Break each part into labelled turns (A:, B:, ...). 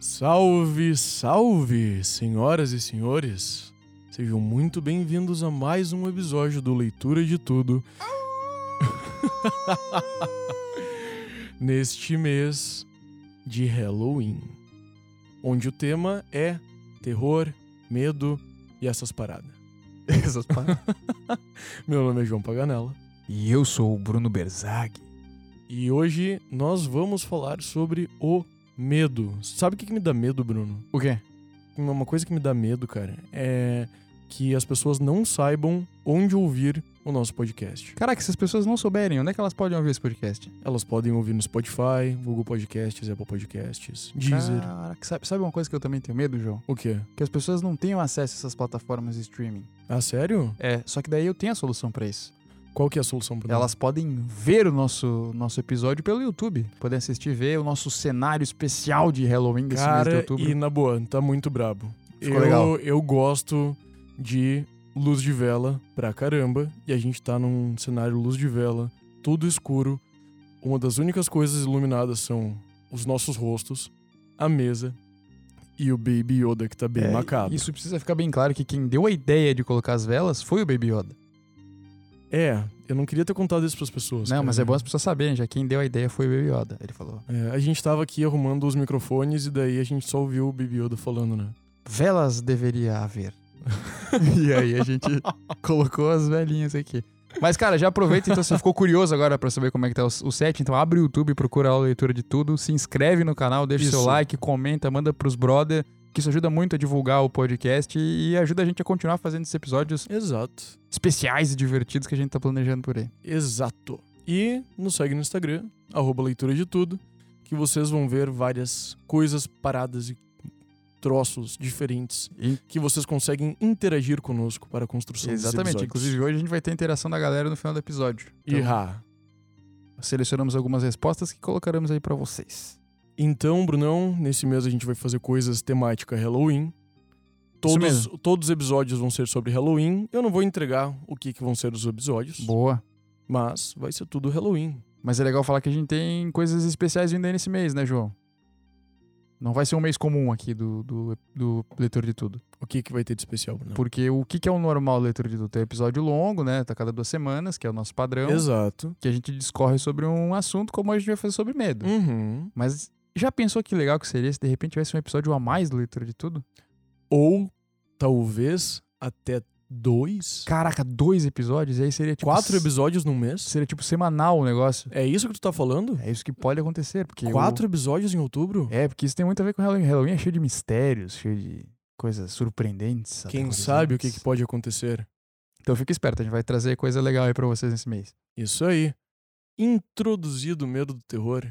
A: Salve, salve, senhoras e senhores! Sejam muito bem-vindos a mais um episódio do Leitura de Tudo. Neste mês de Halloween, onde o tema é terror, medo e essas paradas.
B: Essas paradas.
A: Meu nome é João Paganella
B: E eu sou o Bruno Berzag.
A: e hoje nós vamos falar sobre o medo. Sabe o que que me dá medo, Bruno?
B: O quê?
A: uma coisa que me dá medo, cara, é que as pessoas não saibam onde ouvir o nosso podcast.
B: Caraca, se as pessoas não souberem, onde é que elas podem ouvir esse podcast?
A: Elas podem ouvir no Spotify, Google Podcasts, Apple Podcasts, Deezer.
B: Caraca, sabe, sabe uma coisa que eu também tenho medo, João?
A: O quê?
B: Que as pessoas não tenham acesso a essas plataformas de streaming.
A: Ah, sério?
B: É, só que daí eu tenho a solução pra isso.
A: Qual que é a solução para
B: Elas podem ver o nosso, nosso episódio pelo YouTube. Podem assistir, ver o nosso cenário especial de Halloween desse mês de
A: Cara,
B: outubro.
A: e na boa, tá muito brabo.
B: Ficou
A: eu,
B: legal.
A: eu gosto de luz de vela pra caramba. E a gente tá num cenário luz de vela, tudo escuro. Uma das únicas coisas iluminadas são os nossos rostos, a mesa e o Baby Yoda, que tá bem
B: É,
A: macabro.
B: Isso precisa ficar bem claro que quem deu a ideia de colocar as velas foi o Baby Yoda.
A: É, eu não queria ter contado isso pras pessoas.
B: Não,
A: cara.
B: mas é bom as pessoas saberem, já quem deu a ideia foi o Baby Yoda. Ele falou:
A: É, a gente tava aqui arrumando os microfones e daí a gente só ouviu o Baby Yoda falando, né?
B: velas deveria haver. e aí a gente colocou as velhinhas aqui. Mas, cara, já aproveita, então, se você ficou curioso agora pra saber como é que tá o, o set, então abre o YouTube, procura a leitura de tudo, se inscreve no canal, deixa seu
A: Isso.
B: like, comenta, manda pros brother, que isso ajuda muito a divulgar o podcast e, e ajuda a gente a continuar fazendo esses episódios
A: Exato.
B: especiais e divertidos que a gente tá planejando por aí.
A: Exato. E nos segue no Instagram, arroba leitura de tudo, que vocês vão ver várias coisas, paradas e troços diferentes
B: E-
A: que vocês conseguem interagir conosco para a construção desses
B: Exatamente.
A: episódios.
B: Inclusive, hoje a gente vai ter a interação da galera no final do episódio. Então,
A: Irá.
B: selecionamos algumas respostas que colocaremos aí pra vocês.
A: Então, Brunão, nesse mês a gente vai fazer coisas temática Halloween. Todos,
B: mesmo.
A: todos os episódios vão ser sobre Halloween. Eu não vou entregar o que, que vão ser os episódios,
B: Boa.
A: mas vai ser tudo Halloween.
B: Mas é legal falar que a gente tem coisas especiais vindo aí nesse mês, né, João? Não vai ser um mês comum aqui do, do, do Leitor de Tudo.
A: O que, que vai ter de especial, Brunão?
B: Porque o que, que é o normal do Leitor de Tudo? É episódio longo, né? Tá cada duas semanas, que é o nosso padrão.
A: Exato.
B: Que a gente discorre sobre um assunto como a gente vai fazer sobre medo.
A: Uhum.
B: Mas já pensou que legal que seria se de repente tivesse um episódio a mais do Leitor de Tudo?
A: ou talvez até dois,
B: Caraca, dois episódios? E aí seria tipo...
A: quatro
B: s-
A: episódios num mês.
B: Seria tipo semanal o negócio.
A: É isso que tu tá falando?
B: É isso que pode acontecer, porque... o-
A: Quatro episódios em outubro?
B: É, porque isso tem muito a ver com Halloween. Halloween é cheio de mistérios, cheio de coisas surpreendentes.
A: Quem
B: aterrorizantes.
A: sabe o que, que pode acontecer?
B: Então fica esperto, a gente vai trazer coisa legal aí pra vocês nesse mês.
A: Isso aí. Introduzido o medo do terror.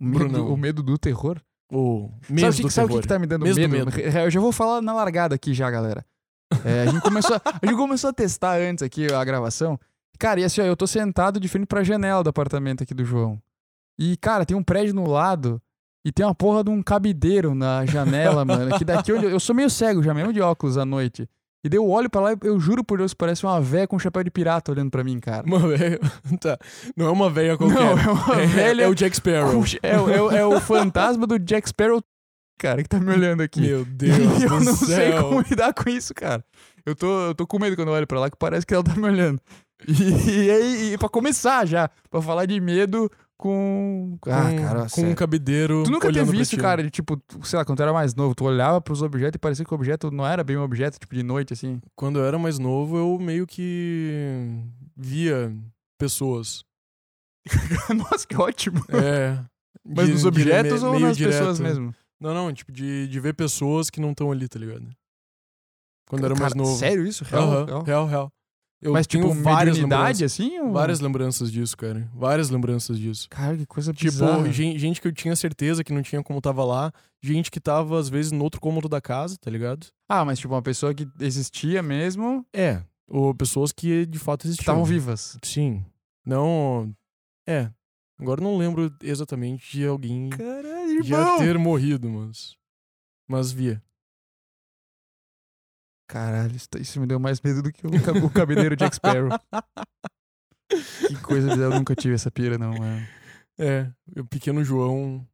B: O medo,
A: Brunão.
B: o medo do terror.
A: Ou
B: sabe o
A: mês
B: que,
A: do
B: sabe o que
A: terror.
B: que tá me dando
A: Mês do
B: medo? Eu já vou falar na largada aqui já, galera. É, a, gente começou, a gente começou a testar antes aqui a gravação. Cara, e assim, ó, eu tô sentado de frente pra janela do apartamento aqui do João. E, cara, tem um prédio no lado e tem uma porra de um cabideiro na janela, mano. Que daqui eu, eu sou meio cego já, mesmo de óculos à noite. E daí eu olho pra lá e eu juro por Deus, parece uma véia com um chapéu de pirata olhando pra mim, cara.
A: Uma velha. Tá. Não é uma velha qualquer.
B: Não, é uma
A: É-
B: velha.
A: É o Jack Sparrow.
B: Puxa, É, o- é o- é o fantasma do Jack Sparrow, cara, que tá me olhando aqui.
A: Meu Deus.
B: e eu
A: do
B: não sei
A: céu.
B: como lidar com isso, cara. Eu tô, eu tô com medo quando eu olho pra lá, que parece que ela tá me olhando. E, e aí, e pra começar já, pra falar de medo com. Ah,
A: com,
B: cara,
A: com um
B: sério.
A: cabideiro.
B: Tu nunca teve
A: olhando pra
B: visto,
A: ti.
B: cara, de tipo, tu- sei lá, quando tu era mais novo, tu olhava pros objetos e parecia que o objeto não era bem um objeto, tipo, de noite, assim.
A: Quando eu era mais novo, eu meio que via pessoas.
B: Nossa, que ótimo.
A: É.
B: Mas
A: Di-
B: nos
A: dire-
B: objetos
A: me-
B: ou
A: meio
B: nas
A: direto. né?
B: pessoas mesmo?
A: Não, não, tipo, de, de ver pessoas que não estão ali, tá ligado? Quando eu era mais
B: Cara,
A: novo.
B: Sério isso? Real,
A: Aham,
B: real?
A: real, real. Eu
B: Mas,
A: tenho
B: tipo,
A: várias
B: mediunidade,
A: lembranças,
B: assim? Ou...
A: várias lembranças disso, cara. Várias lembranças disso.
B: Cara, que coisa
A: Tipo,
B: bizarra.
A: gen- gente que eu tinha certeza que não tinha como tava lá, gente que tava, às vezes, no outro cômodo da casa, tá ligado?
B: Ah, mas tipo, uma pessoa que existia mesmo,
A: É. Ou pessoas que de fato
B: que
A: existiam.
B: estavam vivas.
A: Sim. Não. É. Agora eu não lembro exatamente de alguém
B: Caralho,
A: que ia ter morrido, mas. Mas via.
B: Caralho, isso, tá, isso me deu mais medo do que o, cab- o cabineiro Jack Sparrow. que coisa bizarra, eu nunca tive essa pira, não, mano.
A: É, o pequeno João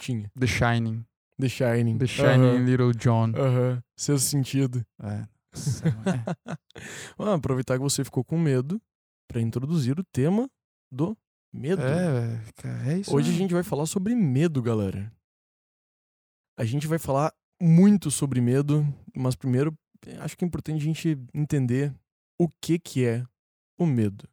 A: tinha.
B: The Shining.
A: The Shining.
B: The Shining
A: Aham,
B: Little John.
A: Aham. Sexto sentido.
B: É. Nossa, mano, é.
A: Ah, aproveitar que você ficou com medo pra introduzir o tema do medo.
B: É, velho, cara, é isso.
A: Hoje a
B: né?
A: gente vai falar sobre medo, galera. A gente vai falar muito sobre medo, mas primeiro eh, acho que é importante a gente entender o que que é o medo.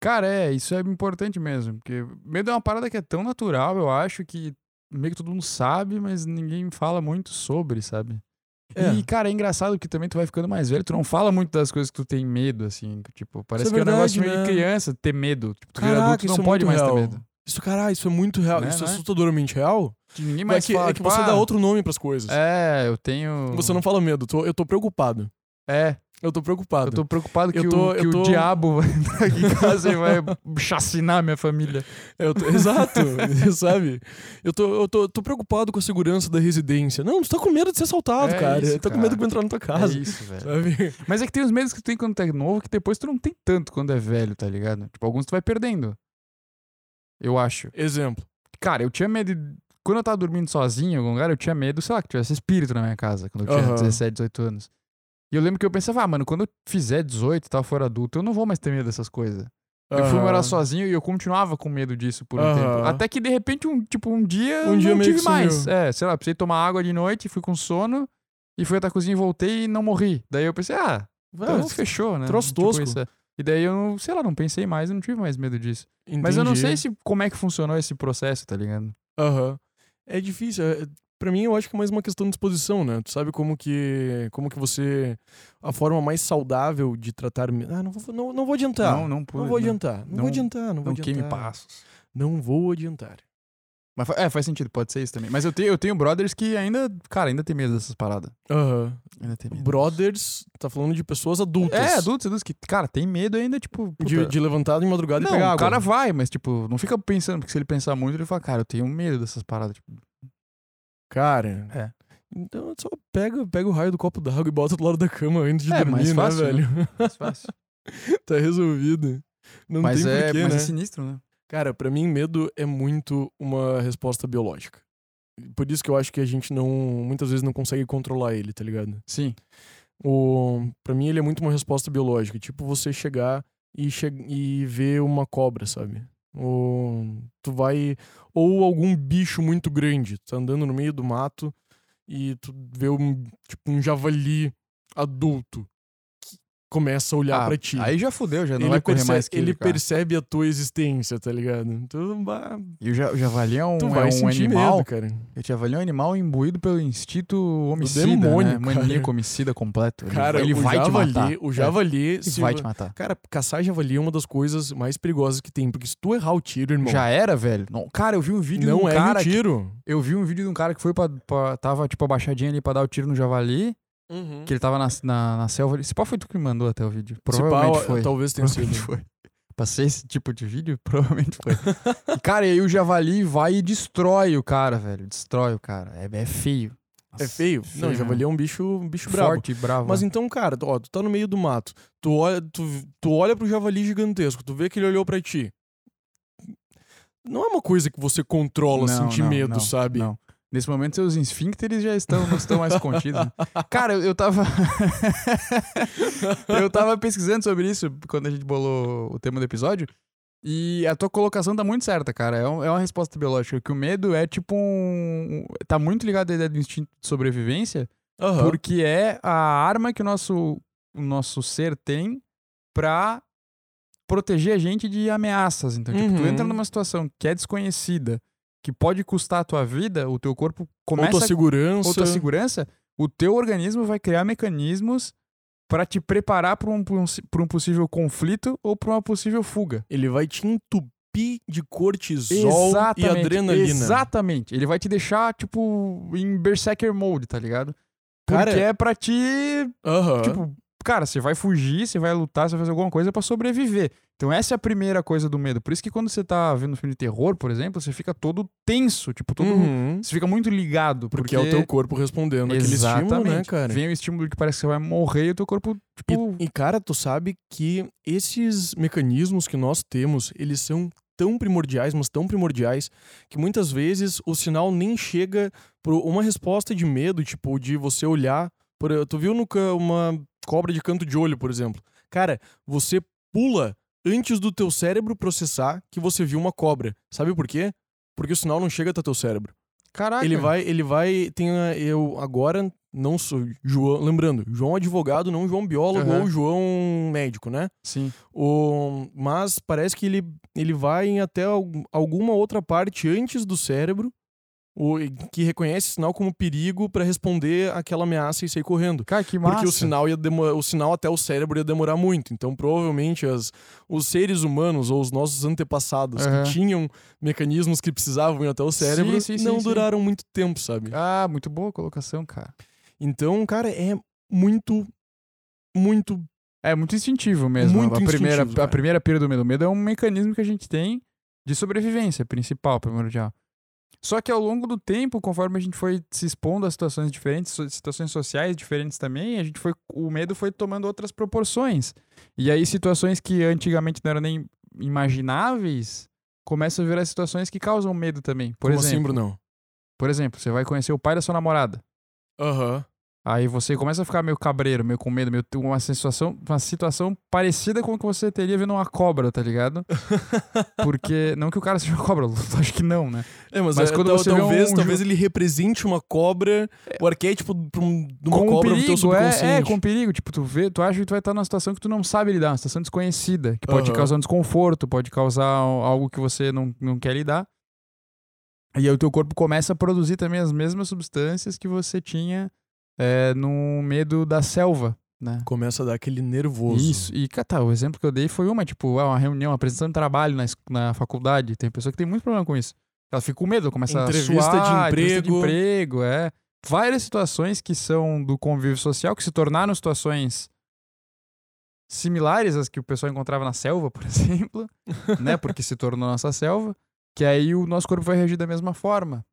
B: Cara, é, isso é importante mesmo. Porque medo é uma parada que é tão natural, eu acho, que meio que todo mundo sabe, mas ninguém fala muito sobre, sabe?
A: É.
B: E, cara, é engraçado que também tu vai ficando mais velho, tu não fala muito das coisas que tu tem medo, assim. que, Tipo, parece
A: é
B: que é um negócio
A: verdade,
B: meio de
A: né?
B: criança ter medo. Tipo, tu vira
A: Caraca,
B: adulto, tu
A: isso
B: não
A: é
B: pode
A: muito
B: mais ter
A: real.
B: medo.
A: Isso, caralho, isso é muito real.
B: Né,
A: isso é
B: né?
A: assustadoramente real.
B: Que ninguém
A: Mas
B: mais
A: é que,
B: fala,
A: é que
B: tipo,
A: você
B: "Ah,
A: dá outro nome pras coisas.
B: É, eu tenho.
A: Você não fala medo, eu tô, eu tô preocupado.
B: É,
A: Eu tô preocupado.
B: eu tô preocupado que,
A: Eu tô-
B: o, que
A: eu
B: o
A: tô-
B: diabo vai entrar aqui em casa e vai chacinar minha família.
A: Eu tô- Exato, sabe? Eu, tô, eu tô, tô preocupado com a segurança da residência. Não, tu tá com medo de ser assaltado,
B: É
A: cara.
B: isso,
A: Eu tô com
B: cara.
A: medo de eu entrar na tua casa.
B: É isso, velho.
A: Sabe?
B: Mas é que tem os medos que tu tem quando tu é novo que depois tu não tem tanto quando é velho, tá ligado? Tipo, alguns tu vai perdendo. Eu acho.
A: Exemplo.
B: Cara, eu tinha medo. de- Quando eu tava dormindo sozinho em algum lugar, eu tinha medo, sei lá, que tivesse espírito na minha casa, quando eu tinha
A: Aham.
B: 17, 18 anos. E eu lembro que eu pensava, ah, mano, quando eu fizer 18 e tal, for adulto, eu não vou mais ter medo dessas coisas. Eu fui morar
A: Aham.
B: sozinho e eu continuava com medo disso por um
A: Aham.
B: tempo. Até que, de repente, um, tipo, um dia
A: Um
B: eu
A: dia
B: não
A: meio
B: tive
A: que sumiu.
B: mais. É, sei lá, precisei tomar água de noite, fui com sono, e fui até a cozinha e voltei e não morri. Daí eu pensei, ah, então
A: Ah,
B: fechou, né?
A: troço
B: Tipo
A: tosco.
B: isso, é. E daí eu, não- sei lá, não pensei mais, eu não tive mais medo disso. Mas eu não
A: entendi.
B: sei se como é que funcionou esse processo, tá ligado?
A: Aham. É difícil. é- Pra mim, eu acho que é mais uma questão de disposição, né? Tu sabe como que, como que você. A forma mais saudável de tratar. me- Ah, não vou, não, não vou adiantar.
B: Não, né? não pude.
A: Não vou adiantar. Não,
B: Não-
A: vou adiantar. Não vou
B: Não queime
A: adiantar.
B: passos.
A: Não vou adiantar.
B: Mas fa- é, faz sentido, pode ser isso também. Mas eu tenho, eu tenho brothers que ainda, cara, ainda tem medo dessas paradas.
A: Aham.
B: Ainda tem medo.
A: Brothers, tá falando de pessoas adultas.
B: É, adultos, adultos que, cara, tem medo ainda, tipo.
A: De,
B: puta.
A: de levantar de madrugada
B: não,
A: e pegar
B: o
A: água.
B: cara vai, mas, tipo, não fica pensando, porque se ele pensar muito, ele fala, cara, eu tenho medo dessas paradas. Tipo,
A: Cara.
B: É.
A: Então só pega, pega o raio do copo d'água e bota do lado da cama antes de
B: É,
A: dormir,
B: mais fácil,
A: né,
B: né?
A: velho?
B: mais fácil.
A: tá resolvido. Não
B: mas
A: tem
B: é,
A: porquê,
B: mas
A: né?
B: é sinistro, né?
A: Cara, pra mim, medo é muito uma resposta biológica. Por isso que eu acho que a gente não. Muitas vezes não consegue controlar ele, tá ligado?
B: Sim.
A: O, pra mim, ele é muito uma resposta biológica. Tipo, você chegar e, che e ver uma cobra, sabe? Ou tu vai. Ou algum bicho muito grande. Tu tá andando no meio do mato e tu vê um, tipo, um javali adulto que começa a olhar
B: Ah,
A: pra ti.
B: Aí já fudeu, já não
A: ele
B: vai correr
A: percebe,
B: mais que ele,
A: ele
B: cara.
A: percebe a tua existência, tá ligado? Então, bah,
B: E o ja- o javali é um,
A: tu vai
B: é um
A: sentir
B: animal.
A: medo, cara.
B: O javali é um animal imbuído pelo instinto homicida.
A: demônio,
B: né?
A: cara.
B: Maníaco homicida completo. Ele,
A: Cara,
B: ele
A: o
B: vai
A: javali,
B: te matar.
A: o javali,
B: É,
A: se-
B: ele vai te matar.
A: Cara, caçar javali é uma das coisas mais perigosas que tem, porque se tu errar o tiro, irmão,
B: Já era, velho. Não, cara, eu vi um vídeo de
A: não
B: um
A: é
B: cara.
A: o
B: que-
A: tiro.
B: eu vi um vídeo de um cara que foi pra, pra- Tava, tipo, abaixadinho ali pra dar o tiro no javali. Que ele tava na, na, na selva. ali. Esse pau foi tu que me mandou até o vídeo.
A: Se pá,
B: Provavelmente
A: ó,
B: foi.
A: é, Talvez tenha sido.
B: Provavelmente foi. Passei esse tipo de vídeo? Provavelmente foi. E, cara, e aí o javali vai e destrói o cara, velho. Destrói o cara. É, é feio.
A: É feio? Não, javali é um bicho, um bicho brabo.
B: Forte, bravo. né?
A: Mas então, cara, ó, tu tá no meio do mato, tu olha, tu, tu olha pro javali gigantesco, tu vê que ele olhou pra ti. Não é uma coisa que você controla
B: Não,
A: sentir
B: não,
A: medo,
B: não,
A: sabe?
B: não. Nesse momento, seus esfíncteres já estão, não estão mais contidos. né? Cara, eu, eu tava. eu tava pesquisando sobre isso quando a gente bolou o tema do episódio. E a tua colocação tá muito certa, cara. É, um- é uma resposta biológica. Que o medo é tipo um. um- Tá muito ligado à ideia do instinto de sobrevivência,
A: Aham.
B: porque é a arma que o nosso, o nosso ser tem pra proteger a gente de ameaças. Então, tipo, tu
A: Uhum.
B: entra numa situação que é desconhecida, que pode custar a tua vida, o teu corpo
A: Ou
B: começa
A: tua
B: a
A: segurança.
B: ou tua segurança, o teu organismo vai criar mecanismos pra te preparar pra um, pra um si- pra um possível conflito ou pra uma possível fuga.
A: Ele vai te entupir de cortisol e adrenalina.
B: Exatamente. Ele vai te deixar, tipo, em berserker mode, tá ligado? Porque
A: Cara-
B: é pra te
A: Aham.
B: Tipo, cara, você vai fugir, você vai lutar, você vai fazer alguma coisa pra sobreviver. Então essa é a primeira coisa do medo. Por isso que quando você tá vendo um filme de terror, por exemplo, você fica todo tenso, tipo, todo
A: Uhum.
B: você fica muito ligado,
A: Porque,
B: porque,
A: é o teu corpo respondendo aquele estímulo, né,
B: Exatamente.
A: cara?
B: Vem o estímulo que parece que você vai morrer e o teu corpo, tipo,
A: E, e, cara, tu sabe que esses mecanismos que nós temos, eles são tão primordiais, mas tão primordiais, que muitas vezes o sinal nem chega para uma resposta de medo, tipo, de você olhar. Por, tu viu no, ca- uma cobra de canto de olho, por exemplo. Cara, você pula antes do teu cérebro processar que você viu uma cobra. Sabe por quê? Porque o sinal não chega até teu cérebro.
B: Caraca.
A: Ele vai, ele vai, tem a- eu agora não sou João, lembrando, João advogado, não João biólogo
B: Aham.
A: ou João médico, né?
B: Sim.
A: O, mas parece que ele, ele vai em até al- alguma outra parte antes do cérebro o, e que reconhece o sinal como perigo pra responder aquela ameaça e sair correndo.
B: Cara, que massa.
A: Porque o sinal, ia demo- o sinal até o cérebro ia demorar muito. Então, provavelmente, as, os seres humanos ou os nossos antepassados
B: Aham.
A: que tinham mecanismos que precisavam ir até o cérebro
B: Sim, sim, sim,
A: não
B: sim.
A: duraram muito tempo, sabe?
B: Ah, muito boa a colocação, cara.
A: Então, cara, é muito, muito.
B: É muito instintivo mesmo.
A: Muito
B: a primeira,
A: instintivo,
B: a
A: cara.
B: primeira pira do medo. O medo é um mecanismo que a gente tem de sobrevivência principal, primordial. Só que ao longo do tempo, conforme a gente foi se expondo a situações diferentes, so- situações sociais diferentes também, a gente foi, o medo foi tomando outras proporções. E aí situações que antigamente não eram nem imagináveis começam a virar situações que causam medo também. Por
A: Como assim,
B: exemplo,
A: Brunão?
B: por exemplo, você vai conhecer o pai da sua namorada.
A: Aham.
B: Aí você começa a ficar meio cabreiro, meio com medo, meio uma sensação, uma situação parecida com o que você teria vendo uma cobra, tá ligado? Porque não que o cara seja uma cobra, acho que não, né?
A: É, mas,
B: Mas
A: é,
B: quando
A: tal-
B: você vê
A: talvez,
B: um
A: talvez ele represente uma cobra, o arquétipo de um- de uma
B: com
A: cobra no teu
B: perigo,
A: subconsciente.
B: é, é, com perigo, tipo, tu vê, tu acha que tu vai estar numa situação que tu não sabe lidar, uma situação desconhecida, que pode te
A: Aham.
B: causar um desconforto, pode causar algo que você não, não quer lidar. E aí o teu corpo começa a produzir também as mesmas substâncias que você tinha é, no medo da selva, né?
A: Começa a dar aquele nervoso.
B: Isso, e cara, tá, o exemplo que eu dei foi uma, tipo, ah, uma reunião, uma apresentação de trabalho na, es- na faculdade. Tem pessoa que tem muito problema com isso. Ela fica com medo, começa
A: Entrevista
B: a suar,
A: de
B: entrevista de
A: emprego.
B: emprego, é. Várias situações que são do convívio social, que se tornaram situações similares às que o pessoal encontrava na selva, por exemplo, né? Porque se tornou nossa selva, que aí o nosso corpo vai reagir da mesma forma.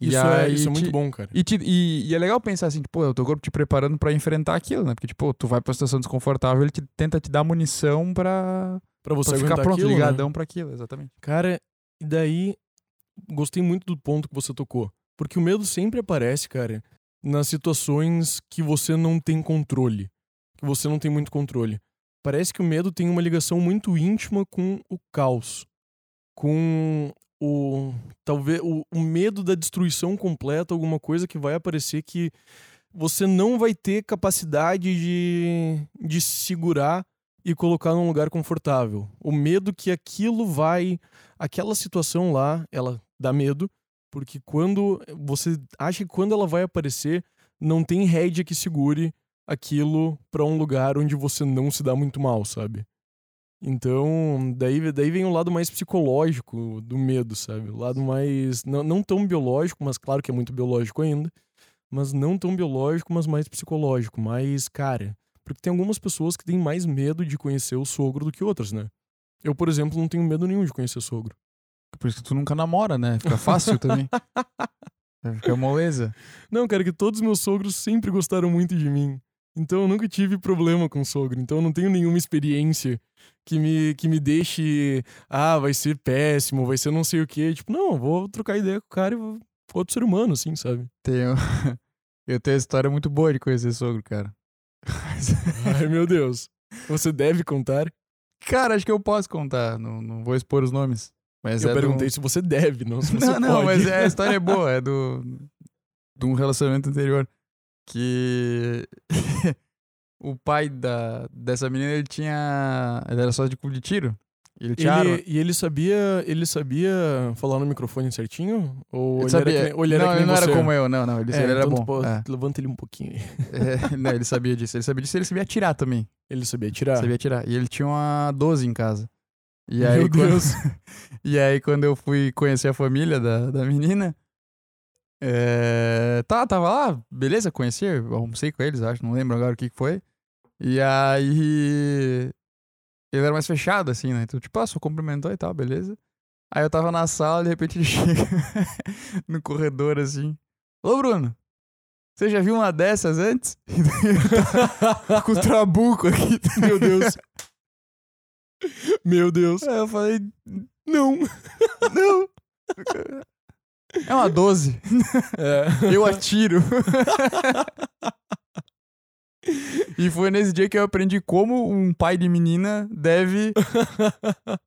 B: E
A: Isso, é,
B: aí
A: isso é
B: te-
A: muito bom, cara.
B: e, te- e- e é legal pensar assim, tipo, é o teu corpo te preparando pra enfrentar aquilo, né? Porque, tipo, tu vai pra uma situação desconfortável, ele te, tenta te dar munição pra,
A: Pra você
B: pra ficar
A: aguentar
B: pronto,
A: aquilo, né?
B: ligadão pra aquilo, exatamente.
A: Cara, e daí gostei muito do ponto que você tocou. Porque o medo sempre aparece, cara, nas situações que você não tem controle. Que você não tem muito controle. Parece que o medo tem uma ligação muito íntima com o caos. Com o. Talvez. O, o medo da destruição completa, alguma coisa que vai aparecer que você não vai ter capacidade de, de segurar e colocar num lugar confortável. O medo que aquilo vai aquela situação lá, ela dá medo, porque quando você acha que quando ela vai aparecer, não tem rédea que segure aquilo pra um lugar onde você não se dá muito mal, sabe? Então, daí, daí vem o lado mais psicológico do medo, sabe? O lado mais. Não, não tão biológico, mas claro que é muito biológico ainda. Mas não tão biológico, mas mais psicológico. Mas, cara. Porque tem algumas pessoas que têm mais medo de conhecer o sogro do que outras, né? Eu, por exemplo, não tenho medo nenhum de conhecer sogro.
B: É Por isso que tu nunca namora, né? Fica fácil também. É, Fica moleza.
A: Não, cara, que todos os meus sogros sempre gostaram muito de mim. Então eu nunca tive problema com sogro. Então eu não tenho nenhuma experiência que me, que me deixe. Ah, vai ser péssimo, vai ser não sei o quê. Tipo, não, eu vou trocar ideia com o cara e vou. Outro ser humano, assim, sabe?
B: Tenho... Eu tenho uma história muito boa de conhecer sogro, cara.
A: Ai, meu Deus. Você deve contar.
B: cara, acho que eu posso contar, não, não vou expor os nomes. Mas
A: eu
B: é de um-
A: perguntei se você deve, não se você
B: não,
A: pode.
B: não, mas é, a história é boa, é do de um relacionamento anterior que o pai da dessa menina ele tinha ele era só de clube de tiro. Ele tinha arma.
A: Ele, e ele sabia, ele sabia falar no microfone certinho? Ou ele,
B: Ele sabia.
A: era que nem, ou ele era
B: não,
A: que
B: ele
A: nem
B: não
A: você?
B: era como eu, não, não. Ele,
A: É,
B: ele era
A: então tu
B: bom.
A: pode-
B: é.
A: Levanta ele um pouquinho.
B: É, não, ele sabia disso. Ele sabia disso e ele sabia atirar também.
A: Ele sabia tirar.
B: Sabia atirar. E ele tinha uma 12 em casa. E
A: Meu
B: aí, quando-
A: Deus.
B: e aí, quando eu fui conhecer a família da, da menina, é, tá, tava lá, beleza, conheci, eu almocei com eles, acho, não lembro agora o que que foi. E aí, ele era mais fechado, assim, né? Então, tipo, ah, só cumprimentou e tal, beleza. Aí eu tava na sala, de repente ele chega no corredor, assim, Ô, Bruno, você já viu uma dessas antes? E daí eu tava com o trabuco aqui,
A: Meu Deus. Meu Deus.
B: Aí É, eu falei,
A: Não.
B: não. É uma 12.
A: É.
B: Eu atiro. e foi nesse dia que eu aprendi como um pai de menina deve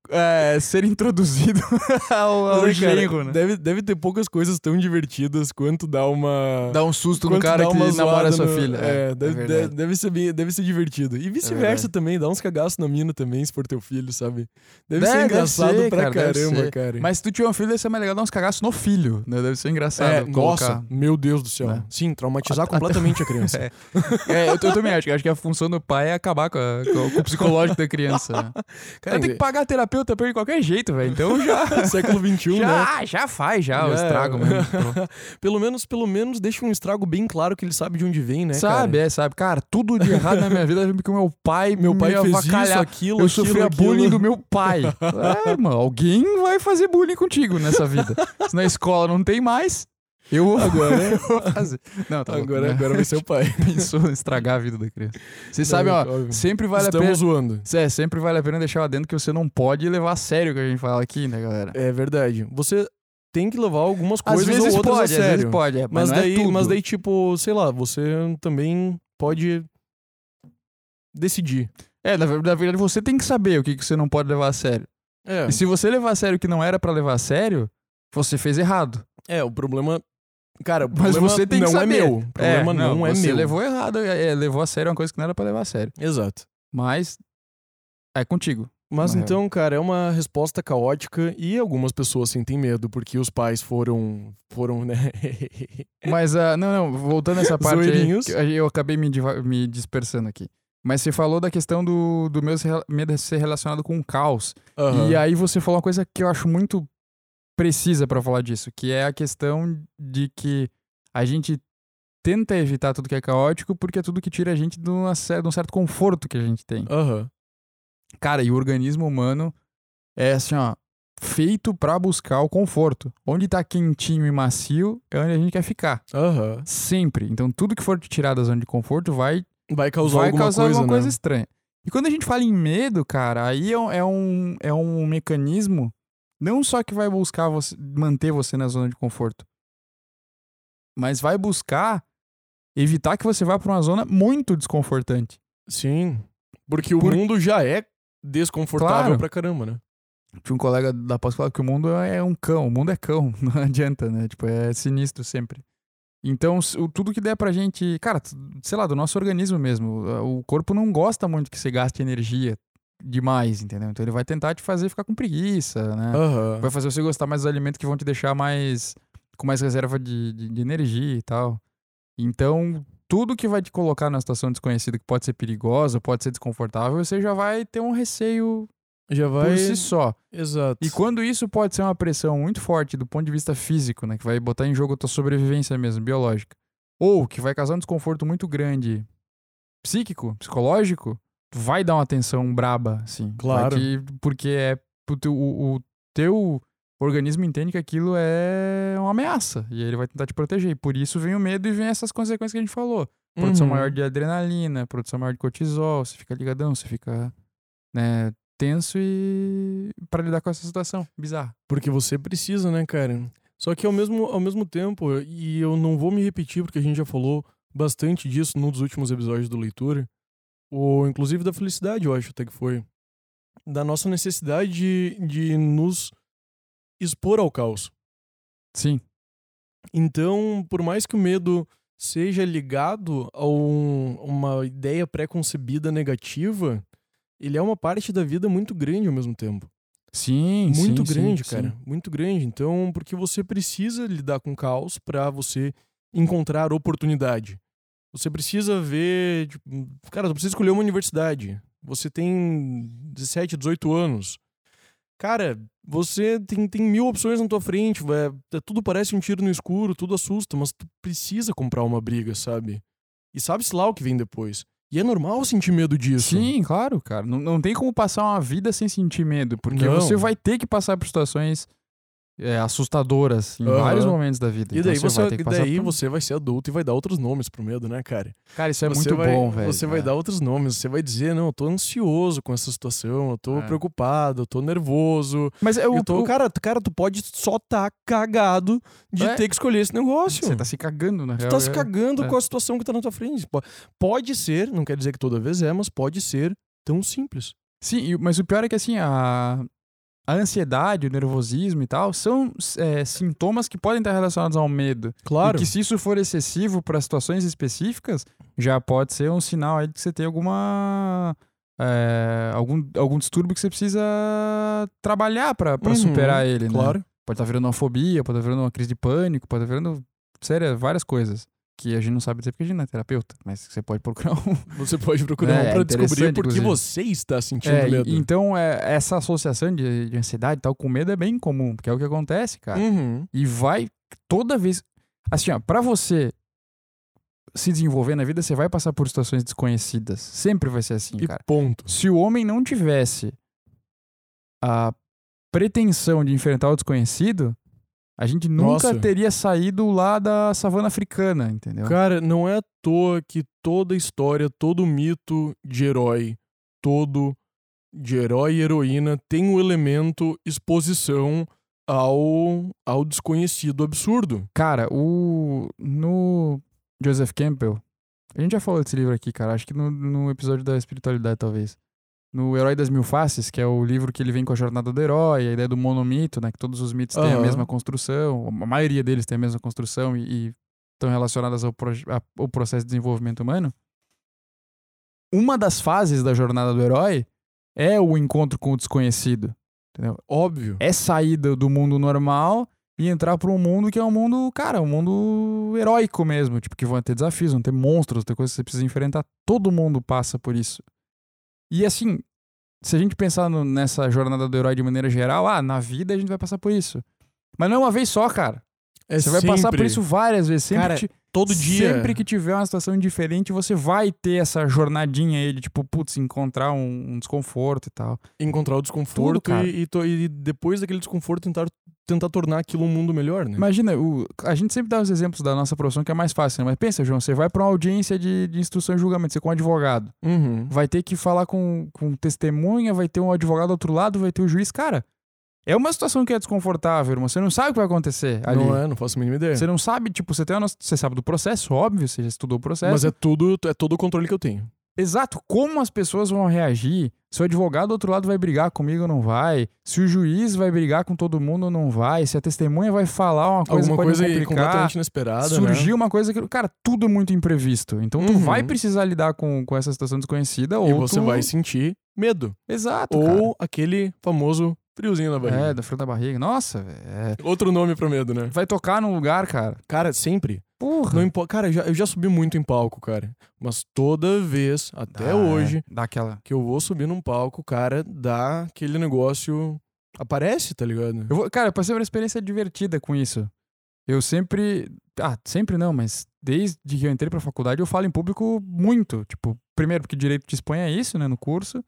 B: é, ser introduzido ao, ao
A: Mas, cara,
B: genro, né?
A: deve, deve ter poucas coisas tão divertidas quanto dar uma.
B: Dá um susto no
A: quanto
B: cara
A: dar
B: que
A: uma zoada
B: namora sua
A: no-
B: filha.
A: É, deve,
B: verdade. É
A: deve- deve ser bem, deve ser divertido. E vice-versa
B: verdade.
A: também, dá uns cagaços na mina também, se for teu filho, sabe? Deve,
B: Deve-
A: ser
B: deve
A: engraçado
B: ser,
A: pra
B: cara, deve
A: caramba,
B: ser.
A: cara.
B: Mas se tu tiver um filho, deve ser mais legal dar uns cagaços no filho, né? Deve ser engraçado.
A: É,
B: colocar.
A: nossa, meu Deus do céu.
B: É.
A: Sim, traumatizar
B: Até-
A: completamente a criança.
B: É. É, eu, eu também acho. Acho que a função do pai é acabar com, a- com o- com o psicológico da criança. né?
A: Cara,
B: Ela tem que pagar a terapeuta pra ele de qualquer jeito, velho. Então já.
A: século XXI, né?
B: já, já faz, já, o
A: Já.
B: estrago mesmo. Né, então. Pô.
A: Pelo menos, pelo menos deixa um estrago bem claro que ele sabe de onde vem, né?
B: sabe,
A: cara?
B: é, sabe. Cara, tudo de errado na minha vida eu lembro que o meu pai,
A: Meu pai
B: me
A: fez isso,
B: avacalhava.
A: aquilo,
B: Eu
A: aquilo,
B: sofri a
A: aquilo.
B: bullying do meu pai. É, irmão, alguém vai fazer bullying contigo nessa vida. Se na escola não tem mais, eu vou,
A: Agora,
B: eu vou fazer. Não, tá
A: Agora,
B: louco, né?
A: agora vai ser o pai.
B: Pensou em estragar a vida da criança. Vocês sabem, ó,
A: óbvio.
B: sempre vale
A: Estamos
B: a pena.
A: zoando.
B: É, sempre vale a pena deixar lá dentro que você não pode levar a sério o que a gente fala aqui, né, galera?
A: É verdade. Você tem que levar algumas coisas
B: às vezes
A: ou outras
B: pode,
A: a
B: às
A: sério.
B: vezes pode, é,
A: Mas,
B: mas, não é
A: daí,
B: tudo.
A: mas daí, tipo, sei lá, você também pode decidir.
B: É, na ver- na verdade você tem que saber o que, que você não pode levar a sério.
A: É,
B: E se você levar a sério o que não era pra levar a sério, você fez errado.
A: é o problema. Cara, o
B: Mas
A: problema
B: você tem que
A: não
B: saber.
A: é meu. O problema não, é
B: você
A: meu.
B: levou errado, é, é, levou a sério uma coisa que não era pra levar a sério.
A: Exato.
B: Mas é contigo.
A: Mas
B: Na real.
A: então, cara, é uma resposta caótica e algumas pessoas sentem medo porque os pais foram. foram, né?
B: Mas, ah, não, não, voltando essa parte aí,
A: É. Zoeirinhos.
B: que eu- eu acabei me, diva- me dispersando aqui. Mas você falou da questão do, do meu ser- medo de ser relacionado com o caos.
A: Aham.
B: E aí você falou uma coisa que eu acho muito precisa pra falar disso, que é a questão de que a gente tenta evitar tudo que é caótico porque é tudo que tira a gente de, uma cer- de um certo conforto que a gente tem.
A: Aham.
B: Cara, e o organismo humano é assim, ó, feito pra buscar o conforto. Onde tá quentinho e macio é onde a gente quer ficar,
A: Aham.
B: sempre. Então tudo que for te tirar da zona de conforto vai
A: Vai causar
B: vai
A: alguma
B: causar
A: coisa.
B: alguma
A: né?
B: coisa estranha. E quando a gente fala em medo, cara, aí é um, é um, é um mecanismo não só que vai buscar você, manter você na zona de conforto, mas vai buscar evitar que você vá para uma zona muito desconfortante.
A: Sim. Porque o
B: Por-
A: mundo já é desconfortável
B: Claro.
A: pra caramba, né?
B: Tinha um colega da pós falar que o mundo é um cão, o mundo é cão, não adianta, né? Tipo, é sinistro sempre. Então, s- o- tudo que der pra gente. Cara, t- sei lá, do nosso organismo mesmo. a- O corpo não gosta muito que você gaste energia demais, entendeu? Então, ele vai tentar te fazer ficar com preguiça, né?
A: Aham.
B: Vai fazer você gostar mais dos alimentos que vão te deixar mais. com mais reserva de, de, de energia e tal. Então, tudo que vai te colocar numa situação desconhecida que pode ser perigosa, pode ser desconfortável, você já vai ter um receio
A: Já vai.
B: por si só.
A: Exato.
B: E quando isso pode ser uma pressão muito forte do ponto de vista físico, né? Que vai botar em jogo a tua sobrevivência mesmo, biológica. Ou que vai causar um desconforto muito grande psíquico, psicológico, tu vai dar uma tensão braba, assim. Vai
A: Claro.
B: te- porque é. O teu, o- o teu organismo entende que aquilo é uma ameaça. E aí ele vai tentar te proteger. E por isso vem o medo e vem essas consequências que a gente falou. Produção
A: Uhum.
B: maior de adrenalina, produção maior de cortisol, você fica ligadão, você fica. né? tenso e para lidar com essa situação bizarra.
A: Porque você precisa, né, cara? Só que ao mesmo, ao mesmo tempo, e eu não vou me repetir, porque a gente já falou bastante disso num dos últimos episódios do Leitura, ou inclusive da felicidade, eu acho até que foi. Da nossa necessidade de, de nos expor ao caos.
B: Sim.
A: Então, por mais que o medo seja ligado a um- uma ideia pré-concebida negativa, ele é uma parte da vida muito grande ao mesmo tempo.
B: Sim,
A: muito
B: sim, sim,
A: grande,
B: sim.
A: cara, muito grande. Então, porque você precisa lidar com caos pra você encontrar oportunidade. Você precisa ver, tipo, cara, tu precisa escolher uma universidade. Você tem 17, 18 anos. Cara, você tem, tem mil opções na tua frente, vai- é, tudo parece um tiro no escuro, tudo assusta, mas tu precisa comprar uma briga, sabe? E sabe-se lá o que vem depois. E é normal sentir medo disso.
B: Sim, claro, cara. Não, não tem como passar uma vida sem sentir medo, porque
A: Não.
B: você vai ter que passar por situações é, assustadoras em
A: Aham.
B: vários momentos da vida.
A: E daí,
B: então,
A: você,
B: vai ter que
A: e
B: passar
A: daí
B: por-
A: você vai ser adulto e vai dar outros nomes pro medo, né, cara?
B: Cara, isso é
A: Você
B: muito
A: vai-
B: bom, velho.
A: Você vai
B: É.
A: dar outros nomes, você vai dizer, não, eu tô ansioso com essa situação, eu tô
B: É.
A: preocupado, eu tô nervoso.
B: Mas é o,
A: eu tô,
B: o-
A: cara, tu- cara, tu pode só tá cagado de
B: É.
A: ter que escolher esse negócio.
B: Você tá se cagando, na
A: Tu
B: real.
A: tá se
B: é.
A: cagando
B: é.
A: com a situação que tá na tua frente. Po- Pode ser, não quer dizer que toda vez é, mas pode ser tão simples.
B: Sim, e- mas o pior é que assim, a, a ansiedade, o nervosismo e tal, são é, sintomas que podem estar relacionados ao medo.
A: Claro.
B: E que se isso for excessivo para situações específicas, já pode ser um sinal aí de que você tem alguma. é, algum, algum distúrbio que você precisa trabalhar para
A: Uhum,
B: superar ele, né?
A: Claro.
B: Pode estar virando uma fobia, pode estar virando uma crise de pânico, pode estar virando, sério, várias coisas. Que a gente não sabe dizer porque a gente não é terapeuta, mas você pode procurar um.
A: Você pode procurar
B: É,
A: um pra
B: é
A: descobrir
B: interessante,
A: por que
B: inclusive.
A: você está sentindo
B: É, e-
A: medo.
B: então, é, essa associação de, de ansiedade e tal com medo é bem comum, porque é o que acontece, cara.
A: Uhum.
B: E vai toda vez. Assim, ó, pra você se desenvolver na vida, você vai passar por situações desconhecidas. Sempre vai ser assim,
A: E
B: cara.
A: ponto.
B: Se o homem não tivesse a pretensão de enfrentar o desconhecido, a gente nunca
A: Nossa.
B: teria saído lá da savana africana, entendeu?
A: Cara, não é à toa que toda história, todo mito de herói, todo de herói e heroína tem o elemento exposição ao, ao desconhecido absurdo.
B: Cara, o. No. Joseph Campbell. A gente já falou desse livro aqui, cara. Acho que no, no episódio da espiritualidade, talvez. No Herói das Mil Faces, que é o livro que ele vem com a jornada do herói, a ideia do monomito, né? Que todos os mitos têm a
A: Aham.
B: mesma construção, a maioria deles tem a mesma construção e, e estão relacionadas ao, proje- a- ao processo de desenvolvimento humano. Uma das fases da jornada do herói é o encontro com o desconhecido. Entendeu?
A: Óbvio.
B: é sair do, do mundo normal e entrar pra um mundo que é um mundo, cara, um mundo heróico mesmo, tipo que vão ter desafios, vão ter monstros, vão ter coisas que você precisa enfrentar, todo mundo passa por isso. E assim, se a gente pensar no- nessa jornada do herói de maneira geral, ah, na vida a gente vai passar por isso. Mas não é uma vez só, cara.
A: É
B: Você vai passar por
A: sempre,
B: isso várias vezes, sempre
A: Cara,
B: te-
A: todo dia.
B: Sempre que tiver uma situação diferente, você vai ter essa jornadinha aí de tipo, putz, encontrar um- um desconforto e tal.
A: encontrar o desconforto
B: Tudo, cara.
A: e, e to- e depois daquele desconforto tentar, tentar tornar aquilo um mundo melhor, né?
B: Imagina, o- a gente sempre dá os exemplos da nossa profissão que é mais fácil, né? Mas pensa, João, você vai pra uma audiência de, de instrução e julgamento, você com um advogado.
A: Uhum.
B: Vai ter que falar com, com testemunha, vai ter um advogado do outro lado, vai ter o juiz. Cara, é uma situação que é desconfortável, irmão. Você não sabe o que vai acontecer ali.
A: Não é, não faço a mínima ideia.
B: Você não sabe, tipo, você tem uma noção- Você sabe do processo, óbvio, você já estudou o processo.
A: Mas é tudo, é todo o controle que eu tenho.
B: Exato, como as pessoas vão reagir? Se o advogado do outro lado vai brigar comigo ou não vai? Se o juiz vai brigar com todo mundo ou não vai? Se a testemunha vai falar uma coisa
A: Alguma
B: que pode
A: coisa aí
B: complicar?
A: completamente inesperada, né?
B: surgiu uma coisa que. Cara, tudo é muito imprevisto. Então tu
A: Uhum.
B: vai precisar lidar com, com essa situação desconhecida ou.
A: E você
B: tu-
A: vai sentir medo.
B: Exato.
A: Ou aquele famoso friozinho na
B: cara. É,
A: barriga.
B: da fruta da barriga. Nossa, velho. é.
A: Outro nome pra medo, né?
B: Vai tocar num lugar, cara.
A: Cara, sempre.
B: Porra.
A: Não impo- Cara, eu já, eu já subi muito em palco, cara. Mas toda vez, até
B: Ah,
A: hoje,
B: Dá aquela.
A: que eu vou subir num palco, cara, dá aquele negócio. Aparece, tá ligado?
B: Eu vou... Cara, eu passei por uma experiência divertida com isso. Eu sempre. Ah, sempre não, mas desde que eu entrei pra faculdade eu falo em público muito. Tipo, primeiro porque direito te expõe a isso, né, no curso.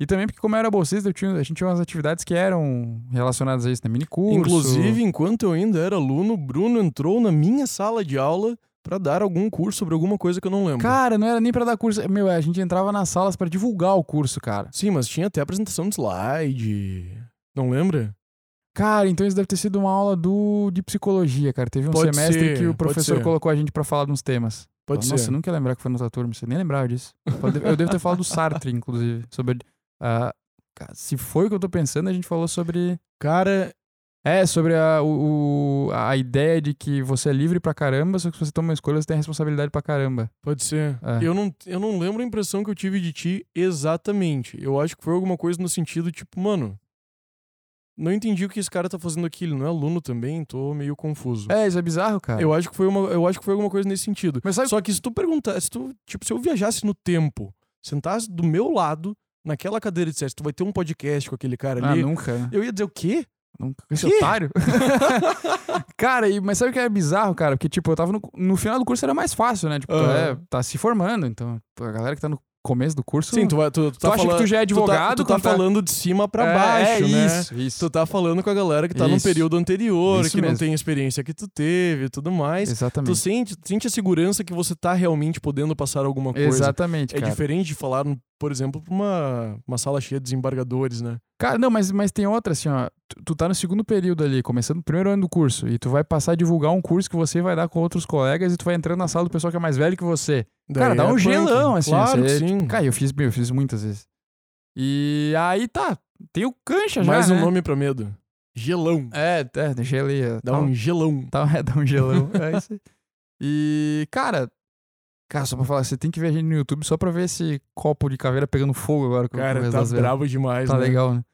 B: E também porque, como eu era bolsista, eu tinha, a gente tinha umas atividades que eram relacionadas a isso, né? Mini curso.
A: Inclusive, enquanto eu ainda era aluno, o Bruno entrou na minha sala de aula pra dar algum curso sobre alguma coisa que eu não lembro.
B: Uhum. Cara, não era nem pra dar curso. Meu, é, a gente entrava nas salas pra divulgar o curso, cara.
A: Sim, mas tinha até apresentação de slide. Não lembra?
B: Cara, então isso deve ter sido uma aula do, de psicologia, cara. Teve um
A: Pode
B: semestre
A: ser,
B: que o
A: pode ser.
B: professor colocou a gente pra falar de uns temas.
A: Pode
B: Ah, Nossa,
A: ser.
B: eu nunca ia lembrar que foi na tua turma, você nem lembrava disso. Eu devo- Eu devo ter falado do Sartre, inclusive. Sobre. ah, cara, se foi o que eu tô pensando, a gente falou sobre.
A: Cara,
B: É, sobre a, o, o- a ideia de que você é livre pra caramba, só que se você toma uma escolha, você tem responsabilidade pra caramba.
A: Pode ser.
B: É.
A: Eu, não, eu não lembro a impressão que eu tive de ti exatamente. Eu acho que foi alguma coisa no sentido, tipo, mano. Não entendi o que esse cara tá fazendo aqui. Ele não é aluno também, tô meio confuso.
B: É, isso é bizarro, cara.
A: Eu acho que foi uma, eu acho que foi alguma coisa nesse sentido.
B: Mas sabe
A: Só que se tu perguntar, se tu, tipo, se eu viajasse no tempo, sentasse do meu lado, naquela cadeira e dissesse, tu vai ter um podcast com aquele cara
B: Ah,
A: ali,
B: nunca. né?
A: eu ia dizer o quê?
B: Nunca. Esse
A: Quê?
B: otário? cara, e- mas sabe o que é bizarro, cara? Porque, tipo, eu tava no, no final do curso era mais fácil, né? Tipo, tu
A: Aham.
B: é, tá se formando, então pô, a galera que tá no começo do curso.
A: Sim, tu, vai, tu, tu
B: Tu
A: tá
B: acha
A: falando,
B: que tu já é advogado?
A: tu tá, tu
B: quando
A: tá falando de cima pra baixo,
B: é,
A: né?
B: Isso, isso.
A: Tu tá falando com a galera que tá num
B: Isso.
A: período anterior,
B: Isso
A: que não
B: mesmo.
A: tem a experiência que tu teve e tudo mais. Tu
B: Exatamente.
A: sente, sente a segurança que você tá realmente podendo passar alguma coisa.
B: Exatamente,
A: É
B: cara.
A: diferente de falar, no- por exemplo, pra uma, uma sala cheia de desembargadores, né?
B: Cara, não, mas, mas tem outra, assim, ó. Tu, tu tá no segundo período ali, começando o primeiro ano do curso, e tu vai passar a divulgar um curso que você vai dar com outros colegas e tu vai entrando na sala do pessoal que é mais velho que você. Cara,
A: Daí
B: dá
A: é
B: um
A: punk.
B: gelão, assim.
A: Claro que
B: você-
A: sim.
B: Cara, eu fiz, meu, eu fiz muitas vezes. E aí tá, tem o cancha já,
A: Mais um
B: né?
A: nome pra medo. Gelão.
B: É, é, deixei ali. é,
A: Dá
B: tal.
A: um gelão.
B: Tá, é, dá um gelão. É isso aí. E, cara. Cara, só pra falar, você tem que ver a gente no YouTube só pra ver esse copo de caveira pegando fogo agora. Com com o
A: Cara,
B: resto
A: tá
B: das velas.
A: bravo demais,
B: Tá
A: né?
B: legal, né?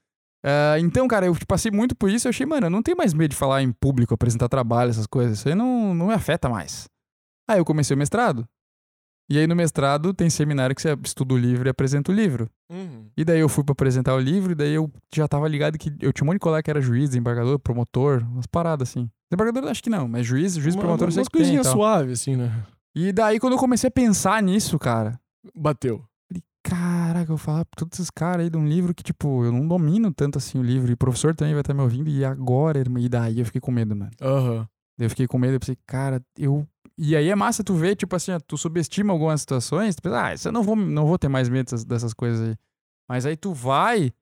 B: Ah, então, cara, eu passei muito por isso. Eu achei, mano, eu não tenho mais medo de falar em público, apresentar trabalho, essas coisas. Isso aí não, não me afeta mais. Aí eu comecei o mestrado. E aí no mestrado tem seminário que você estuda o livro e apresenta o livro.
A: Uhum.
B: E daí eu fui pra apresentar o livro, e daí eu já tava ligado que eu tinha um monte de colega que era juiz, desembargador, promotor, umas paradas assim. Desembargador eu acho que não, mas juiz, juiz,
A: Uma-
B: promotor eu sei
A: umas
B: que tem. então. e
A: coisinhas
B: tal.
A: suaves, assim, né?
B: E daí quando eu comecei a pensar nisso, cara,
A: Bateu.
B: caraca, eu falar pra todos esses caras aí de um livro que, tipo, eu não domino tanto assim o livro, e o professor também vai estar me ouvindo, e agora, irmã? E daí eu fiquei com medo, mano.
A: Aham.
B: Daí Eu fiquei com medo, eu pensei, cara, eu. E aí é massa tu ver, tipo assim, ó, tu subestima algumas situações, tu pensa, ah, isso eu não vou, não vou ter mais medo dessas, dessas coisas aí. Mas aí tu vai,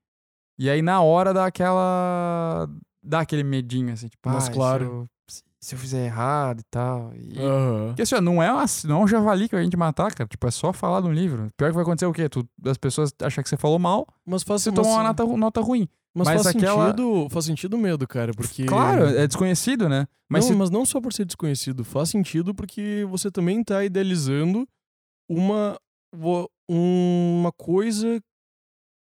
B: e aí na hora dá aquela. dá aquele medinho, assim, tipo,
A: Mas
B: ah, e
A: claro.
B: Se eu, se eu fizer errado e tal. E,
A: Aham.
B: porque assim, ó, não é, uma, não é um javali que a gente matar, cara. Tipo, é só falar de um livro. Pior que vai acontecer o quê? Tu, as pessoas acham que você falou mal,
A: Mas faz,
B: você
A: mas,
B: toma uma nota, nota ruim.
A: mas
B: mas
A: faz
B: aquela-
A: sentido, faz sentido o medo, cara, porque
B: Claro, é desconhecido, né? Mas
A: não,
B: se-
A: mas não só por ser desconhecido, faz sentido porque você também tá idealizando uma vo- uma coisa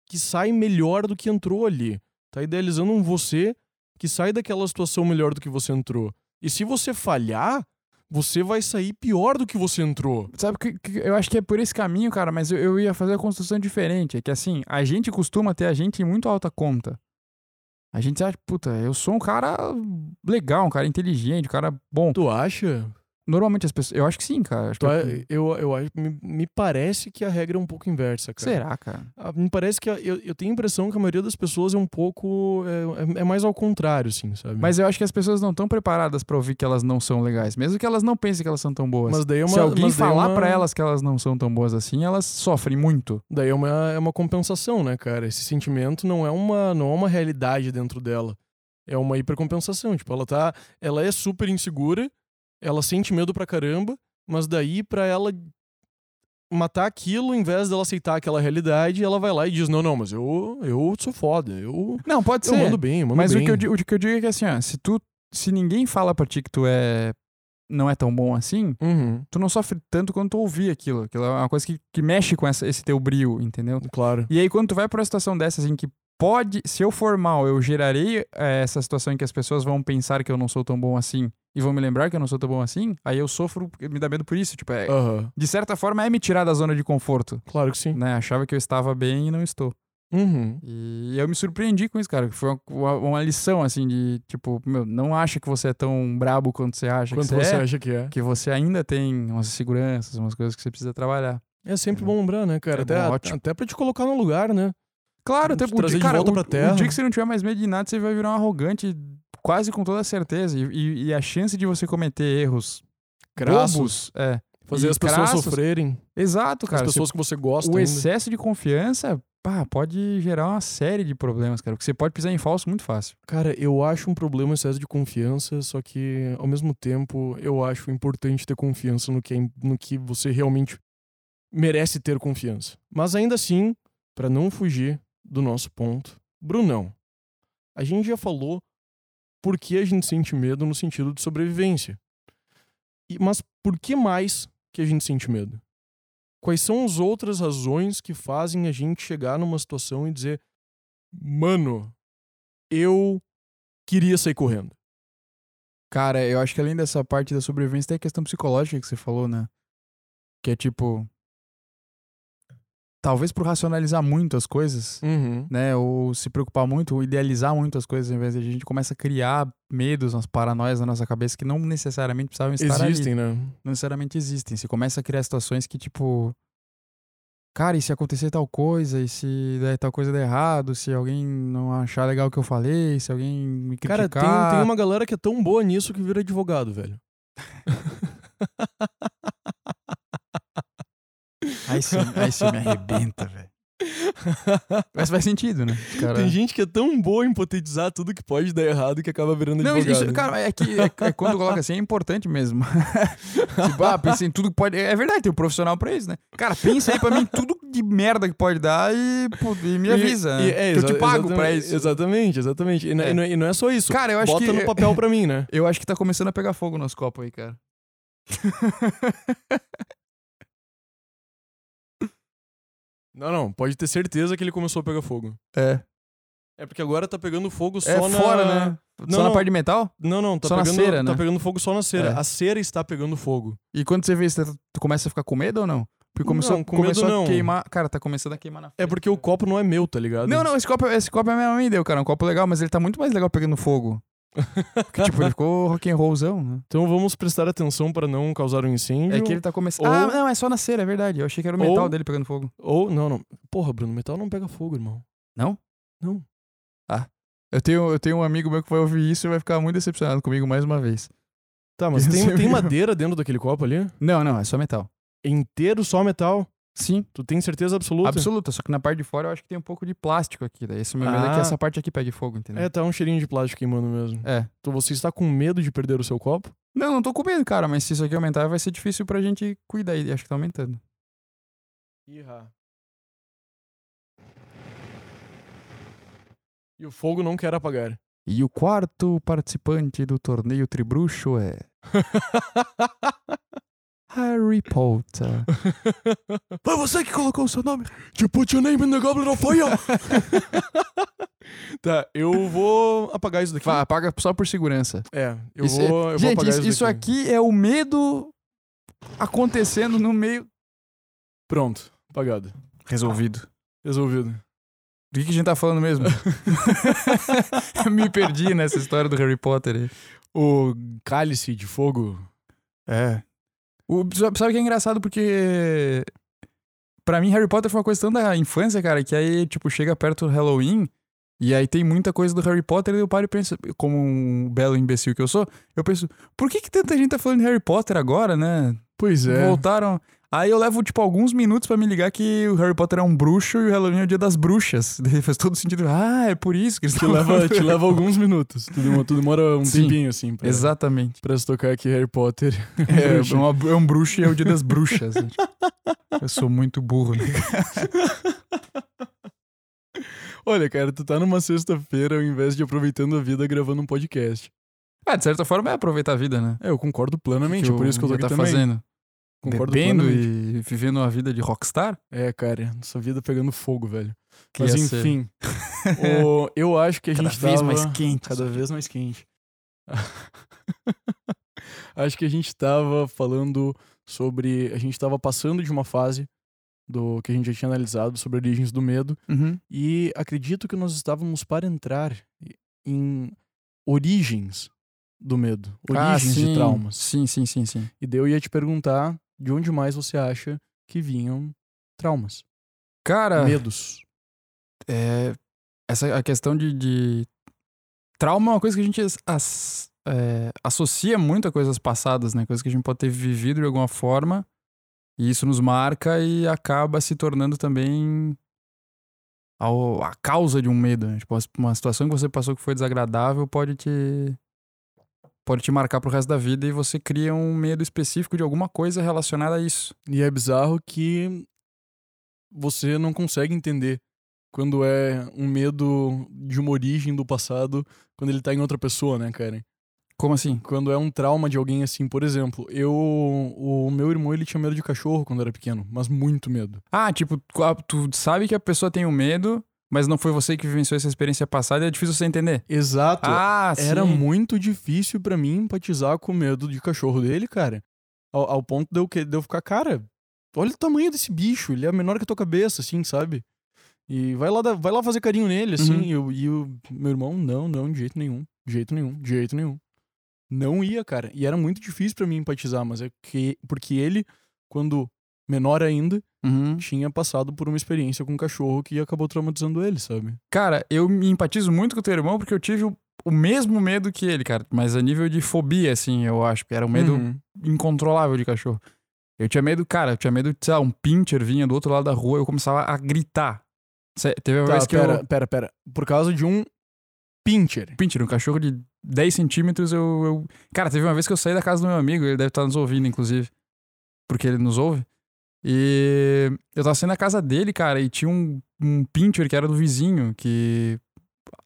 A: que sai melhor do que entrou ali. Tá idealizando um você que sai daquela situação melhor do que você entrou. E se você falhar, você vai sair pior do que você entrou.
B: sabe que, que eu acho que é por esse caminho, cara, mas eu, eu ia fazer a construção diferente. É que assim, a gente costuma ter a gente em muito alta conta. A gente acha, puta, eu sou um cara legal, um cara inteligente, um cara bom.
A: Tu acha?
B: Normalmente as pessoas. Eu acho que sim, cara. Acho
A: Tu é-
B: que-
A: a- eu, eu acho- me, me parece que a regra é um pouco inversa, cara.
B: Será, cara?
A: Ah, Me parece que a- eu, eu tenho a impressão que a maioria das pessoas é um pouco. É, é- é mais ao contrário, assim, sabe?
B: Mas eu acho que as pessoas não estão preparadas pra ouvir que elas não são legais, mesmo que elas não pensem que elas são tão boas.
A: Mas daí é uma.
B: Se alguém
A: mas daí é
B: falar
A: uma-
B: pra elas que elas não são tão boas assim, elas sofrem muito.
A: Daí é uma, é uma compensação, né, cara? Esse sentimento não é uma, não é uma realidade dentro dela. É uma hipercompensação. Tipo, ela tá. Ela é super insegura, ela sente medo pra caramba, mas daí pra ela matar aquilo, em vez dela aceitar aquela realidade, ela vai lá e diz: Não, não, mas eu, eu sou foda. Eu,
B: Não, pode
A: eu
B: ser.
A: mando bem, eu mando
B: mas
A: bem.
B: O, que eu, di- o que eu digo é que assim, ó, se tu se ninguém fala pra ti que tu é não é tão bom assim,
A: Uhum,
B: tu não sofre tanto quanto tu ouvir aquilo. Aquilo é uma coisa que, que mexe com essa- esse teu brilho, entendeu?
A: claro.
B: E aí quando tu vai pra uma situação dessa assim que pode, se eu for mal, eu gerarei eh, essa situação em que as pessoas vão pensar que eu não sou tão bom assim e vão me lembrar que eu não sou tão bom assim, aí eu sofro, me dá medo por isso, tipo, é,
A: Aham,
B: de certa forma é me tirar da zona de conforto.
A: claro que sim.
B: Né? Achava que eu estava bem e não estou.
A: Uhum.
B: E eu me surpreendi com isso, cara. que Foi uma- uma, uma lição, assim, de tipo, meu, não acha que você é tão brabo quanto você acha
A: Quanto
B: que você,
A: você
B: é.
A: acha que é?
B: Que você ainda tem umas seguranças, umas coisas que você precisa trabalhar.
A: É sempre
B: É.
A: bom lembrar, né, cara?
B: É
A: até,
B: bom, ótimo.
A: até pra te colocar no lugar, né?
B: Claro, tem,
A: Te trazer de
B: cara,
A: volta
B: o,
A: pra
B: o
A: terra.
B: dia que você não tiver mais medo de nada, você vai virar um arrogante quase com toda certeza. E, e- e a chance de você cometer erros
A: Crassos.
B: bobos... É.
A: Fazer
B: e
A: as pessoas
B: crassos,
A: sofrerem.
B: Exato, cara.
A: as
B: Você-
A: pessoas né? que você gosta.
B: o
A: ainda.
B: excesso de confiança pá, pode gerar uma série de problemas, cara. Porque você pode pisar em falso muito fácil.
A: Cara, eu acho um problema o excesso de confiança, só que ao mesmo tempo eu acho importante ter confiança no que, é im- no que você realmente merece ter confiança. Mas ainda assim, pra não fugir do nosso ponto, Brunão, a gente já falou por que a gente sente medo no sentido de sobrevivência. E- mas por que mais que a gente sente medo? Quais são as outras razões que fazem a gente chegar numa situação e dizer, mano, eu queria sair correndo.
B: Cara, eu acho que além dessa parte da sobrevivência, tem a questão psicológica que você falou, né? Que é tipo. Talvez por racionalizar muito as coisas,
A: Uhum.
B: né? Ou se preocupar muito, ou idealizar muito as coisas, ao invés de a gente começa a criar medos, umas paranoias na nossa cabeça que não necessariamente precisavam estar ali.
A: Existem, né?
B: Não necessariamente existem. Você começa a criar situações que, tipo. cara, e se acontecer tal coisa, e se der tal coisa der errado, se alguém não achar legal o que eu falei, se alguém me
A: Cara,
B: criticar.
A: tem, tem uma galera que é tão boa nisso que vira advogado, velho.
B: Aí você aí você me arrebenta, velho. Mas faz sentido, né? Os cara-
A: Tem gente que é tão boa em hipotetizar tudo que pode dar errado que acaba virando
B: Não,
A: advogado. né?
B: isso, cara, é que é- é quando coloca assim é importante mesmo. tipo, ah, pensa em tudo que pode. É verdade, tem um profissional pra isso, né? Cara, pensa aí pra mim tudo de merda que pode dar e, pô, e me
A: E-
B: avisa.
A: e-
B: né?
A: é,
B: que eu te
A: exa-
B: pago pra
A: exatamente-
B: isso.
A: Exatamente, exatamente. E, não-
B: É.
A: e não, é- e não é só isso.
B: Cara, eu acho
A: Bota
B: que. é.
A: no papel pra mim, né?
B: Eu acho que tá começando a pegar fogo nos copos aí, cara.
A: Não, não, pode ter certeza que ele começou a pegar fogo.
B: É.
A: É porque agora tá pegando fogo só
B: É
A: na...
B: fora, né?
A: Não,
B: Só
A: não.
B: na parte de metal?
A: Não, não, tá,
B: Só na
A: pegando,
B: cera,
A: tá
B: né?
A: pegando fogo só na cera.
B: É.
A: A cera está pegando fogo.
B: E quando você vê isso, tu começa a ficar com medo ou não? Porque começou,
A: Não, com medo
B: começou
A: não.
B: a queimar. Cara, tá começando a queimar na frente.
A: É porque o copo não é meu, tá ligado?
B: Não, não, esse copo, esse copo a minha mãe deu, cara. Um copo legal, mas ele tá muito mais legal pegando fogo. Porque, tipo, ele ficou rock'n'rollzão, né?
A: Então vamos prestar atenção pra não causar um incêndio.
B: É que ele tá começando.
A: Ou-
B: Ah, não, é só na cera, é verdade. Eu achei que era o metal
A: Ou-
B: dele pegando fogo.
A: Ou, não, não. Porra, Bruno, metal não pega fogo, irmão.
B: Eu tenho, eu tenho um amigo meu que vai ouvir isso e vai ficar muito decepcionado comigo mais uma vez.
A: Tá, mas
B: Isso é
A: tem, tem
B: mesmo.
A: madeira dentro daquele copo ali?
B: Não, não, é só metal.
A: É inteiro só metal?
B: Sim,
A: Tu tem certeza absoluta?
B: absoluta. Só que na parte de fora eu acho que tem um pouco de plástico aqui. Daí esse meu medo é
A: Ah.
B: que essa parte aqui pegue fogo,
A: É,
B: entendeu?
A: tá um cheirinho de plástico queimando mesmo.
B: né? É.
A: Então você está com medo de perder o seu copo?
B: Não, não tô com medo, cara, mas se isso aqui aumentar vai ser difícil pra gente cuidar. E acho que tá aumentando.
A: E o fogo não quer apagar.
B: E o quarto participante do torneio Tribruxo é. Harry Potter.
A: Foi É você que colocou o seu nome. You put your name in the goblet of fire. tá, eu vou apagar isso daqui.
B: Vá, apaga só por segurança.
A: É, eu
B: Isso-
A: vou, eu vou
B: Gente,
A: apagar
B: isso,
A: isso,
B: isso
A: daqui.
B: aqui é o medo acontecendo no meio.
A: Pronto, apagado.
B: Resolvido.
A: Resolvido.
B: Do que, que a gente tá falando mesmo? Me perdi né? nessa história do Harry Potter aí.
A: O cálice de fogo.
B: É. O, sabe sabe o que é engraçado? Porque. Pra mim, Harry Potter foi uma coisa tão da infância, cara, que aí, tipo, chega perto do Halloween e aí tem muita coisa do Harry Potter e eu paro e penso, como um belo imbecil que eu sou, eu penso, por que, que tanta gente tá falando de Harry Potter agora, né?
A: Pois é.
B: Voltaram. Aí eu levo, tipo, alguns minutos pra me ligar que o Harry Potter é um bruxo e o Halloween é o dia das bruxas. Daí faz todo sentido. Ah, é por isso que eles
A: Te
B: tão
A: leva,
B: falando.
A: te leva alguns minutos. Tu demora, tu demora um
B: Sim.
A: tempinho, assim, pra,
B: Exatamente.
A: pra se tocar aqui Harry Potter.
B: É, é uma- é um bruxo e é o dia das bruxas. né? Eu sou muito burro, né?
A: Olha, cara, tu tá numa sexta-feira ao invés de aproveitando a vida gravando um podcast.
B: Ah, de certa forma é aproveitar a vida, né?
A: É, eu concordo plenamente, é por isso que eu tô aqui
B: tá
A: também.
B: fazendo.
A: Concordo
B: Bebendo
A: plenamente.
B: e vivendo uma vida de rockstar.
A: É, cara, nossa vida pegando fogo, velho.
B: Que
A: Mas
B: ia ser
A: enfim, o- eu acho que a
B: cada
A: gente
B: vez
A: tava...
B: mais quente.
A: Cada vez mais quente. Acho que a gente tava falando sobre. A gente tava passando de uma fase do que a gente já tinha analisado sobre origens do medo.
B: Uhum.
A: E acredito que nós estávamos para entrar em origens do medo,
B: Ah,
A: origens de
B: sim.
A: traumas.
B: Sim, sim, sim, sim.
A: E daí eu ia te perguntar de onde mais você acha que vinham traumas,
B: Cara,
A: medos.
B: é, essa a questão de, de trauma é uma coisa que a gente as- as- é, associa muito a coisas passadas, né? Coisas que a gente pode ter vivido de alguma forma e isso nos marca e acaba se tornando também ao- a causa de um medo. Né? Tipo, as- uma situação que você passou que foi desagradável pode te pode te marcar pro resto da vida e você cria um medo específico de alguma coisa relacionada a isso.
A: E é bizarro que você não consegue entender quando é um medo de uma origem do passado, quando ele tá em outra pessoa, né, cara?
B: Como assim?
A: Quando é um trauma de alguém assim, por exemplo, eu o meu irmão, ele tinha medo de cachorro quando era pequeno, mas muito medo.
B: Ah, tipo, tu- ah, tu sabe que a pessoa tem um medo, mas não foi você que vivenciou essa experiência passada e é difícil você entender.
A: Exato.
B: Ah, sim.
A: era muito difícil pra mim empatizar com o medo de cachorro dele, cara. Ao, ao ponto de eu, que- de eu ficar, cara, olha o tamanho desse bicho, ele é menor que a tua cabeça, assim, sabe? E vai lá, dar- vai lá fazer carinho nele, assim.
B: Uhum.
A: E, eu, e o meu irmão, não, não, de jeito nenhum, de jeito nenhum, de jeito nenhum. Não ia, cara. E era muito difícil pra mim empatizar, mas é que. Porque ele, quando menor ainda,
B: Uhum.
A: tinha passado por uma experiência com um cachorro que acabou traumatizando ele, sabe?
B: Cara, eu me empatizo muito com o teu irmão porque eu tive o, o mesmo medo que ele, cara. Mas a nível de fobia, assim, eu acho. Porque era um medo
A: Uhum.
B: incontrolável de cachorro. Eu tinha medo, cara, eu tinha medo de, sei lá, um pincher vinha do outro lado da rua eu começava a gritar. Cê- teve uma
A: Tá,
B: vez que
A: pera,
B: eu.
A: pera, pera. Por causa de um pincher.
B: Pincher, um cachorro de 10 centímetros, eu, eu- Cara, teve uma vez que eu saí da casa do meu amigo, ele deve estar nos ouvindo, inclusive. Porque ele nos ouve. E eu tava saindo da casa dele, cara, e tinha um, um pincher que era do vizinho, que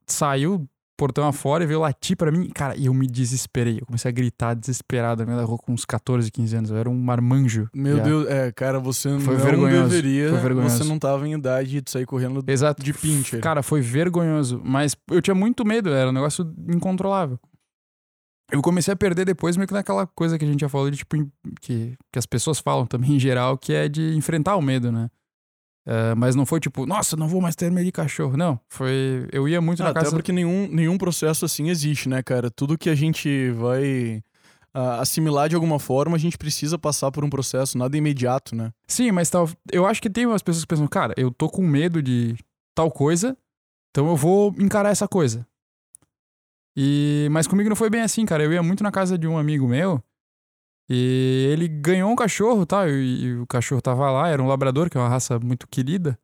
B: saiu portão afora e veio latir pra mim. Cara, e eu me desesperei. Eu comecei a gritar desesperado na minha rua com uns 14, 15 anos. Eu era um marmanjo.
A: Meu
B: já.
A: Deus, é, cara, você
B: Foi
A: não
B: vergonhoso,
A: deveria.
B: foi vergonhoso.
A: Você não tava em idade de sair correndo
B: Exato.
A: de pincher.
B: Cara, foi vergonhoso. Mas eu tinha muito medo, era um negócio incontrolável. Eu comecei a perder depois, meio que naquela coisa que a gente já falou, de, tipo, em- que, que as pessoas falam também em geral, que é de enfrentar o medo, né? Ah, mas não foi tipo, nossa, não vou mais ter medo de cachorro. Não, foi. Eu ia muito
A: Ah,
B: na
A: até
B: casa.
A: porque nenhum, nenhum processo assim existe, né, cara? Tudo que a gente vai ah, assimilar de alguma forma, a gente precisa passar por um processo, nada imediato, né?
B: Sim, mas tal. Eu acho que tem umas pessoas que pensam, cara, eu tô com medo de tal coisa, então eu vou encarar essa coisa. E mas comigo não foi bem assim, cara. Eu ia muito na casa de um amigo meu e ele ganhou um cachorro, tá? E, e o cachorro tava lá, era um labrador, que é uma raça muito querida,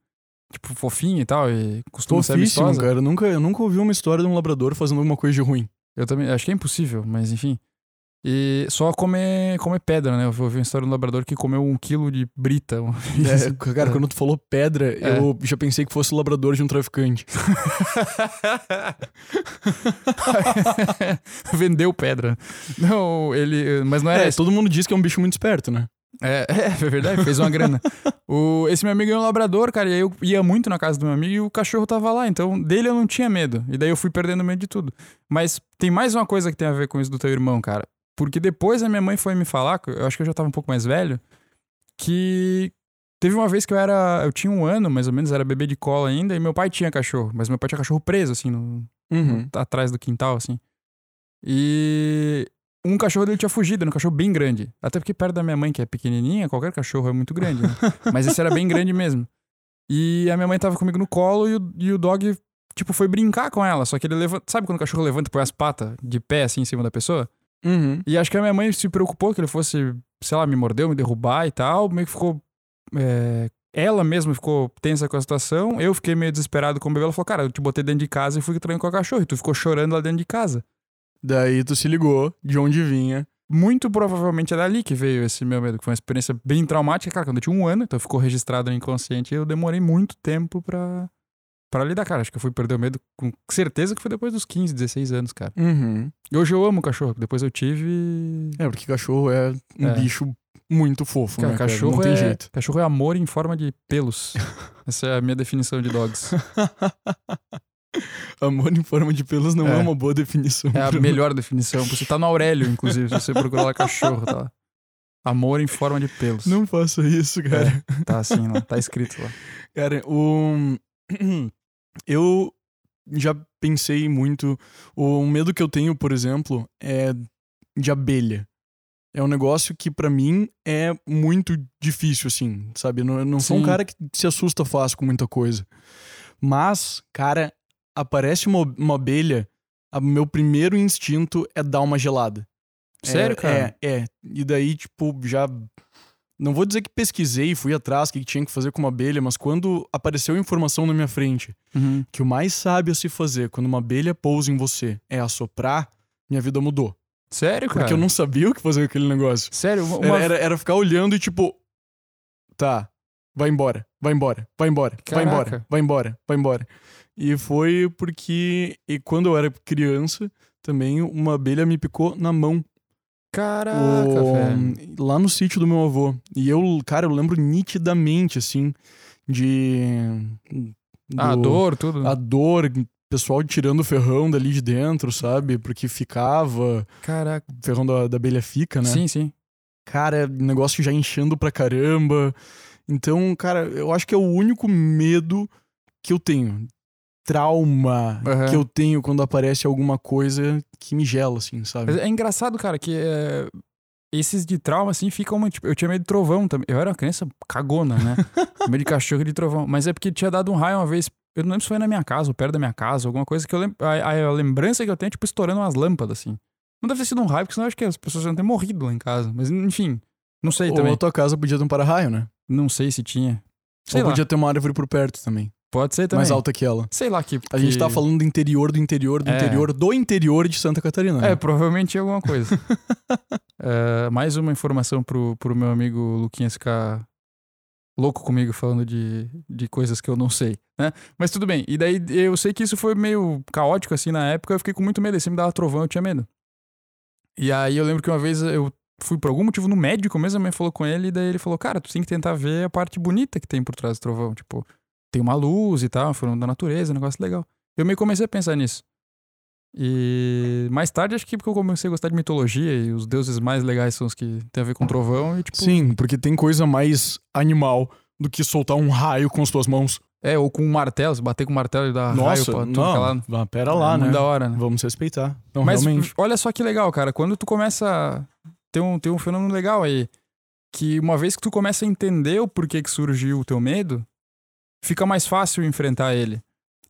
B: tipo fofinha e tal, e costuma ser
A: Fofíssimo,
B: amistosa.
A: cara. Eu nunca, eu nunca ouvi uma história de um labrador fazendo alguma coisa de ruim.
B: Eu também acho que é impossível, mas enfim. E só comer, comer pedra, né? Eu ouvi uma história de um labrador que comeu um quilo de brita. uma vez.
A: É, cara, quando tu falou pedra,
B: É.
A: eu já pensei que fosse o labrador de um traficante.
B: Vendeu pedra. Não, ele. Mas não era
A: É,
B: esse.
A: todo mundo diz que é um bicho muito esperto, né?
B: É, é, é verdade, fez uma grana. O, esse meu amigo é um labrador, cara, e aí eu ia muito na casa do meu amigo e o cachorro tava lá, então dele eu não tinha medo. E daí eu fui perdendo medo de tudo. Mas tem mais uma coisa que tem a ver com isso do teu irmão, cara. Porque depois a minha mãe foi me falar, que eu acho que eu já tava um pouco mais velho, que teve uma vez que eu era. Eu tinha um ano, mais ou menos, era bebê de cola ainda, e meu pai tinha cachorro, mas meu pai tinha cachorro preso, assim, no,
A: Uhum.
B: Tá atrás do quintal, assim. E um cachorro dele tinha fugido, era um cachorro bem grande. Até porque perto da minha mãe, que é pequenininha, qualquer cachorro é muito grande, né? Mas esse era bem grande mesmo. E a minha mãe tava comigo no colo e o, e o dog, tipo, foi brincar com ela. Só que ele levanta. Sabe quando o cachorro levanta e põe as patas de pé, assim, em cima da pessoa?
A: Uhum.
B: E acho que a minha mãe se preocupou que ele fosse, sei lá, me mordeu, me derrubar e tal. Meio que ficou. é, Ela mesma ficou tensa com a situação. Eu fiquei meio desesperado com o bebê. Ela falou: Cara, eu te botei dentro de casa e fui trancar o cachorro. E tu ficou chorando lá dentro de casa.
A: Daí tu se ligou de onde vinha.
B: Muito provavelmente é dali que veio esse meu medo, que foi uma experiência bem traumática. Cara, quando eu tinha um ano, então ficou registrado no inconsciente. E eu demorei muito tempo pra, pra lidar, cara. Acho que eu fui perder o medo com certeza que foi depois dos 15, 16 anos, cara.
A: Uhum.
B: E hoje eu amo cachorro, que depois eu tive.
A: É, porque cachorro é um
B: É.
A: bicho muito fofo,
B: Cara,
A: né? cara?
B: cachorro,
A: Não tem
B: é,
A: jeito.
B: cachorro é amor em forma de pelos. Essa é a minha definição de dogs.
A: Amor em forma de pelos não é,
B: É.
A: uma boa definição.
B: É a
A: pra-
B: melhor definição. Você tá no Aurélio, inclusive, se você procurar lá cachorro, tá lá. Amor em forma de pelos.
A: Não faça isso, cara.
B: Tá assim lá, tá escrito lá.
A: Cara, o... eu já pensei muito. O um medo que eu tenho, por exemplo, é de abelha. É um negócio que pra mim é muito difícil, assim, sabe? Eu não, eu não sou um
B: Sim.
A: cara que se assusta fácil com muita coisa. Mas, cara, aparece uma, uma abelha, a- meu primeiro instinto é dar uma gelada. É,
B: Sério, cara?
A: É, é. E daí, tipo, já. Não vou dizer que pesquisei, fui atrás, o que que tinha que fazer com uma abelha, mas quando apareceu a informação na minha frente
B: Uhum.
A: que o mais sábio a se fazer quando uma abelha pousa em você é assoprar, minha vida mudou.
B: Sério,
A: Porque
B: cara?
A: eu não sabia o que fazer com aquele negócio.
B: Sério, uma-
A: Era, era, era ficar olhando e tipo. Tá, vai embora, vai embora, vai embora,
B: Caraca.
A: vai embora, vai embora, vai embora. E foi porque. E quando eu era criança, também uma abelha me picou na mão.
B: Caraca,
A: O-
B: velho.
A: Lá no sítio do meu avô. E eu, cara, eu lembro nitidamente, assim, de.
B: Ah,
A: do-
B: dor, tudo.
A: A dor, pessoal tirando o ferrão dali de dentro, sabe? Porque ficava.
B: Caraca.
A: O ferrão da, da abelha fica, né?
B: Sim, sim.
A: Cara, negócio já enchendo pra caramba. Então, cara, eu acho que é o único medo que eu tenho. Trauma
B: Aham.
A: que eu tenho quando aparece alguma coisa que me gela, assim, sabe?
B: Mas é engraçado, cara, que é, esses de trauma, assim, ficam. uma- Tipo, eu tinha medo de trovão também. Eu era uma criança cagona, né? Tinha medo de cachorro e de trovão. Mas é porque tinha dado um raio uma vez. Eu não lembro se foi na minha casa ou perto da minha casa, alguma coisa que eu lembro. A, a lembrança que eu tenho é, tipo, estourando umas lâmpadas, assim. Não deve ter sido um raio, porque senão eu acho que as pessoas iam ter morrido lá em casa. Mas, enfim, não sei
A: Ou
B: também.
A: a tua casa podia ter um para-raio, né?
B: Não sei se tinha. Sei
A: Ou
B: lá.
A: podia ter uma árvore por perto também,
B: Pode ser também.
A: mais alta que ela.
B: Sei lá que.
A: A gente
B: que-
A: tá falando do interior do interior do
B: É.
A: interior do interior de Santa Catarina.
B: É,
A: né?
B: provavelmente tinha alguma coisa. É, mais uma informação pro, pro meu amigo Luquinhas ficar louco comigo falando de, de coisas que eu não sei, né? Mas tudo bem. E daí eu sei que isso foi meio caótico assim na época, eu fiquei com muito medo. E se me dava trovão, eu tinha medo. E aí eu lembro que uma vez eu fui por algum motivo no médico mesmo, a mãe falou com ele, e daí ele falou: Cara, tu tem que tentar ver a parte bonita que tem por trás do trovão. Tipo, tem uma luz e tal, foram da natureza, um negócio legal. Eu meio comecei a pensar nisso. E mais tarde, acho que porque eu comecei a gostar de mitologia e os deuses mais legais são os que tem a ver com trovão e tipo.
A: Sim, porque tem coisa mais animal do que soltar um raio com as tuas mãos.
B: É, ou com um martelo, se bater com um martelo e dar raio
A: Nossa,
B: pra tudo que é
A: não.
B: lá.
A: Ah, Pera lá,
B: é muito
A: né?
B: da hora, né?
A: Vamos respeitar. Não,
B: Mas
A: realmente.
B: olha só que legal, cara. Quando tu começa. a ter um, tem um fenômeno legal aí. Que uma vez que tu começa a entender o porquê que surgiu o teu medo, fica mais fácil enfrentar ele.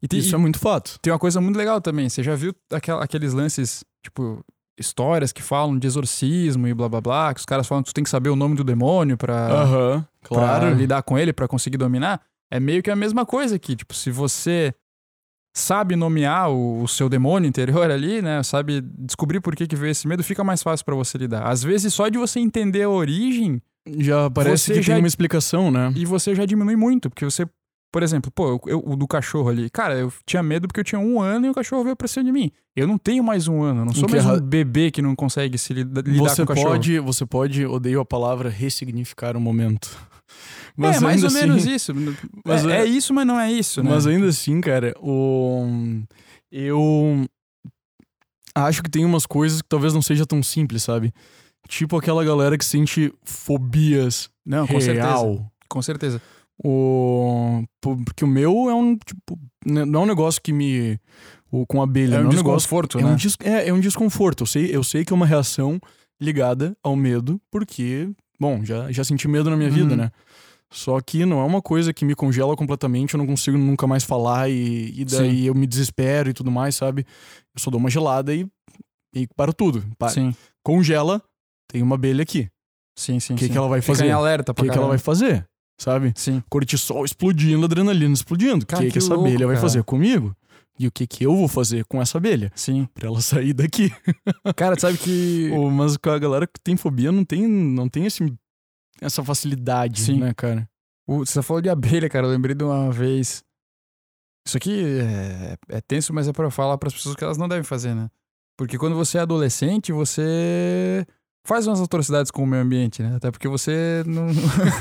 B: E tem, e
A: Isso é muito fato.
B: tem uma coisa muito legal também. Você já viu aquel- aqueles lances, tipo, histórias que falam de exorcismo e blá blá blá, que os caras falam que tu tem que saber o nome do demônio pra
A: Aham,
B: pra
A: claro.
B: lidar com ele, pra conseguir dominar, é meio que a mesma coisa aqui. Tipo, se você sabe nomear o, o seu demônio interior ali, né? Sabe descobrir por que, que veio esse medo, fica mais fácil pra você lidar. Às vezes, só de você entender a origem
A: Já parece
B: Você
A: que
B: já-
A: tem uma explicação, né?
B: e você já diminui muito, porque você. Por exemplo, pô, eu- eu- o do cachorro ali. Cara, eu tinha medo porque eu tinha um ano e o cachorro veio pra cima de mim. Eu não tenho mais um ano, eu não sou
A: que
B: mais
A: ra-
B: um bebê que não consegue se lida- lidar
A: Você
B: com o cachorro.
A: pode, você pode, odeio a palavra ressignificar o momento.
B: é, mais
A: ainda
B: ou
A: assim-
B: menos isso.
A: Mas
B: é,
A: é-
B: é isso, mas não é isso, né?
A: Mas ainda assim, cara, o... eu acho que tem umas coisas que talvez não seja tão simples, sabe? Tipo aquela galera que sente fobias
B: não, com certeza.
A: real.
B: Com certeza.
A: O... po- Porque o meu é um, tipo, né, não é um negócio que me... o- Com abelha,
B: É um
A: não é um negócio...
B: desconforto,
A: É
B: né?
A: um, des- é, é um desconforto. Eu sei, eu sei que é uma reação ligada ao medo, porque, bom, já, já senti medo na minha vida,
B: Uhum.
A: né? Só que não é uma coisa que me congela completamente, eu não consigo nunca mais falar e, e daí eu me desespero e tudo mais, sabe? Eu só dou uma gelada e, e paro tudo. Pa-
B: Sim,
A: Congela, tem uma abelha aqui.
B: sim, sim.
A: O que,
B: sim.
A: que ela vai
B: Fica
A: fazer?
B: em
A: O
B: alerta pra
A: que, que ela vai
B: caramba.
A: fazer? Sabe?
B: Sim.
A: cortisol explodindo, adrenalina explodindo. O que,
B: Cara,
A: que,
B: que
A: essa
B: louco,
A: abelha vai
B: cara.
A: fazer comigo? E o que, que eu vou fazer com essa abelha?
B: Sim.
A: Pra ela sair daqui.
B: Cara, tu sabe que.
A: Ô, mas com a galera que tem fobia não tem, não tem esse, essa facilidade,
B: Sim.
A: né, cara?
B: o- Você falou de abelha, cara. Eu lembrei de uma vez. Isso aqui é, é tenso, mas é pra eu falar pras pessoas que elas não devem fazer, né? Porque quando você é adolescente, você faz umas atrocidades com o meio ambiente, né? Até porque você não,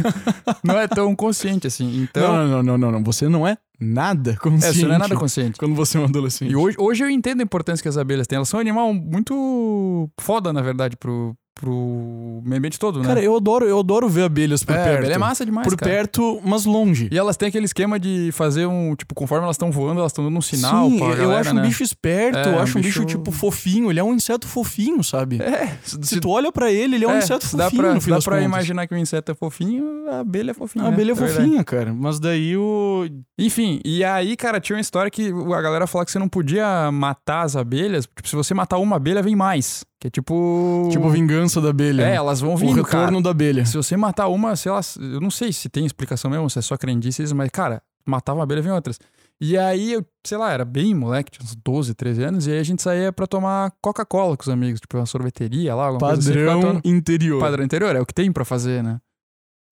B: não é tão consciente assim. Então.
A: não, não, não, não, não. Você não é nada
B: é,
A: consciente.
B: você não é nada consciente.
A: Quando você é um adolescente.
B: E hoje, hoje eu entendo a importância que as abelhas têm. Elas são um animal muito foda, na verdade, pro, pro meio ambiente todo, né?
A: Cara, eu adoro, eu adoro ver abelhas por
B: é,
A: perto.
B: abelha é massa demais,
A: por
B: cara.
A: perto, mas longe.
B: E é elas têm aquele esquema de fazer um, tipo, conforme elas estão voando, elas estão dando um sinal
A: Sim,
B: pra
A: eu
B: galera,
A: acho um
B: né?
A: bicho esperto,
B: É,
A: eu
B: um
A: acho um bicho,
B: bicho-
A: tipo, fofinho. Ele é um inseto fofinho, sabe?
B: É, se,
A: Se tu olha pra ele, ele é um
B: é,
A: inseto
B: se
A: fofinho,
B: dá pra,
A: no
B: se
A: fim
B: dá
A: das
B: pra
A: contas.
B: imaginar que o inseto é fofinho, a abelha é fofinha.
A: A
B: né?
A: abelha é
B: É verdade.
A: fofinha, cara. Mas daí o.
B: Enfim, e aí, cara, tinha uma história que a galera falava que você não podia matar as abelhas. Tipo, se você matar uma abelha, vem mais. Que é tipo...
A: Tipo, a vingança da abelha. né?
B: É, elas vão
A: o
B: vindo,
A: retorno
B: cara.
A: da abelha.
B: Se você matar uma, sei lá, eu não sei se tem explicação mesmo, se é só crendices, mas, cara, matava uma abelha vem outras. E aí eu, sei lá, era bem moleque, tinha uns 12, 13 anos, e aí a gente saía pra tomar Coca-Cola com os amigos, tipo, uma sorveteria lá, alguma coisa assim. ficava
A: Padrão
B: tomando-
A: interior.
B: Padrão interior, é o que tem pra fazer, né?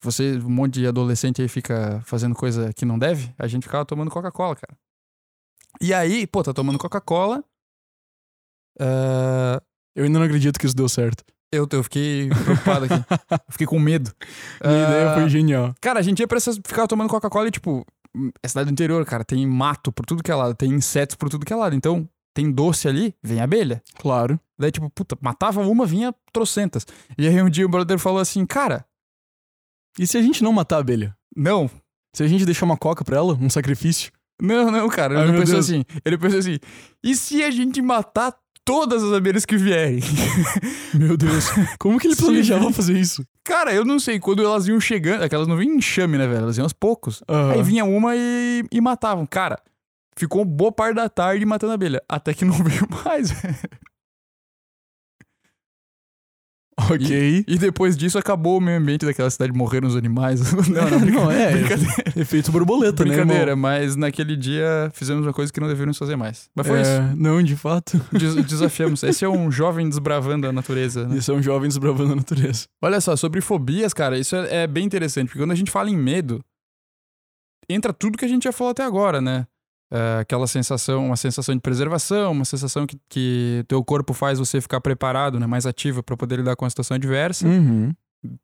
B: Você, um monte de adolescente aí fica fazendo coisa que não deve, a gente ficava tomando Coca-Cola, cara. E aí, pô, tá tomando Coca-Cola. ah,
A: Eu ainda não acredito que isso deu certo.
B: eu, eu fiquei preocupado aqui. Eu fiquei com medo.
A: Minha ideia
B: Ah,
A: foi genial.
B: Cara, a gente ia pra essas, ficava tomando Coca-Cola e, tipo, é cidade do interior, cara. Tem mato por tudo que é lado, tem insetos por tudo que é lado. Então, tem doce ali, vem abelha.
A: Claro.
B: Daí, tipo, puta, matava uma, vinha trocentas. E aí um dia o brother falou assim, cara,
A: E se a gente não matar a abelha?
B: não,
A: Se a gente deixar uma coca pra ela? Um sacrifício?
B: não, não, cara. Ele
A: Ai,
B: não
A: meu
B: pensou
A: Deus.
B: assim. Ele pensou assim, e se a gente matar todas as abelhas que vierem.
A: Meu Deus. Como que ele
B: Sim.
A: planejava fazer isso?
B: Cara, eu não sei, quando elas iam chegando, aquelas não vinham em enxame, né, velho? Elas iam aos poucos.
A: Ah,
B: Aí vinha uma e, e matavam. Cara, ficou boa parte da tarde matando abelha. Até que não veio mais, velho.
A: Ok.
B: E depois disso acabou o meio ambiente daquela cidade, morreram os animais. Não, não, brinca-
A: Não, é.
B: brincadeira,
A: Efeito borboleta, né?
B: brincadeira
A: irmão?
B: mas naquele dia fizemos uma coisa que não deveríamos fazer mais. Mas foi isso.
A: É, não, de fato.
B: Des- desafiamos. Esse é um jovem desbravando a natureza, né?
A: E são jovens bravando a natureza.
B: Olha só, sobre fobias, cara, isso é, é bem interessante, porque quando a gente fala em medo, entra tudo que a gente já falou até agora, né? É, aquela sensação, uma sensação de preservação, uma sensação que, que teu corpo faz você ficar preparado, né? Mais ativo para poder lidar com a situação adversa,
A: Uhum.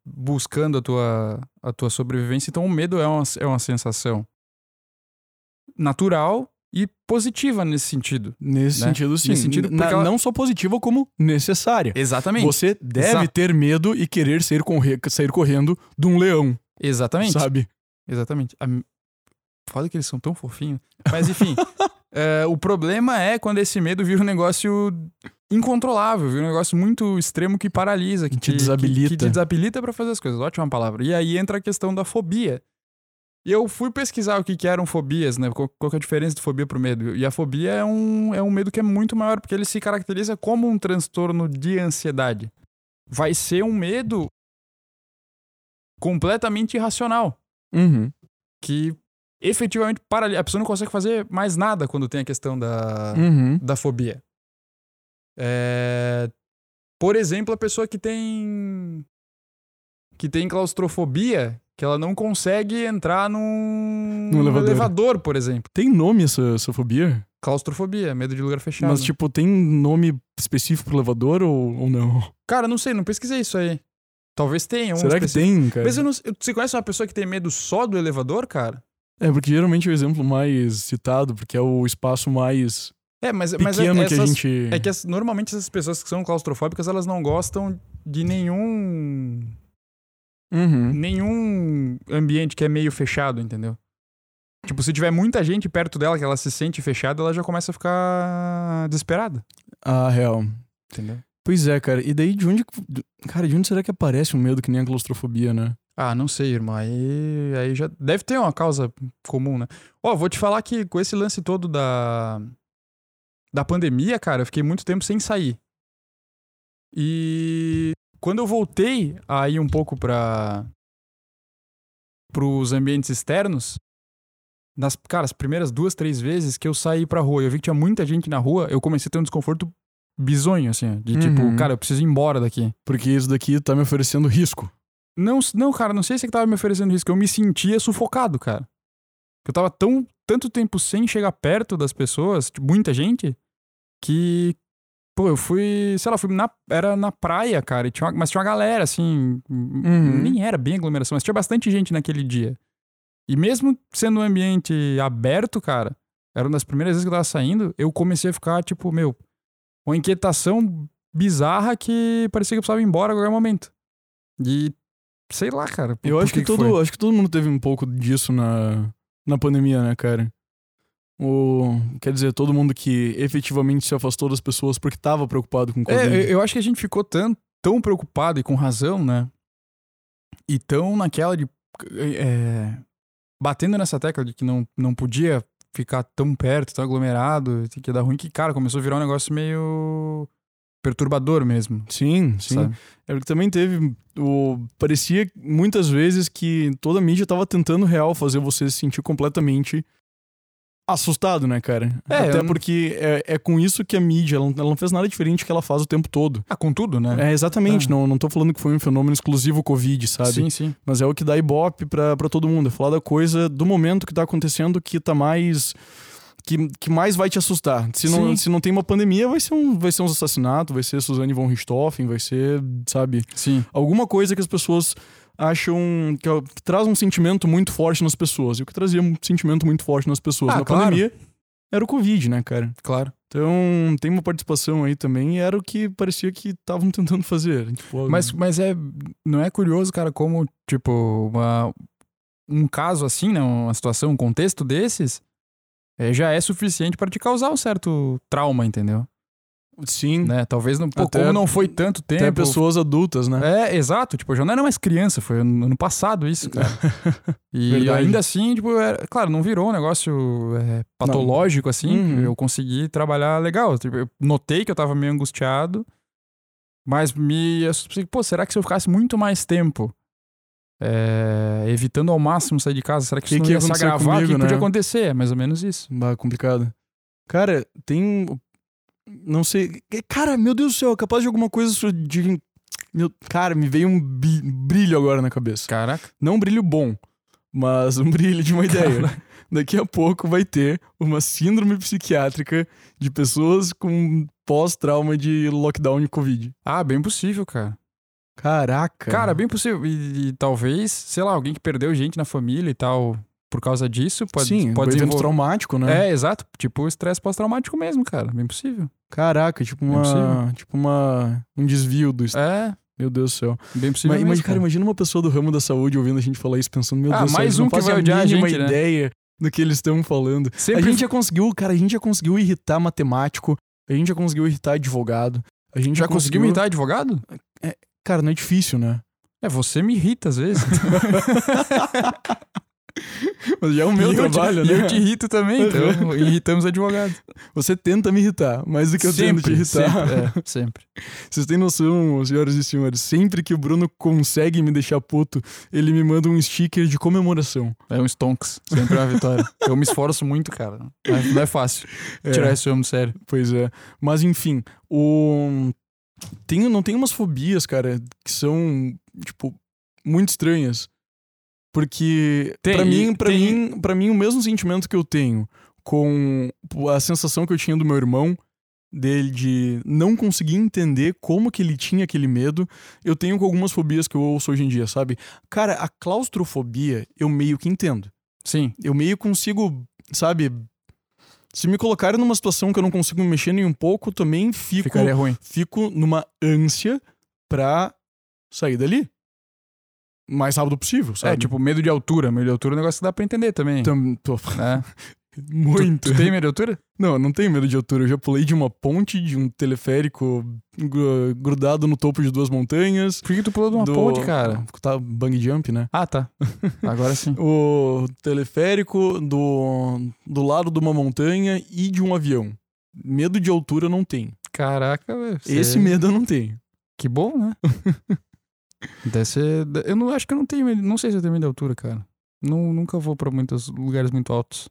B: buscando a tua, a tua sobrevivência. Então, o medo é uma, é uma sensação natural e positiva nesse sentido.
A: Nesse
B: Né?
A: sentido, sim.
B: Nesse sentido,
A: Na-
B: porque ela-
A: Não só positiva, como necessária.
B: Exatamente.
A: Você deve
B: Exato.
A: ter medo e querer sair, corre- sair correndo de um leão,
B: Exatamente.
A: sabe?
B: Exatamente. A... Foda que eles são tão fofinhos. Mas enfim, é, o problema é quando esse medo vira um negócio incontrolável, vira um negócio muito extremo que paralisa, que
A: Te desabilita.
B: Que, te desabilita pra fazer as coisas. Ótima palavra. E aí entra a questão da fobia. E eu fui pesquisar o que, que eram fobias, né? Qual, qual que é a diferença de fobia pro medo? E a fobia é um, é um medo que é muito maior, porque ele se caracteriza como um transtorno de ansiedade. Vai ser um medo completamente irracional
A: Uhum.
B: que efetivamente paralisa. A pessoa não consegue fazer mais nada quando tem a questão da,
A: Uhum.
B: da fobia. É, Por exemplo, a pessoa que tem. que tem claustrofobia, que ela não consegue entrar num,
A: Num elevador.
B: por exemplo.
A: Tem nome essa, essa fobia?
B: Claustrofobia, medo de lugar fechado.
A: Mas, tipo, tem nome específico pro elevador ou, ou não?
B: Cara, não sei, não pesquisei isso aí. Talvez tenha. um
A: Será que
B: específico.
A: tem, cara?
B: Mas eu não sei- você conhece uma pessoa que tem medo só do elevador, cara?
A: É, porque geralmente é o exemplo mais citado, porque é o espaço mais
B: É, mas, mas é-
A: pequeno que a
B: essas-
A: gente.
B: É que as- normalmente essas pessoas que são claustrofóbicas, elas não gostam de nenhum
A: Uhum.
B: nenhum ambiente que é meio fechado, entendeu? Tipo, se tiver muita gente perto dela que ela se sente fechada, ela já começa a ficar desesperada,
A: Ah, real.
B: entendeu?
A: Pois é, cara. E daí de onde. de- Cara, de onde será que aparece um medo que nem a claustrofobia, né?
B: Ah, não sei, irmão. Aí, aí já deve ter uma causa comum, né? Ó, vou te falar que com esse lance todo da da pandemia, cara, eu fiquei muito tempo sem sair. E quando eu voltei a ir um pouco para pros ambientes externos, nas, cara, as primeiras duas, três vezes que eu saí pra rua, e eu vi que tinha muita gente na rua, eu comecei a ter um desconforto bizonho, assim, ó, de
A: Uhum.
B: tipo, cara, eu preciso ir embora daqui.
A: Porque isso daqui tá me oferecendo risco.
B: Não, não, cara, não sei se é que tava me oferecendo risco. Eu me sentia sufocado, cara. Eu tava tão, tanto tempo sem chegar perto das pessoas, tipo, muita gente, que. Pô, eu fui, sei lá, fui na, era na praia, cara, e tinha uma- mas tinha uma galera, assim,
A: Uhum.
B: nem era bem aglomeração, mas tinha bastante gente naquele dia. E mesmo sendo um ambiente aberto, cara, era uma das primeiras vezes que eu tava saindo, eu comecei a ficar, tipo, meu, uma inquietação bizarra que parecia que eu precisava ir embora a qualquer momento. E sei lá, cara. por-
A: Eu
B: por
A: acho que, todo,
B: foi?
A: acho que todo mundo teve um pouco disso na, na pandemia, né, cara? O, quer dizer, todo mundo que efetivamente se afastou das pessoas porque tava preocupado com o Covid.
B: É, eu- eu acho que a gente ficou tão, tão preocupado e com razão, né? E tão naquela de. é, batendo nessa tecla de que não, não podia ficar tão perto, tão aglomerado, que ia dar ruim, que, cara, começou a virar um negócio meio perturbador mesmo.
A: Sim, sim.
B: Sabe?
A: É porque também teve. O, parecia muitas vezes que toda a mídia tava tentando real fazer você se sentir completamente assustado, né, cara?
B: É,
A: Até
B: eu não-
A: porque é, é com isso que a mídia, ela, não- ela não fez nada diferente que ela faz o tempo todo.
B: Ah, contudo, né?
A: É, exatamente.
B: É.
A: Não, não tô falando que foi um fenômeno exclusivo Covid, sabe?
B: Sim, sim.
A: Mas é o que dá ibope pra, pra todo mundo. É falar da coisa do momento que tá acontecendo que tá mais. Que, que mais vai te assustar. Se não,
B: Sim.
A: se não tem uma pandemia, vai ser, um, vai ser uns assassinatos, vai ser Suzane von Richthofen, vai ser, sabe?
B: Sim.
A: Alguma coisa que as pessoas acham. que, é- que traz um sentimento muito forte nas pessoas. E o que trazia um sentimento muito forte nas pessoas
B: Ah,
A: na
B: claro.
A: pandemia era o Covid, né, cara?
B: Claro.
A: Então tem uma participação aí também e era o que parecia que estavam tentando fazer. Tipo,
B: Mas, mas é. Não é curioso, cara, como, tipo, uma, um caso assim, né? Uma situação, um contexto desses, é, já é suficiente pra te causar um certo trauma, entendeu?
A: Sim.
B: né? Talvez não, pô,
A: Uhum. Até-
B: como não foi tanto tempo.
A: Tem pessoas adultas, né?
B: né, É, exato. Tipo, eu já não era mais criança, foi ano ano passado isso, cara. E
A: Verdade.
B: ainda assim, tipo, era- claro, não virou um negócio é, patológico, assim.
A: Uhum.
B: Eu consegui trabalhar legal. Tipo, eu notei que eu tava meio angustiado, mas me. eu pensei, Pô, será que se eu ficasse muito mais tempo é, evitando ao máximo sair de casa, será que,
A: Que
B: isso não
A: que ia
B: ia se
A: acontecer
B: agravar? o que,
A: comigo,
B: que
A: né?
B: podia acontecer? É mais ou menos isso.
A: Bah, complicado. Cara, tem. Não sei. Cara, meu Deus do céu, é capaz de alguma coisa su- de. Meu... Cara, me veio um bi- brilho agora na cabeça.
B: Caraca.
A: Não um brilho bom, mas um brilho de uma ideia. Daqui a pouco vai ter uma síndrome psiquiátrica de pessoas com pós-trauma de lockdown e Covid.
B: Ah, bem possível, cara.
A: Caraca.
B: Cara, bem possível. E, e talvez, sei lá, alguém que perdeu gente na família e tal, por causa disso, pode,
A: Sim,
B: pode
A: pode ser
B: desenvol-
A: traumático, né?
B: É, exato. Tipo, estresse pós-traumático mesmo, cara. Bem possível.
A: Caraca, tipo uma.
B: possível.
A: tipo uma. Um desvio do.
B: É,
A: Meu Deus do céu.
B: bem possível.
A: Mas, mas,
B: mesmo,
A: cara,
B: cara.
A: imagina uma pessoa do ramo da saúde ouvindo a gente falar isso, pensando, meu
B: Ah,
A: Deus, do céu,
B: mais
A: eles não
B: um que
A: fazem
B: vai odiar a
A: mínima
B: gente, né?
A: ideia do que eles estão falando.
B: Sempre
A: A gente já conseguiu, cara, a gente já conseguiu irritar matemático, a gente já conseguiu irritar advogado, a gente já,
B: já conseguiu me irritar advogado?
A: Cara, não é difícil, né?
B: É, você me irrita às vezes.
A: Mas já é o meu
B: E eu te-
A: trabalho,
B: E
A: né?
B: eu te irrito também, então irritamos advogado.
A: Você tenta me irritar, mais do que eu tento te
B: sempre,
A: irritar.
B: sempre, é, sempre.
A: Vocês têm noção, senhoras e senhores, sempre que o Bruno consegue me deixar puto, ele me manda um sticker de comemoração.
B: É um stonks, sempre é uma vitória. Eu me esforço muito, cara. Não é- não é fácil
A: É.
B: tirar esse homem do sério.
A: Pois é. Mas enfim, o. Tem, não tem umas fobias, cara, que são, tipo, muito estranhas. Porque,
B: Tem,
A: pra mim,
B: e
A: para
B: tem-
A: mim, para mim, o mesmo sentimento que eu tenho com a sensação que eu tinha do meu irmão, dele de não conseguir entender como que ele tinha aquele medo, eu tenho com algumas fobias que eu ouço hoje em dia, sabe? Cara, a claustrofobia eu meio que entendo
B: Sim.
A: eu meio consigo, sabe? Se me colocarem numa situação que eu não consigo me mexer nem um pouco, também fico,
B: Ficaria ruim.
A: fico numa ânsia pra sair dali. O Mais rápido possível, sabe?
B: É, tipo, medo de altura. Medo de altura é um negócio que dá pra entender também.
A: Tam- tô-
B: né?
A: muito.
B: Tu, tu tem medo de altura?
A: Não, eu não tenho medo de altura. Eu já pulei de uma ponte, de um teleférico gru- grudado no topo de duas montanhas.
B: Por que que tu pulou de uma
A: do-
B: ponte, cara?
A: Tá bang jump, né?
B: Ah, tá. Agora sim.
A: O teleférico do, do lado de uma montanha e de um avião. Medo de altura eu não tem.
B: Caraca, velho. você-
A: Esse medo eu não tenho.
B: Que bom, né? Deve ser. Eu não, acho que eu não tenho medo. Não sei se eu tenho medo de altura, cara. Nu- nunca vou pra muitos lugares muito altos.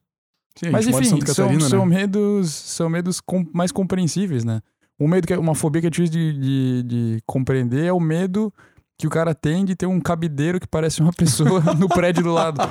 A: Sim, a
B: Mas
A: gente mora em
B: enfim, é um-
A: Santa
B: são,
A: Catarina,
B: são
A: né?
B: medos, são medos com- mais compreensíveis, né? Um medo que é uma fobia que é difícil de, de- de compreender é o medo que o cara tem de ter um cabideiro que parece uma pessoa no prédio do lado.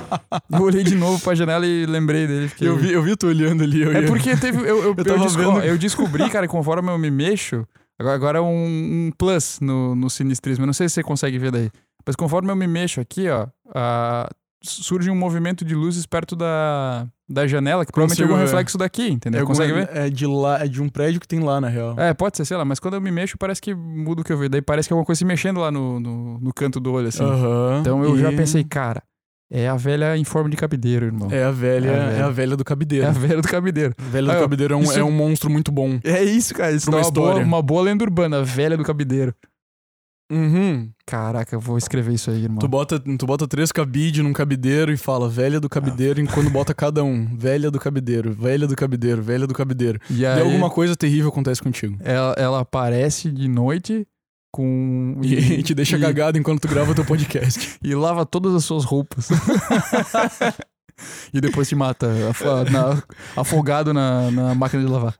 B: Eu olhei de novo pra janela e lembrei dele. fiquei-
A: Eu vi, eu vi tu olhando ali. Eu
B: um É
A: ia-
B: porque teve. Eu, eu, eu,
A: tava
B: desco-
A: vendo-
B: eu descobri, cara, conforme eu me mexo. Agora, agora é um, um plus no, no sinistrismo. Eu não sei se você consegue ver daí. Mas conforme eu me mexo aqui, ó, a- surge um movimento de luzes perto da, da janela, que provavelmente é
A: Consigo
B: algum
A: ver.
B: reflexo daqui, entendeu?
A: é,
B: né, consegue ver?
A: alguma- é de lá, é de um prédio que tem lá, na real.
B: É, pode ser, sei lá, mas quando eu me mexo, parece que muda o que eu vejo. Daí parece que é alguma coisa se mexendo lá no, no, no canto do olho, assim.
A: Aham.
B: Então eu já
A: E-
B: pensei, cara, é a velha em forma de cabideiro, irmão. É,
A: É a velha,
B: É a velha.
A: é a velha do cabideiro.
B: a velha do cabideiro.
A: A velha do
B: Ah, eu-
A: cabideiro é um,
B: isso-
A: é um monstro muito bom.
B: É isso, cara. Isso
A: Pra
B: dá
A: uma
B: uma boa,
A: história.
B: uma boa lenda urbana, a velha do cabideiro.
A: Uhum.
B: Caraca, eu vou escrever isso aí, irmão.
A: Tu bota, tu bota três cabide num cabideiro e fala velha do
B: Ah.
A: cabideiro, e quando bota cada um, velha do cabideiro, velha do cabideiro, velha do cabideiro.
B: E aí,
A: E alguma coisa terrível acontece contigo.
B: ela, ela aparece de noite com.
A: E, te deixa
B: e-
A: cagado enquanto tu grava teu podcast.
B: E lava todas as suas roupas. e depois te mata, afo- na- afogado na, na máquina de lavar.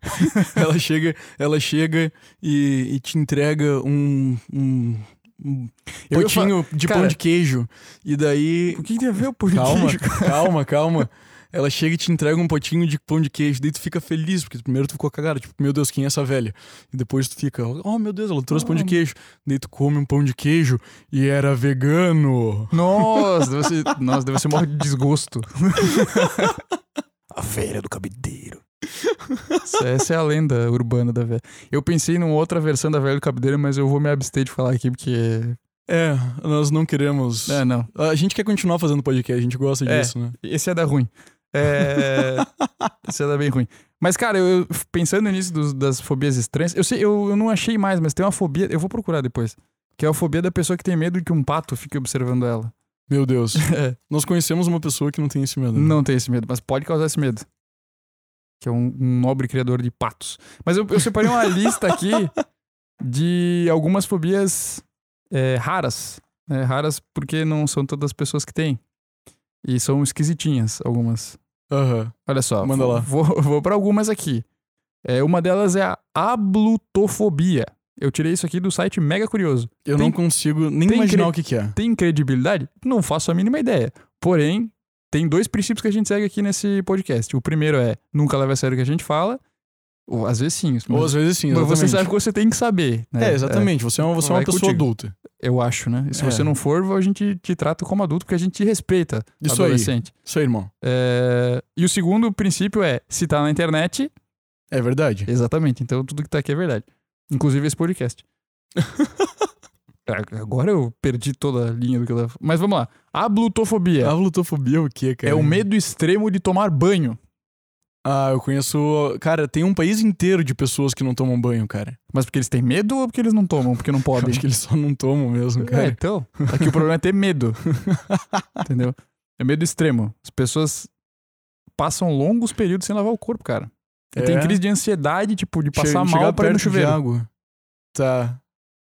A: ela chega, ela chega e, e te entrega um, um, um
B: Eu ia
A: potinho de pão
B: cara-
A: de queijo. E daí.
B: O que tem a ver o
A: Calma, calma, calma. Ela chega e te entrega um potinho de pão de queijo, daí tu fica feliz, porque primeiro tu ficou cagado, tipo, meu Deus, quem é essa velha? E depois tu fica, oh meu Deus, ela trouxe
B: Ah.
A: pão de queijo. Daí tu come um pão de queijo e era vegano.
B: Nossa, deve ser, nossa, deve ser morre de desgosto. a velha do cabideiro. Essa- Essa é a lenda urbana da velha. Eu pensei numa outra versão da velha do cabideiro, mas eu vou me abster de falar aqui porque.
A: É, nós não queremos.
B: É, não.
A: A gente quer continuar fazendo podcast, a gente gosta
B: É.
A: disso, né?
B: Esse é da ruim. É... Isso era bem ruim. Mas, cara, eu, eu pensando nisso dos- das fobias estranhas, eu sei, eu, eu não achei mais, mas tem uma fobia, eu vou procurar depois. Que é a fobia da pessoa que tem medo que um pato fique observando ela.
A: Meu Deus.
B: É.
A: Nós conhecemos uma pessoa que não tem esse medo. né?
B: Não tem esse medo, mas pode causar esse medo. Que é um, um nobre criador de patos. Mas eu, eu separei uma lista aqui de algumas fobias é, raras. né? Raras porque não são todas as pessoas que têm. E são esquisitinhas algumas.
A: Aham.
B: Olha só.
A: Manda
B: vou-
A: lá.
B: Vou, vou para algumas aqui. É, uma delas é a ablutofobia. Eu tirei isso aqui do site Mega Curioso.
A: Eu
B: Tem-
A: não consigo nem
B: tem
A: imaginar
B: cre-
A: o que, que é.
B: Tem credibilidade? Não faço a mínima ideia. Porém, tem dois princípios que a gente segue aqui nesse podcast. O primeiro é nunca leve a sério o que a gente fala. Ou às vezes sim. Mas,
A: Ou às vezes sim,
B: mas
A: exatamente.
B: você sabe que você tem que saber. né?
A: É, exatamente. Você é uma, você é uma
B: Vai
A: pessoa
B: contigo.
A: adulta.
B: É, eu acho, né? E se
A: É.
B: você não for, a gente te trata como adulto porque a gente te respeita.
A: Isso aí.
B: adolescente.
A: Isso aí, irmão.
B: É, E o segundo princípio é: se tá na internet,
A: É verdade.
B: Exatamente. Então tudo que tá aqui é verdade. Inclusive esse podcast. A- Agora eu perdi toda a linha do que eu tava... Mas vamos lá. A
A: A
B: blutofobia
A: glutofobia é o quê, cara?
B: é o medo extremo de tomar banho.
A: Ah, eu conheço. Cara, tem um país inteiro de pessoas que não tomam banho, cara.
B: Mas porque eles têm medo ou porque eles não tomam? Porque não
A: Eu
B: podem?
A: Acho que eles só não tomam mesmo,
B: É,
A: cara.
B: então. Aqui o problema é ter medo. Entendeu? É medo extremo. As pessoas passam longos períodos sem lavar o corpo, cara. E Tem
A: É.
B: crise de ansiedade, tipo, de
A: Che-
B: passar
A: chegar
B: mal pra ir no
A: perto
B: chuveiro.
A: De água. Tá.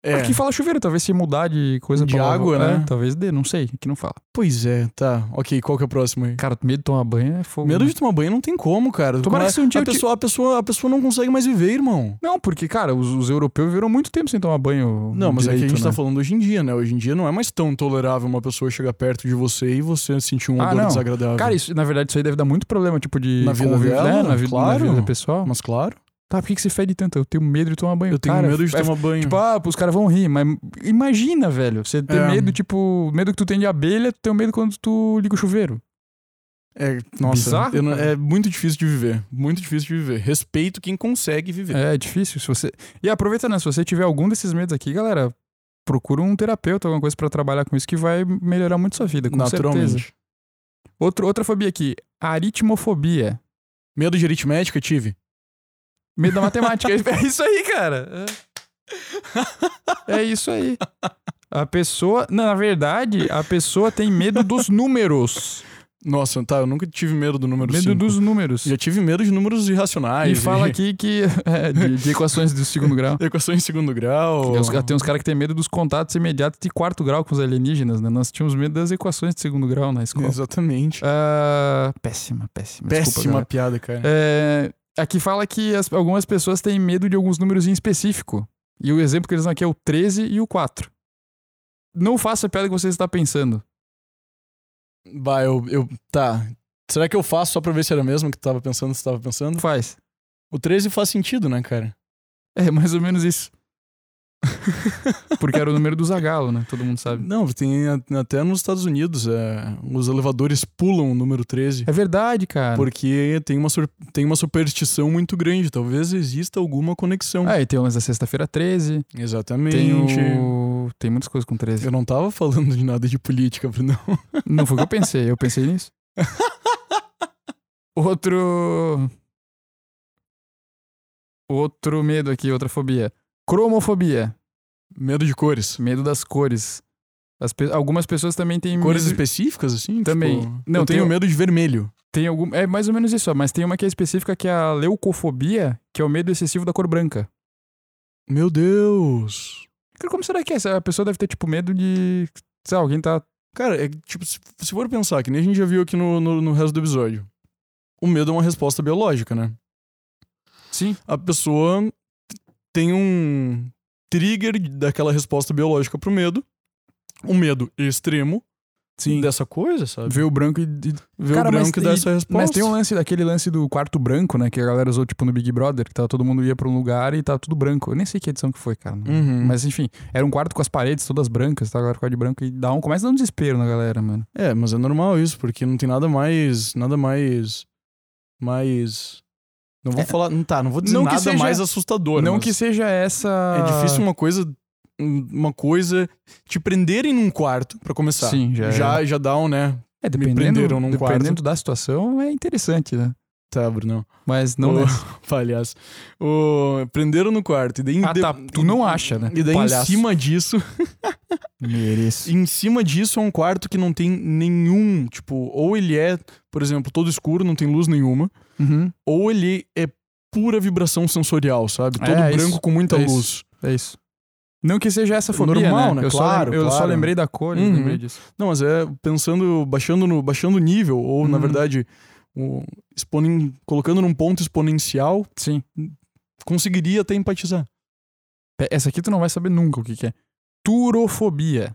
A: É.
B: Aqui fala chuveiro, talvez se mudar de coisa
A: De
B: pra lavar-
A: água,
B: é,
A: né?
B: Talvez dê, não sei. Aqui não fala.
A: Pois é, tá. Ok, qual que é o próximo aí?
B: Cara, medo de tomar banho é fogo.
A: Medo
B: né?
A: de tomar banho não tem como, cara. Como
B: Tomara
A: é-
B: que se um dia
A: a
B: eu te-
A: pessoa, a, pessoa, a pessoa não consegue mais viver, irmão.
B: Não, porque, cara, os, os europeus viveram muito tempo sem tomar banho.
A: Não, mas
B: direito,
A: é que a gente
B: né?
A: tá falando hoje em dia, né? Hoje em dia não é mais tão tolerável uma pessoa chegar perto de você e você sentir um
B: Ah,
A: odor
B: não.
A: desagradável.
B: Cara, isso, na verdade, isso aí deve dar muito problema, tipo, de.
A: Na vida
B: convívio,
A: dela,
B: né? na vida,
A: claro.
B: na vida pessoal.
A: Mas claro,
B: Tá, por que, que se fede tanto? Eu tenho medo de tomar banho.
A: eu tenho
B: Cara,
A: medo de
B: é-
A: tomar banho.
B: Tipo, ah, os caras vão rir, mas imagina, velho. Você ter
A: É.
B: medo, tipo, medo que tu tem de abelha, tu tem medo quando tu liga o chuveiro.
A: É, nossa,
B: bizarro,
A: eu não-
B: cara.
A: é muito difícil de viver. Muito difícil de viver. Respeito quem consegue viver.
B: É, é difícil. Se você... E aproveita, né? Se você tiver algum desses medos aqui, galera, procura um terapeuta, alguma coisa pra trabalhar com isso que vai melhorar muito sua vida, com
A: naturalmente.
B: certeza. Outro, outra fobia aqui, aritmofobia.
A: Medo de aritmética, tive?
B: Medo da matemática. é isso aí, cara. É É isso aí. A pessoa. Não, na verdade, a pessoa tem medo dos números.
A: Nossa, tá, eu nunca tive medo do número
B: medo
A: cinco.
B: dos números.
A: Já tive medo de números
B: E
A: irracionais.
B: fala
A: de
B: aqui que. é, de, de equações do segundo grau.
A: Equações em segundo grau.
B: Tem uns, tem uns caras que têm medo dos contatos imediatos de quarto grau com os alienígenas, né? Nós tínhamos medo das equações de segundo grau na escola.
A: Exatamente.
B: Ah, péssima, péssima. um Desculpa,
A: Péssima
B: galera.
A: piada, cara.
B: É, aqui fala que as- algumas pessoas têm medo de alguns números em específico. E o exemplo que eles dão aqui é o 13 e o 4. Não faça a piada que você está pensando. É.
A: Bah, eu, eu. Tá. Será que eu faço só pra ver se era mesmo que tu tava pensando, se tu tava pensando?
B: Não faz.
A: O 13 faz sentido, né, cara?
B: É mais ou menos isso. Porque era o número do Zagalo, né? Todo mundo sabe.
A: Não, tem a- até nos Estados Unidos, é, os elevadores pulam o número 13.
B: É verdade, cara.
A: Porque tem uma, sur- tem uma superstição muito grande. Talvez exista alguma conexão.
B: Ah, e tem o lance da sexta-feira 13.
A: Exatamente.
B: Tem o... Tem muitas coisas com 13.
A: Eu não tava falando de nada de política, Bruno.
B: Não foi o que eu pensei, eu pensei nisso. Outro. Outro medo aqui, outra fobia. Cromofobia.
A: Medo de cores.
B: Medo das cores. As pe- Algumas pessoas também têm
A: Cores
B: medo.
A: específicas, assim?
B: Também.
A: Tipo,
B: Não,
A: eu
B: tem
A: tenho
B: o-
A: medo de vermelho.
B: Tem algum... É mais ou menos isso, ó, mas tem uma que é específica que é a leucofobia, que é o medo excessivo da cor branca.
A: Meu Deus.
B: Cara, como será que é? Essa- A pessoa deve ter, tipo, medo de. Sei lá, alguém tá.
A: Cara, é que, tipo, se, se for pensar, que nem a gente já viu aqui no, no, no resto do episódio, o medo é uma resposta biológica, né?
B: Sim.
A: A pessoa tem um trigger daquela resposta biológica pro medo, um medo extremo dessa coisa, sabe?
B: Ver o branco e. e-
A: Ver
B: Cara,
A: o
B: mas
A: branco e dar
B: e-
A: essa resposta.
B: Mas tem um lance daquele lance do quarto branco, né? Que a galera usou, tipo, no Big Brother, que tava, todo mundo ia pra um lugar e tava tudo branco. Eu nem sei que edição que foi, cara.
A: Uhum.
B: Mas enfim, era um quarto com as paredes todas brancas, tá? Agora quarto de branco e dá um. Começa dando desespero na galera, mano.
A: É, mas é normal isso, porque não tem nada mais. Nada mais. Mais. Não vou falar. Não tá, não vou dizer
B: É. Não que
A: nada
B: seja-
A: mais assustador.
B: Não
A: mas
B: que seja essa.
A: É difícil uma coisa. um, Uma coisa. Te prenderem num quarto, pra começar.
B: Sim, já.
A: Já, já dá um, né?
B: É,
A: prenderam num quarto.
B: dependendo da situação, é interessante, né?
A: Tá, Bruno.
B: Mas não.
A: Ô,
B: nessa.
A: Palhaço. O... Prenderam no quarto. E daí em
B: Ah,
A: de-
B: tá. Tu não acha, né?
A: E daí em
B: Palhaço.
A: cima disso.
B: Mereço.
A: Em cima disso é um quarto que não tem nenhum. Tipo, ou ele é, por exemplo, todo escuro, não tem luz nenhuma.
B: Uhum,
A: Ou ele é pura vibração sensorial, sabe? Todo
B: É,
A: branco
B: isso.
A: com muita
B: É isso.
A: luz.
B: É isso. Não que seja essa fobia,
A: Normal, né?
B: Eu, só,
A: Claro,
B: lem- eu só
A: claro.
B: lembrei da cor, eu
A: Uhum.
B: lembrei disso.
A: Não, mas é pensando, baixando no, baixando o nível, ou na
B: Uhum.
A: verdade, o exponen- colocando num ponto exponencial,
B: Sim.
A: conseguiria até empatizar.
B: Pe- Essa aqui tu não vai saber nunca o que, que é. Turofobia.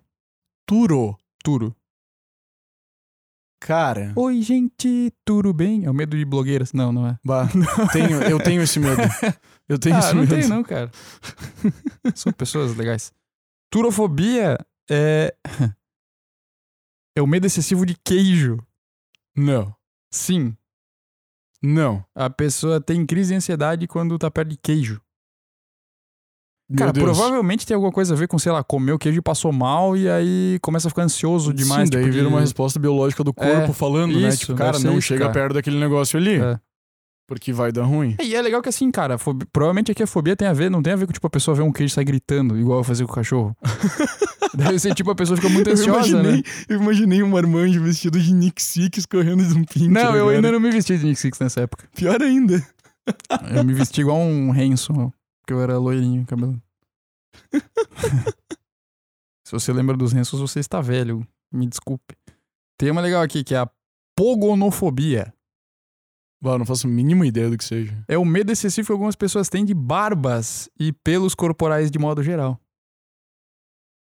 A: Turo,
B: Turo.
A: cara.
B: Oi, gente, tudo bem? É o medo de blogueiras. Não, não é.
A: Bah, tenho- eu tenho esse medo. Eu tenho
B: ah,
A: esse
B: não
A: medo.
B: tem não, cara. São pessoas legais. Turofobia é... É o medo excessivo de queijo.
A: Não.
B: Sim,
A: Não.
B: a pessoa tem crise de ansiedade quando tá perto de queijo.
A: Meu
B: Cara,
A: Deus.
B: provavelmente tem alguma coisa a ver com, sei lá, comeu queijo e passou mal e aí começa a ficar ansioso demais.
A: Sim, daí
B: tipo,
A: vira
B: de-
A: uma resposta biológica do corpo
B: É,
A: falando, né?
B: isso,
A: Tipo, cara,
B: deve ser
A: não
B: isso,
A: chega
B: cara.
A: perto daquele negócio ali,
B: É.
A: porque vai dar ruim.
B: E é legal que assim, cara, fobi- provavelmente aqui a fobia tem a ver, não tem a ver com tipo a pessoa ver um queijo e sair gritando, igual eu fazia com o cachorro. Deve ser tipo a pessoa fica muito ansiosa,
A: eu imaginei,
B: né?
A: eu imaginei um marmanjo vestido de Nick Six correndo de um pinto.
B: Não, eu
A: agora.
B: ainda não me vesti de Nick Six nessa época.
A: Pior ainda.
B: Eu me vesti igual um Hanson, porque eu era loirinho, cabelo. Se você lembra dos Hansons, você está velho. Me desculpe. Tem uma legal aqui que é a pogonofobia.
A: Bah, não faço a mínima ideia do que seja.
B: É o medo excessivo que algumas pessoas têm de barbas e pelos corporais de modo geral.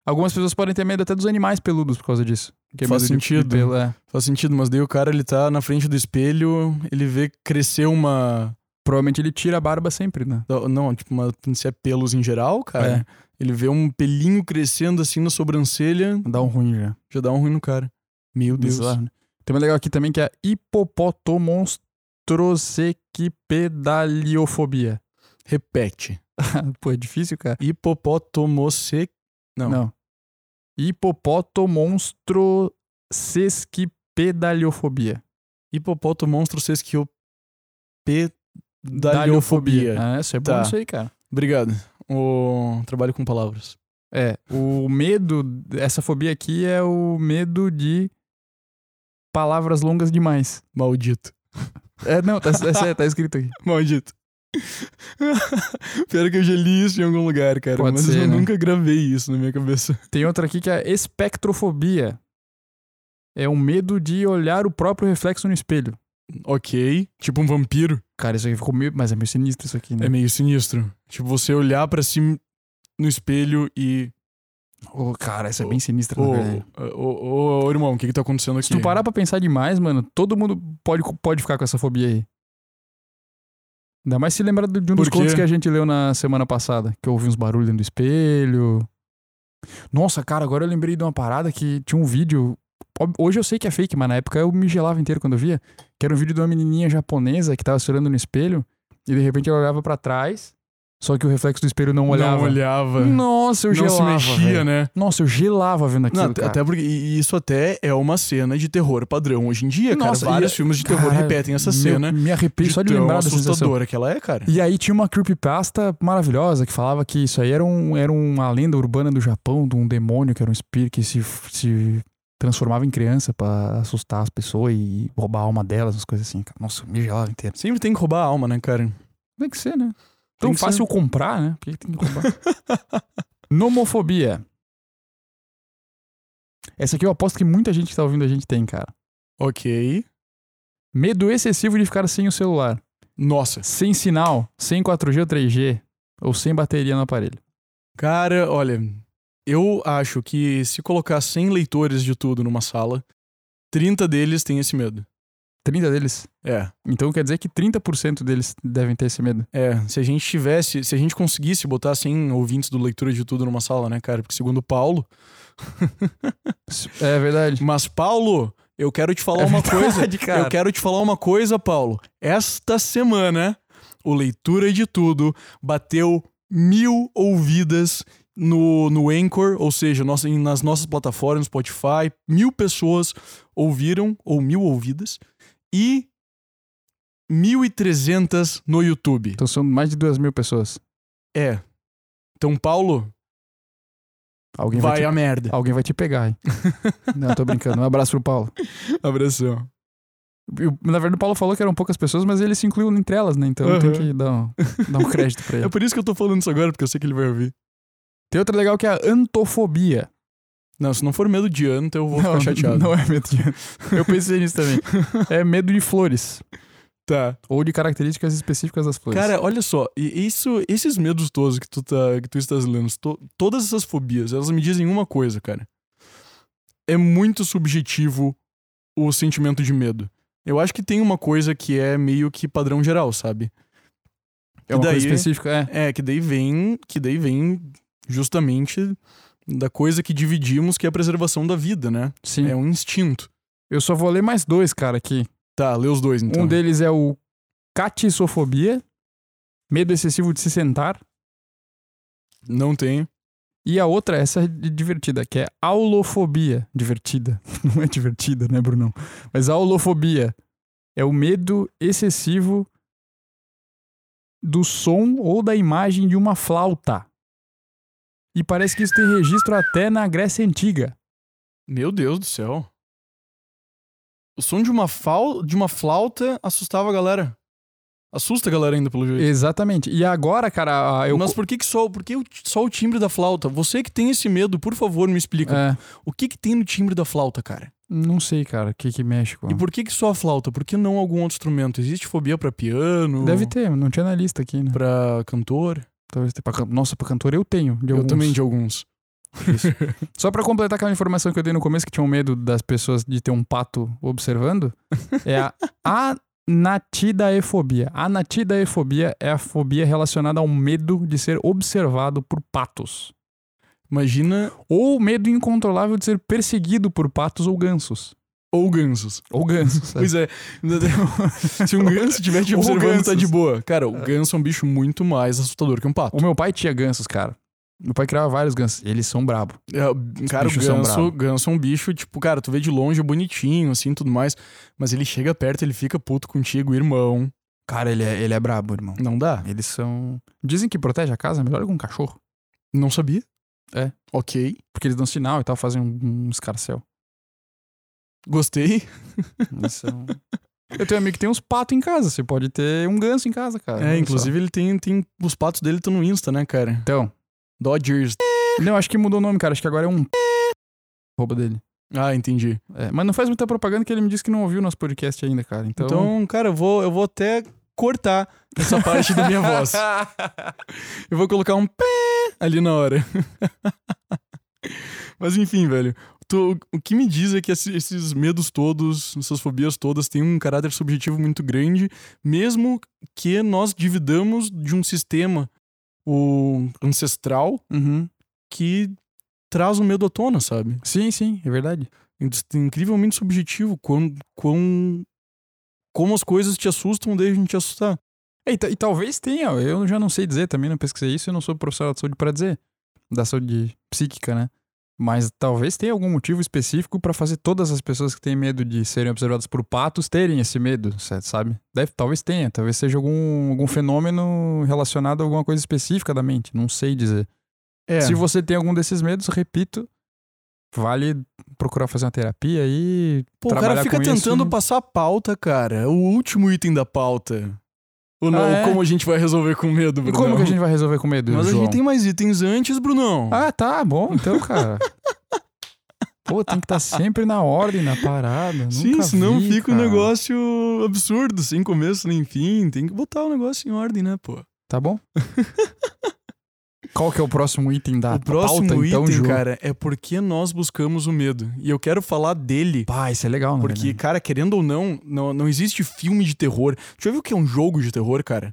B: Algumas pessoas podem ter medo até dos animais peludos por causa disso. Que é
A: Faz
B: medo de- de
A: sentido.
B: pelo, é.
A: Faz sentido, mas daí o cara ele tá na frente do espelho, ele vê crescer uma.
B: Provavelmente ele tira a barba sempre, né?
A: Não, tipo, uma, se é pelos em geral, cara.
B: É.
A: Ele vê um pelinho crescendo assim na sobrancelha,
B: Dá um ruim já.
A: já dá um ruim no cara. Meu Deus.
B: Bizarro, né? Tem uma legal aqui também que é a hipopotomonstrosequipedaliofobia.
A: Repete.
B: Pô, é difícil, cara.
A: Hipopotomose. Não.
B: Não. Hipopotomonstrosequipedaliofobia.
A: Hipopotomonstro
B: Daliofobia.
A: sesquiopedaliofobia.
B: Ah, isso é
A: Tá.
B: bom isso aí, cara.
A: Obrigado. O trabalho com palavras.
B: É, o medo, essa fobia aqui é o medo de palavras longas demais.
A: Maldito.
B: É, não, tá, tá certo, tá escrito aqui.
A: Maldito. Pior que eu já li isso em algum lugar, cara.
B: Pode
A: mas
B: ser,
A: eu
B: né?
A: nunca gravei isso na minha cabeça.
B: Tem outra aqui que é a espectrofobia. É um medo de olhar o próprio reflexo no espelho.
A: Ok. Tipo um vampiro.
B: Cara, isso aqui ficou meio. Mas é meio sinistro isso aqui, né?
A: É meio sinistro. Tipo, você olhar pra si no espelho e.
B: Ô, cara, isso é bem sinistro,
A: Ô,
B: na verdade.
A: ô, ô, ô, irmão, o que que tá acontecendo aqui?
B: Se tu parar pra pensar demais, mano, todo mundo pode, pode ficar com essa fobia aí. Ainda mais se lembrar do- de um dos
A: Por quê?
B: contos que a gente leu na semana passada, que eu ouvi uns barulhos dentro do espelho. Nossa, cara, agora eu lembrei de uma parada que tinha um vídeo. Ob- Hoje eu sei que é fake, mas na época eu me gelava inteiro quando eu via. Que era um vídeo de uma menininha japonesa que tava se olhando no espelho e de repente ela olhava pra trás, só que o reflexo do espelho não olhava.
A: Não olhava.
B: Nossa, eu
A: Não
B: gelava.
A: se mexia,
B: velho.
A: né?
B: Nossa, eu gelava vendo aquilo.
A: Não, até-
B: cara.
A: até porque e isso até é uma cena de terror padrão hoje em dia,
B: Nossa,
A: cara. Vários
B: e-
A: filmes de terror
B: Cara,
A: repetem essa
B: meu,
A: cena.
B: Me arrepio
A: De
B: só de
A: tão
B: lembrar dessa sensação.
A: assustadora que ela é, cara.
B: E aí tinha uma creepypasta maravilhosa que falava que isso aí era, um, era uma lenda urbana do Japão, de um demônio que era um espírito que se, se transformava em criança pra assustar as pessoas e roubar a alma delas, umas coisas assim. cara. Nossa, eu me gelava inteiro.
A: Sempre tem que roubar a alma, né, cara?
B: Tem que ser, né? Tão
A: que ser.
B: fácil comprar, né? Por que que tem que roubar? Nomofobia. Essa aqui eu aposto que muita gente que tá ouvindo a gente tem, cara.
A: ok.
B: Medo excessivo de ficar sem o celular.
A: Nossa.
B: sem sinal, sem 4G ou 3G, ou sem bateria no aparelho.
A: Cara, olha, eu acho que se colocar 100 leitores de tudo numa sala, 30 deles têm esse medo.
B: 30 deles.
A: É,
B: Então quer dizer que 30% deles devem ter esse medo.
A: é. Se a gente tivesse, se a gente conseguisse botar 100 ouvintes do leitura de tudo numa sala, né, cara? Porque segundo Paulo.
B: É verdade.
A: Mas, Paulo, eu quero te falar
B: É
A: uma
B: verdade,
A: coisa.
B: cara.
A: Eu quero te falar uma coisa, Paulo. Esta semana, o Leitura de Tudo bateu mil ouvidas no, no Anchor, ou seja, nossa, em- nas nossas plataformas, no Spotify, mil pessoas ouviram, ou mil ouvidas, e 1.300 no YouTube.
B: Então são mais de duas mil pessoas.
A: É. Então, Paulo,
B: Alguém vai,
A: vai
B: te...
A: a merda.
B: Alguém vai te pegar, hein? Não, tô brincando. Um abraço pro Paulo.
A: Abração.
B: E o- Na verdade, o Paulo falou que eram poucas pessoas, mas ele se incluiu entre elas, né? Então tem
A: Aham.
B: que dar um, dar um crédito pra
A: É
B: ele.
A: por isso que eu tô falando isso agora, porque eu sei que ele vai ouvir.
B: Tem outra legal que é a antofobia.
A: Não, se não for medo de ano, então eu vou ficar chateado.
B: não é medo de... Eu pensei nisso também. É medo de flores.
A: Tá.
B: Ou de características específicas das flores.
A: Cara, olha só, e isso, esses medos todos que tu, tá, que tu estás lendo, to- todas essas fobias, elas me dizem uma coisa, cara. É muito subjetivo o sentimento de medo. Eu acho que tem uma coisa que é meio que padrão geral, sabe?
B: é uma
A: e daí-
B: coisa específica, é.
A: É, que daí vem, que daí vem justamente da coisa que dividimos, que é a preservação da vida, né?
B: Sim.
A: É um instinto.
B: Eu só vou ler mais dois, cara, aqui.
A: Tá, lê os dois então.
B: Um deles é o catissofobia, medo excessivo de se sentar.
A: Não tem.
B: E a outra, essa é di- divertida, que é aulofobia. Divertida. Não é divertida, né, Brunão? Mas aulofobia é o medo excessivo do som ou da imagem de uma flauta. E parece que isso tem registro até na Grécia Antiga.
A: Meu Deus do céu. O som de uma, fal... de uma flauta assustava a galera. Assusta a galera ainda, pelo jeito.
B: Exatamente. E agora, cara, a- É, eu.
A: Mas por que, que só, por que o- só o timbre da flauta? Você que tem esse medo, por favor, me explica.
B: É,
A: O que, que tem no timbre da flauta, cara?
B: não sei, cara, o que, que mexe com.
A: E por que, que só a flauta? Por que não algum outro instrumento? Existe fobia pra piano?
B: Deve ter, não tinha na lista aqui, né?
A: Pra cantor?
B: Talvez tenha pra can- Nossa, pra cantor eu tenho. De
A: Eu
B: alguns.
A: também de um- alguns.
B: Só pra completar aquela informação que eu dei no começo, que tinham medo das pessoas de ter um pato observando, é a anatidaefobia. Anatidaefobia é a fobia relacionada ao medo de ser observado por patos.
A: Imagina
B: Ou o medo incontrolável de ser perseguido por patos ou gansos.
A: ou gansos.
B: Ou gansos. sabe?
A: Pois é. Se um ganso tiver te
B: Ou
A: observando, tá
B: gansos.
A: de boa. Cara, o ganso é um bicho muito mais assustador que um pato.
B: O meu pai tinha gansos, cara. Meu pai criava vários gansos. Eles são brabo.
A: É, cara, o
B: bichos são
A: ganso,
B: bravos.
A: ganso é um bicho, tipo, cara, tu vê de longe bonitinho, assim, tudo mais. Mas ele chega perto, ele fica puto contigo, irmão.
B: Cara, ele é, ele é brabo, irmão.
A: Não dá.
B: Eles são. Dizem que protege a casa melhor que um cachorro.
A: Não sabia?
B: É.
A: Ok.
B: Porque eles dão sinal e tal, fazem um, um escarcel.
A: Gostei.
B: Eles são- Eu tenho um amigo que tem uns patos em casa. Você pode ter um ganso em casa, cara. Olha
A: é,
B: só.
A: inclusive ele tem, tem. Os patos dele estão no Insta, né, cara?
B: Então.
A: Dodgers.
B: Não, acho que mudou o nome, cara. Acho que agora é um. Rouba dele.
A: Ah, entendi.
B: É, mas não faz muita propaganda que ele me disse que não ouviu o nosso podcast ainda, cara. Então.
A: Então, cara, eu vou, eu vou até cortar essa parte da minha voz. Eu vou colocar um pé ali na hora. Mas enfim, velho. tu- o que me diz é que esse- esses medos todos, essas fobias todas, têm um caráter subjetivo muito grande, mesmo que nós dividamos de um sistema o ancestral
B: Uhum.
A: que traz o medo à tona, sabe?
B: Sim, sim, é verdade.
A: Isso é Incrivelmente subjetivo quão, quão, como as coisas te assustam desde te assustar.
B: É, e, ta- e talvez tenha, eu já não sei dizer, também não pesquisei isso, eu não sou profissional de saúde pra dizer. Da saúde psíquica, né? Mas talvez tenha algum motivo específico pra fazer todas as pessoas que têm medo de serem observadas por patos terem esse medo, certo? sabe? Deve, talvez tenha, talvez seja algum, algum fenômeno relacionado a alguma coisa específica da mente, não sei dizer.
A: É.
B: Se você tem algum desses medos, repito, vale procurar fazer uma terapia e
A: Pô, o cara
B: trabalhar
A: fica
B: com isso,
A: tentando
B: né?
A: passar a pauta, cara. O último item da pauta. Ou não,
B: Ah, é?
A: como a gente vai resolver com medo,
B: E
A: Brunão?
B: como que a gente vai resolver com medo,
A: Mas a
B: João?
A: gente tem mais itens antes, Brunão.
B: Ah, tá bom, então, cara. Pô, tem que estar sempre na ordem, na parada. Nunca
A: Sim, senão
B: vi,
A: fica um
B: cara.
A: negócio absurdo, sem começo nem fim. Tem que botar o negócio em ordem, né, pô?
B: Tá bom? Qual que é o próximo item da
A: o próximo
B: pauta, então,
A: item,
B: João?
A: cara, é por que nós buscamos o medo. E eu quero falar dele
B: Pá, isso é legal, né?
A: Porque, cara, querendo ou não, não, não existe filme de terror. Deixa eu ver o que é um jogo de terror, cara.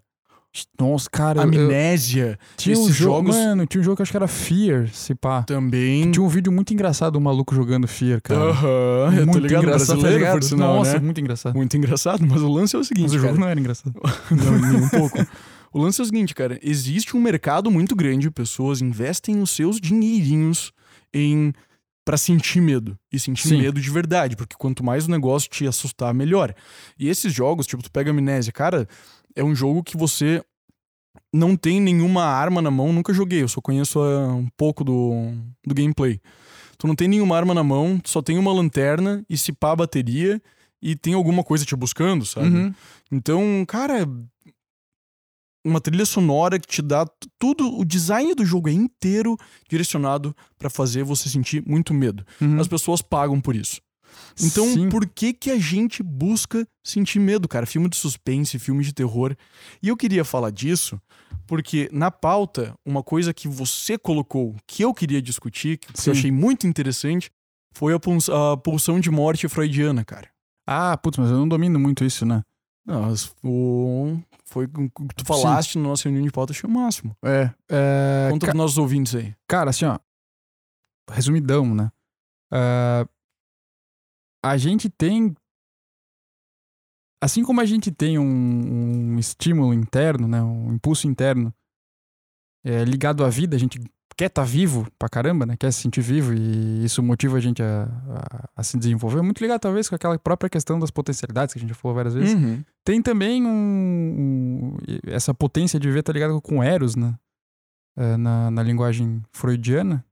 B: Nossa, cara, eu- eu,
A: Amnésia
B: tinha um
A: esses
B: jogo,
A: jogos-
B: mano, tinha um jogo que eu acho que era Fear, se pá.
A: também.
B: Tinha um vídeo muito engraçado do maluco jogando Fear, cara.
A: Aham, eu tô
B: muito
A: Ah, ligado,
B: engraçado, tá
A: brasileiro,
B: ligado?
A: por sinal,
B: Nossa,
A: né?
B: muito engraçado.
A: Muito engraçado, mas o lance é o seguinte,
B: Mas o jogo
A: cara.
B: não era engraçado.
A: Não, nem um pouco. O lance é o seguinte, cara, existe um mercado muito grande, pessoas investem os seus dinheirinhos em para sentir medo e sentir
B: Sim.
A: medo de verdade, porque quanto mais o negócio te assustar, melhor. E esses jogos, tipo, tu pega Amnésia, cara, é um jogo que você não tem nenhuma arma na mão, nunca joguei, eu só conheço ah, um pouco do, do gameplay. Tu não tem nenhuma arma na mão, tu só tem uma lanterna e se pá a bateria e tem alguma coisa te buscando, sabe?
B: Uhum.
A: Então, cara, uma trilha sonora que te dá t- tudo, o design do jogo é inteiro direcionado pra fazer você sentir muito medo.
B: Uhum.
A: As pessoas pagam por isso. Então,
B: Sim.
A: por que que a gente busca sentir medo, cara? Filme de suspense, filme de terror. E eu queria falar disso porque na pauta, uma coisa que você colocou, que eu queria discutir, que
B: Sim.
A: eu achei muito interessante, foi a, puls a pulsão de morte freudiana, cara.
B: Ah, putz, mas eu não domino muito isso, né?
A: Não, as- o... foi o que tu falaste na nossa reunião de pauta, achei o máximo.
B: É. é
A: Conta
B: ca-
A: pros nossos ouvintes aí.
B: Cara, assim, ó. Resumidão, né? Ah, a gente tem. Assim como a gente tem um, um estímulo interno, né? Um impulso interno é, ligado à vida, a gente quer estar vivo pra caramba, né? Quer se sentir vivo e isso motiva a gente a, a- a se desenvolver. Muito ligado, talvez, com aquela própria questão das potencialidades que a gente já falou várias vezes.
A: Uhum.
B: Tem também um, um- essa potência de ver, tá ligado, com Eros, né? É, na, na linguagem freudiana,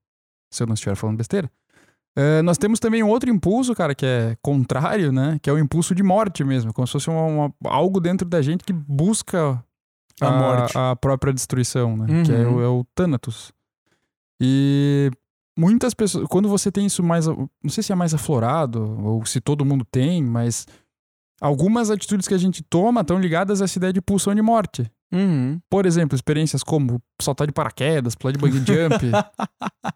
B: se eu não estiver falando besteira. É, nós temos também um outro impulso, cara, que é contrário, né? Que é o impulso de morte mesmo, como se fosse uma- uma- algo dentro da gente que busca
A: A morte.
B: a própria destruição, né? Que é, o-
A: Uhum.
B: é o Thanatos. E muitas pessoas. Quando você tem isso mais. a- Não sei se é mais aflorado, ou se todo mundo tem, mas. Algumas atitudes que a gente toma estão ligadas a essa ideia de pulsão de morte.
A: Uhum.
B: Por exemplo, experiências como saltar de paraquedas, pular de bungee jump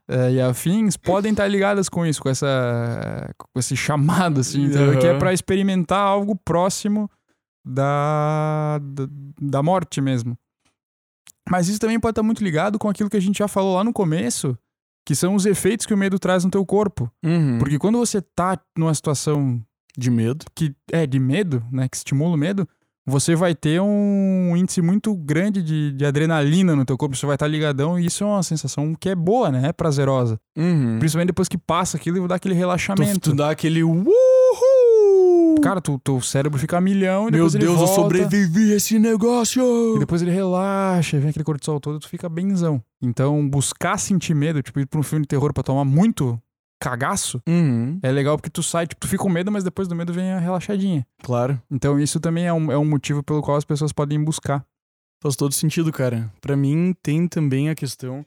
B: eh, e afins podem estar ligadas com isso, com, essa, com esse chamado, assim, entendeu? que é
A: Aham.
B: para experimentar algo próximo da, da, da morte mesmo. Mas isso também pode estar muito ligado com aquilo que a gente já falou lá no começo, que são os efeitos que o medo traz no teu corpo.
A: Uhum.
B: Porque quando você tá numa situação
A: De medo.
B: que é de medo, né? Que estimula o medo, você vai ter um índice muito grande de, de adrenalina no teu corpo, você vai estar ligadão e isso é uma sensação que é boa, né? É prazerosa.
A: Uhum.
B: Principalmente depois que passa aquilo e dá aquele
A: Tu,
B: relaxamento.
A: tu dá aquele uhul!
B: Cara, tu, teu cérebro fica a milhão
A: Meu
B: e depois ele
A: Deus, eu
B: volta,
A: sobrevivi a esse negócio!
B: E depois ele relaxa, vem aquele cortisol todo, tu fica benzão. Então, buscar sentir medo, tipo, ir pra um filme de terror pra tomar muito cagaço,
A: Uhum.
B: é legal porque tu sai, tipo, tu fica com medo, mas depois do medo vem a relaxadinha.
A: Claro.
B: Então, isso também é um, é um motivo pelo qual as pessoas podem buscar.
A: Faz todo sentido, cara. Pra mim, tem também a questão.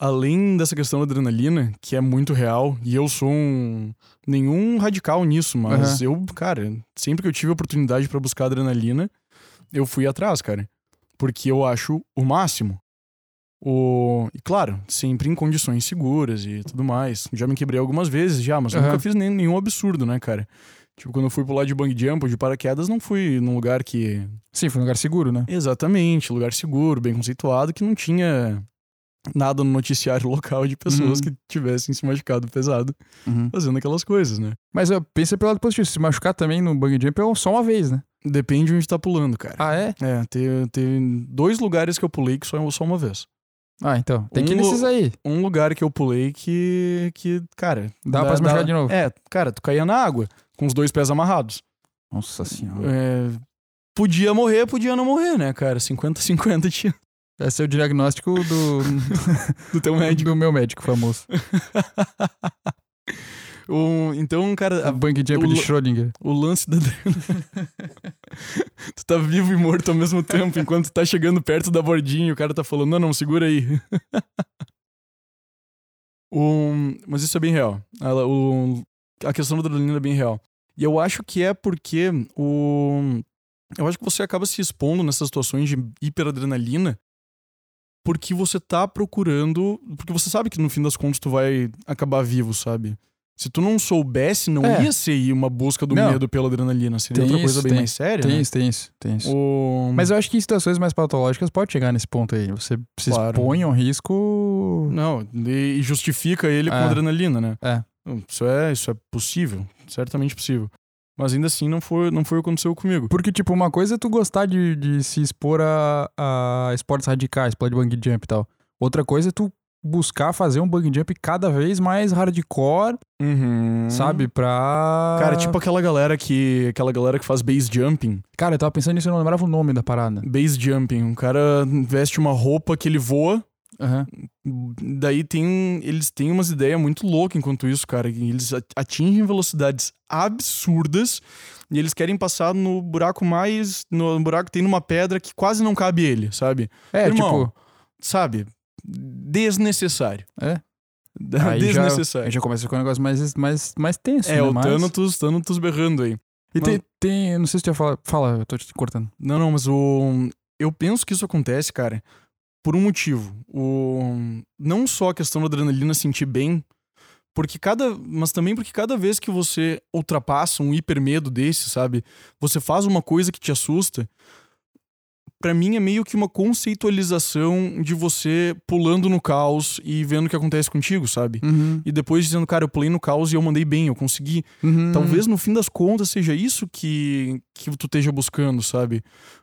A: Além dessa questão da adrenalina, que é muito real, e eu sou um. nenhum radical nisso, mas eu, cara, sempre que eu tive oportunidade pra buscar adrenalina, eu fui atrás, cara. Porque eu acho o máximo. O... E claro, sempre em condições seguras e tudo mais. Já me quebrei algumas vezes, já, mas eu
B: Aham.
A: nunca fiz nem- nenhum absurdo, né, cara? Tipo, quando eu fui pular de bang jump ou de paraquedas, não fui num lugar que
B: Sim, foi um lugar seguro, né?
A: Exatamente, lugar seguro, bem conceituado, que não tinha nada no noticiário local de pessoas
B: Uhum.
A: que tivessem se machucado pesado fazendo aquelas coisas, né?
B: Mas eu pensa pelo lado positivo, se machucar também no bungee jump é só uma vez, né?
A: Depende de onde tá pulando, cara.
B: Ah, é?
A: É, teve, teve dois lugares que eu pulei que só, só uma vez.
B: Ah, então. Tem que ir
A: Um-
B: nesses aí.
A: Um lugar que eu pulei que, que cara...
B: Dá pra se machucar de novo.
A: É, cara, tu caía na água com os dois pés amarrados.
B: Nossa senhora.
A: É, podia morrer, podia não morrer, né, cara? 50-50 tinha
B: Esse é o diagnóstico do,
A: do teu médico.
B: do meu médico famoso. Uhum.
A: Um- então, cara,
B: O bungee jump
A: o lo-
B: de Schrödinger.
A: O lance da adrenalina. tu tá vivo e morto ao mesmo tempo, enquanto tu tá chegando perto da bordinha e o cara tá falando, não, não, segura aí. Um, mas isso é bem real. Ela- o- a questão da adrenalina é bem real. E eu acho que é porque o. Eu acho que você acaba se expondo nessas situações de hiperadrenalina porque você tá procurando. Porque você sabe que no fim das contas tu vai acabar vivo, sabe? Se tu não soubesse, não
B: É.
A: ia ser uma busca do
B: Não.
A: medo pela adrenalina. Seria
B: Tem
A: outra coisa
B: isso,
A: bem
B: tem-
A: mais séria.
B: Tem
A: né?
B: isso, tem isso, tem isso.
A: O-
B: Mas eu acho que em situações mais patológicas pode chegar nesse ponto aí. Você se
A: Claro.
B: expõe a um risco.
A: Não, e e justifica ele com
B: É.
A: adrenalina, né?
B: É.
A: Isso é, isso é possível, certamente possível. Mas ainda assim não foi, não foi o que aconteceu comigo.
B: Porque, tipo, uma coisa é tu gostar de, de se expor a, a esportes radicais, pula de bungee jump e tal. Outra coisa é tu buscar fazer um bungee jump cada vez mais hardcore,
A: Uhum.
B: sabe? Pra.
A: Cara, tipo aquela galera que. Aquela galera que faz base jumping.
B: Cara, eu tava pensando nisso e não lembrava o nome da parada.
A: Base jumping. Um cara veste uma roupa que ele voa.
B: Aham.
A: Daí tem. um, Eles têm umas ideias muito loucas enquanto isso, cara. E Eles a- atingem velocidades absurdas. E eles querem passar no buraco mais. No buraco que tem numa pedra que quase não cabe ele, sabe? Irmão,
B: É, tipo.
A: Sabe? Desnecessário.
B: É. Aí já, aí
A: Desnecessário.
B: já começa a ficar um negócio mais, mais, mais tenso.
A: É,
B: né?
A: o
B: Mas-
A: Thanatos, Thanatos berrando aí.
B: E tem,
A: Mas-
B: tem. eu Não sei se tu ia falar. Fala, eu tô te cortando.
A: Não, não, mas o. Eu penso que isso acontece, cara, por um motivo. O... Não só a questão da adrenalina sentir bem, porque cada. Mas também porque cada vez que você ultrapassa um hipermedo desse, sabe? Você faz uma coisa que te assusta. Pra mim é meio que uma conceitualização de você pulando no caos e vendo o que acontece contigo, sabe?
B: Uhum.
A: E depois dizendo, cara, eu pulei no caos e eu mandei bem, eu consegui.
B: Uhum.
A: Talvez no fim das contas seja isso que, que tu esteja buscando, sabe?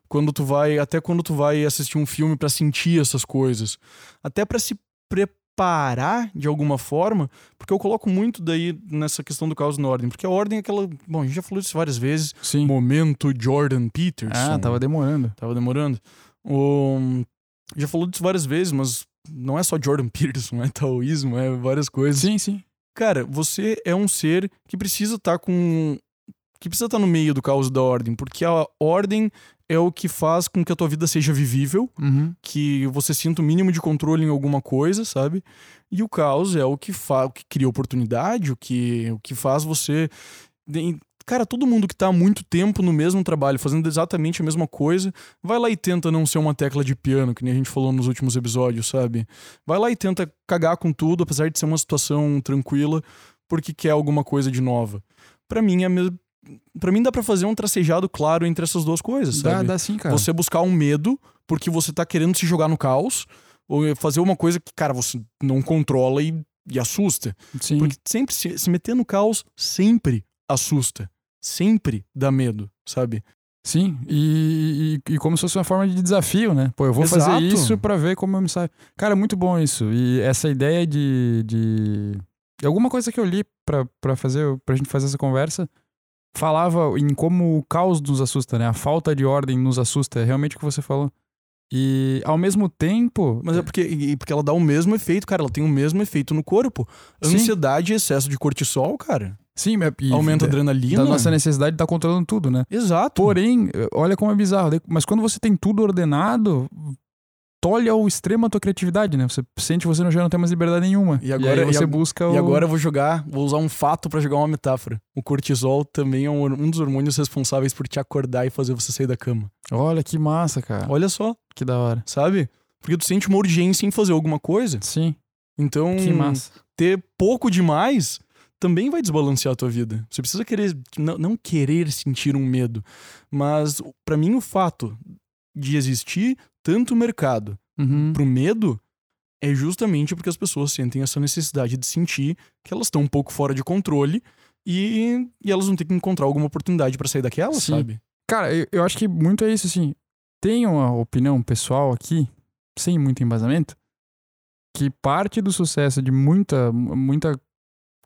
A: Quando tu vai, até quando tu vai assistir um filme pra sentir essas coisas, até pra se preparar de alguma forma, porque eu coloco muito daí nessa questão do caos na ordem, porque a ordem é aquela, bom, a gente já falou disso várias vezes,
B: Sim.
A: momento Jordan Peterson.
B: Ah, tava demorando.
A: Tava demorando. O- já falou disso várias vezes, mas não é só Jordan Peterson, é taoísmo, é várias coisas.
B: Sim, sim.
A: Cara, você é um ser que precisa estar com. que precisa estar no meio do caos e da ordem, porque a ordem é o que faz com que a tua vida seja vivível,
B: Uhum.
A: que você sinta o mínimo de controle em alguma coisa, sabe? E o caos é o que faz, o que cria oportunidade, o que, o que faz você. de- Cara, todo mundo que tá há muito tempo no mesmo trabalho, fazendo exatamente a mesma coisa, vai lá e tenta não ser uma tecla de piano, que nem a gente falou nos últimos episódios, sabe? Vai lá e tenta cagar com tudo, apesar de ser uma situação tranquila, porque quer alguma coisa de nova. Pra mim é mesmo. Pra mim dá pra fazer um tracejado claro entre essas duas coisas,
B: Dá,
A: sabe?
B: dá sim, cara.
A: Você buscar um medo porque você tá querendo se jogar no caos ou fazer uma coisa que, cara, você não controla e, e assusta.
B: Sim.
A: Porque sempre se, se meter no caos sempre assusta. Sempre dá medo, sabe?
B: Sim, e, e, e como se fosse uma forma de desafio, né? Pô, eu vou
A: Exato.
B: fazer isso pra ver como eu me saio. Cara, é muito bom isso. E essa ideia de. de... Alguma coisa que eu li pra, pra, fazer, pra gente fazer essa conversa falava em como o caos nos assusta, né? A falta de ordem nos assusta. É realmente o que você falou. E ao mesmo tempo.
A: Mas é porque, e- e porque ela dá o mesmo efeito, cara. Ela tem o mesmo efeito no corpo.
B: Sim.
A: Ansiedade e excesso de cortisol, cara.
B: Sim, é- e,
A: Aumenta a
B: da,
A: adrenalina. né?
B: da nossa necessidade de estar controlando tudo, né?
A: Exato.
B: Porém, olha como é bizarro. Daí- Mas quando você tem tudo ordenado, tolhe ao extremo a tua criatividade, né? Você sente que você não, já não tem mais liberdade nenhuma.
A: E agora-
B: aí
A: e
B: você
A: ag-
B: busca o...
A: E agora eu vou jogar, vou usar um fato pra jogar uma metáfora. O cortisol também é um, hor- um dos hormônios responsáveis por te acordar e fazer você sair da cama.
B: Olha que massa, cara.
A: Olha só.
B: Que da hora.
A: sabe? Porque tu sente uma urgência em fazer alguma coisa.
B: Sim,
A: Então,
B: que massa.
A: ter pouco demais também vai desbalancear a tua vida. Você precisa querer não, não querer sentir um medo, mas pra mim o fato de existir tanto mercado
B: Uhum.
A: pro medo é justamente porque as pessoas sentem essa necessidade de sentir que elas estão um pouco fora de controle e, e elas vão ter que encontrar alguma oportunidade pra sair daquela,
B: Sim.
A: sabe?
B: Cara, eu, eu acho que muito é isso, assim. Tem uma opinião pessoal aqui, sem muito embasamento, que parte do sucesso de muita, muita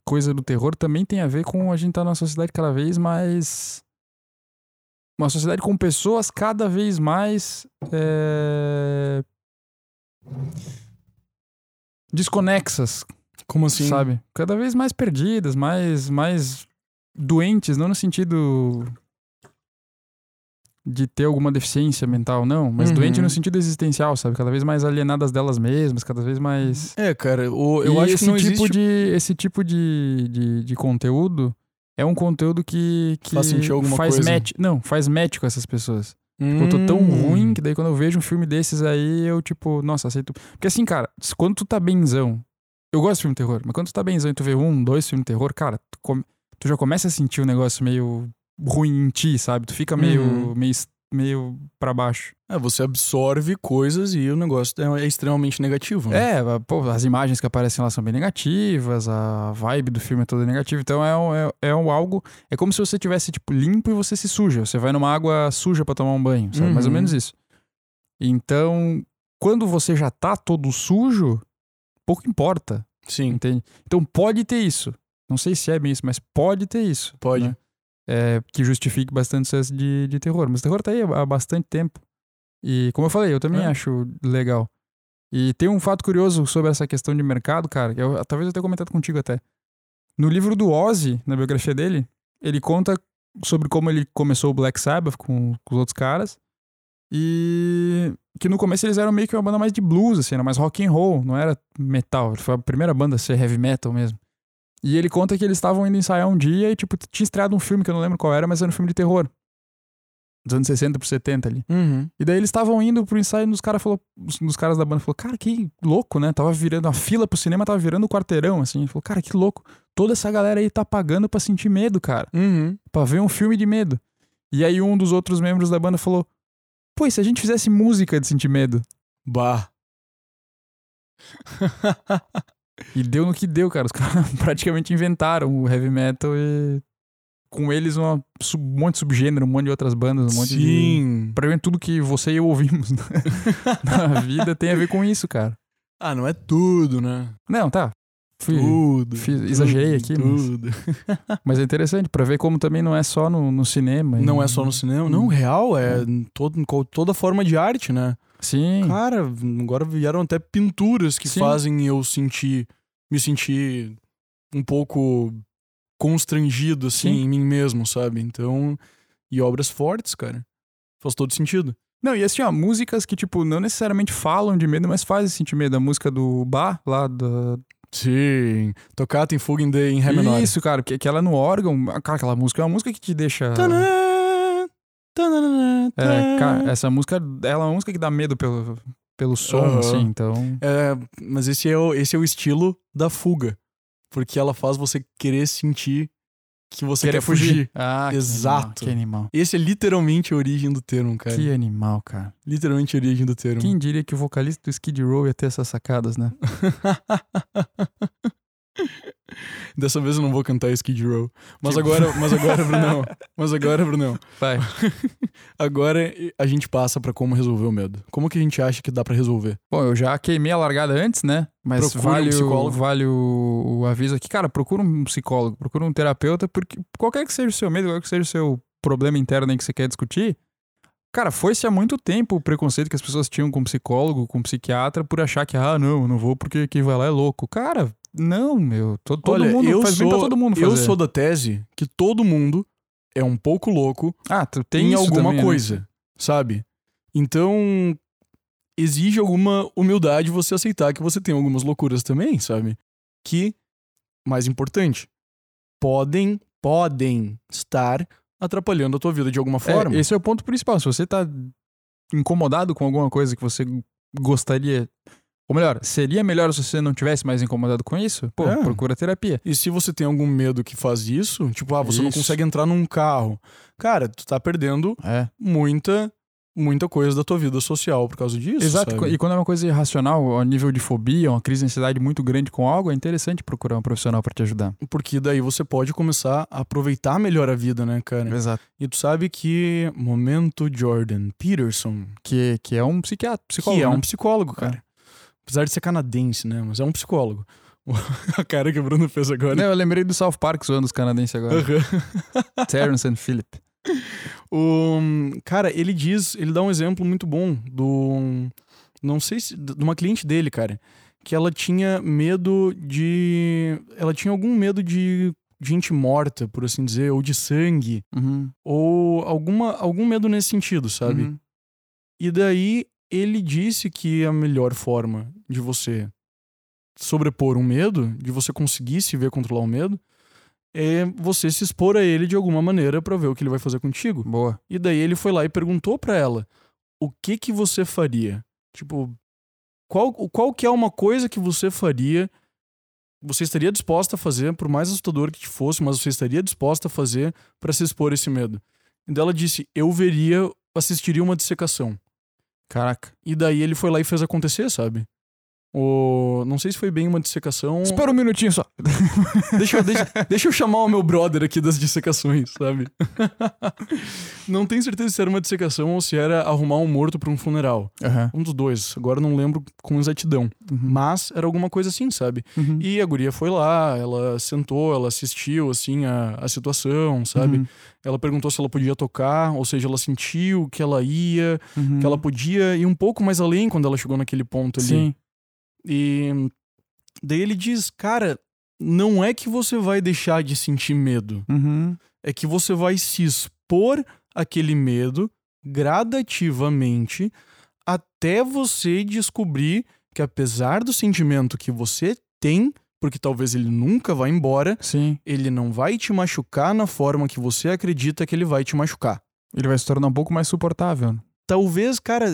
B: coisa do terror também tem a ver com a gente estar numa sociedade cada vez mais. Uma sociedade com pessoas cada vez mais. é, Desconexas,
A: Como assim?
B: sabe? Cada vez mais perdidas, mais, mais doentes, não no sentido de ter alguma deficiência mental, não, mas
A: Uhum.
B: doente no sentido existencial, sabe? Cada vez mais alienadas delas mesmas, cada vez mais.
A: É, cara, o- eu
B: E
A: acho
B: esse
A: que não
B: tipo
A: existe
B: de esse tipo de, de, de conteúdo é um conteúdo que, que
A: Faz sentir alguma
B: faz
A: coisa.
B: match, não, faz match com essas pessoas. Tipo, Eu tô tão
A: Hum.
B: ruim que daí quando eu vejo um filme desses aí, eu, tipo, nossa, aceito. Porque assim, cara, se- quando tu tá benzão. Eu gosto de filme de terror, mas quando tu tá benzão e tu vê um, dois filmes de terror, cara, tu, come- tu já começa a sentir um negócio meio ruim em ti, sabe? Tu fica meio,
A: Uhum.
B: meio es- meio pra baixo.
A: É, você absorve coisas e o negócio é, é extremamente negativo. Né?
B: É, pô, as imagens que aparecem lá são bem negativas, a vibe do filme é toda negativa, então é, um- é, é um algo. É como se você tivesse tipo, limpo e você se suja. Você vai numa água suja pra tomar um banho, sabe? Mais ou
A: Uhum.
B: menos isso. Então, quando você já tá todo sujo, pouco importa,
A: Sim.
B: entende? Então pode ter isso. Não sei se é bem isso, mas pode ter isso.
A: Pode.
B: né? é, que justifique bastante o sucesso de, de terror. Mas o terror tá aí há bastante tempo. E, como eu falei, eu também
A: É.
B: acho legal. E tem um fato curioso sobre essa questão de mercado, cara. que Eu, talvez eu tenha comentado contigo até. No livro do Ozzy, na biografia dele, ele conta sobre como ele começou o Black Sabbath com, com os outros caras. E que no começo eles eram meio que uma banda mais de blues, assim, era mais rock and roll, não era metal. Foi a primeira banda a ser heavy metal mesmo. E ele conta que eles estavam indo ensaiar um dia e, tipo, tinha estreado um filme que eu não lembro qual era, mas era um filme de terror. Dos anos 60 pro 70 ali.
A: Uhum.
B: E daí eles estavam indo pro ensaio e os caras falou, um dos caras da banda falou: "Cara, que louco, né? Tava virando a fila pro cinema, tava virando o quarteirão assim". Ele falou: "Cara, que louco. Toda essa galera aí tá pagando pra sentir medo, cara,
A: Uhum.
B: Pra ver um filme de medo". E aí um dos outros membros da banda falou: "Pô, e se a gente fizesse música de sentir medo?".
A: Bah.
B: E deu no que deu, cara. Os caras praticamente inventaram o heavy metal e com eles uma, sub- um monte de subgênero, um monte de outras bandas, um monte de
A: Sim.
B: Praticamente tudo que você e eu ouvimos na- na vida tem a ver com isso, cara.
A: Ah, não é tudo, né?
B: Não, tá. Fui-
A: tudo.
B: fiz- exagerei aqui, mas-
A: Tudo.
B: Mas é interessante pra ver como também não é só no, no cinema. e-
A: Não é só no cinema,
B: Hum.
A: não, real, é em todo, em qual- toda forma de arte, né?
B: Sim.
A: Cara, agora vieram até pinturas que
B: Sim.
A: fazem eu sentir, me sentir um pouco constrangido, assim,
B: Sim.
A: em mim mesmo, sabe? Então, e obras fortes, cara. Faz todo sentido.
B: Não, e assim, ó, músicas que, tipo, não necessariamente falam de medo, mas fazem sentir medo. A música do Bar, lá da.
A: Sim. Tocata em fuga em, D- em Ré menor.
B: Isso, cara, porque aquela é no órgão. Cara, aquela música é uma música que te deixa.
A: Tanã, tanã,
B: É,
A: tanã.
B: cara, essa música, ela é uma música que dá medo pelo, pelo som,
A: Aham.
B: assim, então.
A: É, mas esse é, o, esse é o estilo da fuga. Porque ela faz você querer sentir que você quer fugir.
B: Ah, que
A: Exato. É.
B: animal,
A: Esse é literalmente a origem do termo,
B: Que
A: cara.
B: animal. Que animal, cara.
A: Literalmente a origem do termo.
B: Quem diria que o vocalista do Skid Row ia ter essas sacadas, né?
A: Dessa vez eu não vou cantar Skid Row. Mas agora, mas agora, Brunão. Mas agora, Brunão.
B: Vai.
A: Agora a gente passa pra como resolver o medo. Como que a gente acha que dá pra resolver?
B: Bom, eu já queimei a largada antes, né? Mas
A: Procure um
B: vale, o,
A: psicólogo.
B: vale o, o aviso aqui. Cara, procura um psicólogo, procura um terapeuta, porque qualquer que seja o seu medo, qualquer que seja o seu problema interno aí que você quer discutir, cara, foi-se há muito tempo o preconceito que as pessoas tinham com psicólogo, com psiquiatra, por achar que, ah, não, eu não vou porque quem vai lá é louco. Cara, não, meu. to- Todo,
A: Olha,
B: mundo
A: eu
B: faz
A: sou,
B: bem pra todo mundo
A: Eu
B: fazer.
A: sou da tese que todo mundo é um pouco louco
B: Ah, tu tem
A: em
B: isso
A: alguma
B: também, né?
A: coisa, sabe? Então exige alguma humildade você aceitar que você tem algumas loucuras também, sabe? Que mais importante, podem podem estar atrapalhando a tua vida de alguma
B: É,
A: forma.
B: esse é o ponto principal. Se você tá incomodado com alguma coisa que você gostaria. Ou melhor, seria melhor se você não tivesse mais incomodado com isso? Pô,
A: É.
B: procura terapia.
A: E se você tem algum medo que faz isso, tipo, ah, você não
B: Isso.
A: consegue entrar num carro. Cara, tu tá perdendo
B: É.
A: muita muita coisa da tua vida social por causa disso,
B: Exato.
A: sabe?
B: E quando é uma coisa irracional, a nível de fobia, uma crise de ansiedade muito grande com algo, é interessante procurar um profissional pra te ajudar.
A: Porque daí você pode começar a aproveitar melhor a vida, né, cara?
B: Exato.
A: E tu sabe que momento Jordan Peterson,
B: Que, que é um psiquiatra, psicólogo.
A: que é um
B: né?
A: psicólogo, cara. Apesar de ser canadense, né, mas é um psicólogo. a cara que o Bruno fez agora.
B: Não, eu lembrei do South Park zoando os canadenses agora.
A: Aham.
B: Terrence and Philip.
A: O, cara, ele diz, ele dá um exemplo muito bom do. Não sei se. de uma cliente dele, cara. Que ela tinha medo de. Ela tinha algum medo de gente morta, por assim dizer, ou de sangue,
B: Uhum.
A: ou alguma, algum medo nesse sentido, sabe?
B: Uhum.
A: E daí ele disse que a melhor forma de você sobrepor um medo, de você conseguir se ver controlar o medo, é você se expor a ele de alguma maneira pra ver o que ele vai fazer contigo.
B: Boa.
A: E daí ele foi lá e perguntou pra ela: "O que que você faria?" Tipo, qual qual que é uma coisa que você faria? Você estaria disposta a fazer, por mais assustador que te fosse, mas você estaria disposta a fazer pra se expor a esse medo? E daí ela disse: "Eu veria assistiria uma dissecação.
B: Caraca.
A: E daí ele foi lá e fez acontecer, sabe? O... Não sei se foi bem uma dissecação.
B: Espera um minutinho só.
A: Deixa, eu- deixa, deixa eu chamar o meu brother aqui das dissecações, sabe? não tenho certeza se era uma dissecação ou se era arrumar um morto pra um funeral.
B: Aham.
A: Um dos dois. Agora não lembro com exatidão. Mas era alguma coisa assim, sabe?
B: Uhum.
A: E a guria foi lá, ela sentou, ela assistiu, assim, a, a situação, sabe?
B: Uhum.
A: Ela perguntou se ela podia tocar, ou seja, ela sentiu que ela ia,
B: Uhum.
A: que ela podia ir um pouco mais além quando ela chegou naquele ponto ali.
B: Sim.
A: E daí ele diz, cara, não é que você vai deixar de sentir medo,
B: Uhum.
A: é que você vai se expor àquele medo gradativamente até você descobrir que apesar do sentimento que você tem, porque talvez ele nunca vá embora,
B: Sim.
A: ele não vai te machucar na forma que você acredita que ele vai te machucar.
B: Ele vai se tornar um pouco mais suportável.
A: Talvez, cara,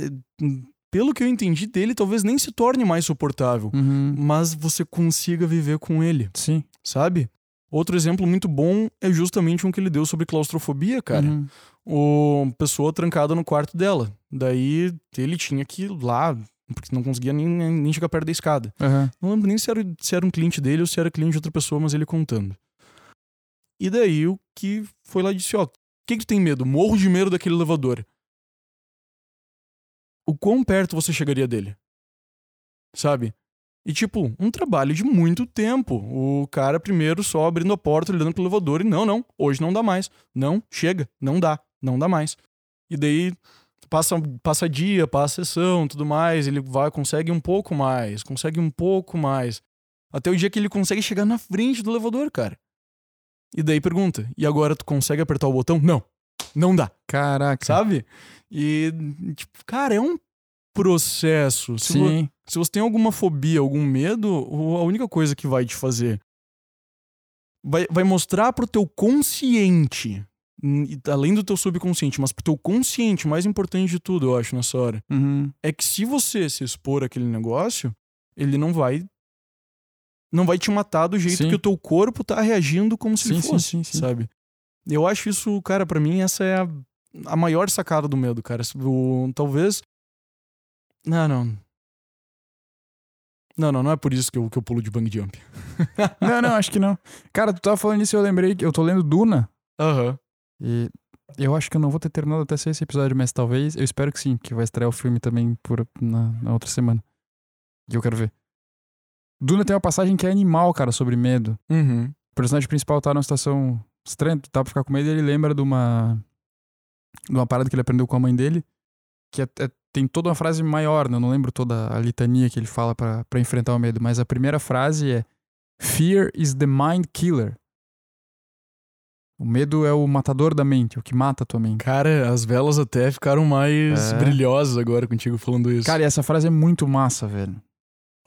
A: pelo que eu entendi dele, talvez nem se torne mais suportável,
B: Uhum.
A: mas você consiga viver com ele,
B: Sim.
A: sabe? Outro exemplo muito bom é justamente um que ele deu sobre claustrofobia, cara.
B: Uhum.
A: O pessoa trancada no quarto dela. Daí ele tinha que ir lá, porque não conseguia nem, nem nem chegar perto da escada.
B: Aham.
A: Não lembro nem se era, se era um cliente dele ou se era cliente de outra pessoa, mas ele contando. E daí o que foi lá e disse: Ó, o que, que tu tem medo? Morro de medo daquele elevador. O quão perto você chegaria dele? Sabe? E tipo, um trabalho de muito tempo. O cara primeiro só abrindo a porta, olhando pro elevador e não, não, hoje não dá mais. Não, chega, não dá, não dá mais. E daí passa, passa dia, passa sessão, tudo mais, ele vai, consegue um pouco mais, consegue um pouco mais. Até o dia que ele consegue chegar na frente do elevador, cara. E daí pergunta: "E agora tu consegue apertar o botão?" Não. Não dá,
B: Caraca.
A: sabe? E tipo, cara, é um processo. Se vo-
B: Sim.
A: se você tem alguma fobia, algum medo, o- a única coisa que vai te fazer vai, vai mostrar pro teu consciente, hum, e além do teu subconsciente, mas pro teu consciente, mais importante de tudo, eu acho, nessa hora,
B: Uhum.
A: é que se você se expor àquele negócio, ele não vai não vai te matar do jeito
B: Sim.
A: que o teu corpo tá reagindo como se
B: Sim,
A: ele
B: sim,
A: fosse,
B: sim, sim.
A: sabe? Eu acho isso, cara, pra mim essa é a, a maior sacada do medo, cara. Se- O, talvez Não, não. Não, não, não é por isso que eu, que eu pulo de bang jump.
B: Não, não, acho que não. Cara, tu tava falando isso e eu lembrei que eu tô lendo Duna.
A: Aham.
B: E eu acho que eu não vou ter terminado até ser esse episódio, mas talvez. Eu espero que sim, que vai estrear o filme também por, na, na outra semana. E eu quero ver. Duna tem uma passagem que é animal, cara, sobre medo.
A: Uhum.
B: O personagem principal tá numa situação estranha, tá pra ficar com medo, e ele lembra de uma. de uma parada que ele aprendeu com a mãe dele. Que é- é- tem toda uma frase maior, né? eu não lembro toda a litania que ele fala pra pra enfrentar o medo, mas a primeira frase é: Fear is the mind killer. O medo é o matador da mente, é o que mata a tua mente.
A: Cara, as velas até ficaram mais
B: É.
A: brilhosas agora contigo falando isso.
B: Cara, e essa frase é muito massa, velho.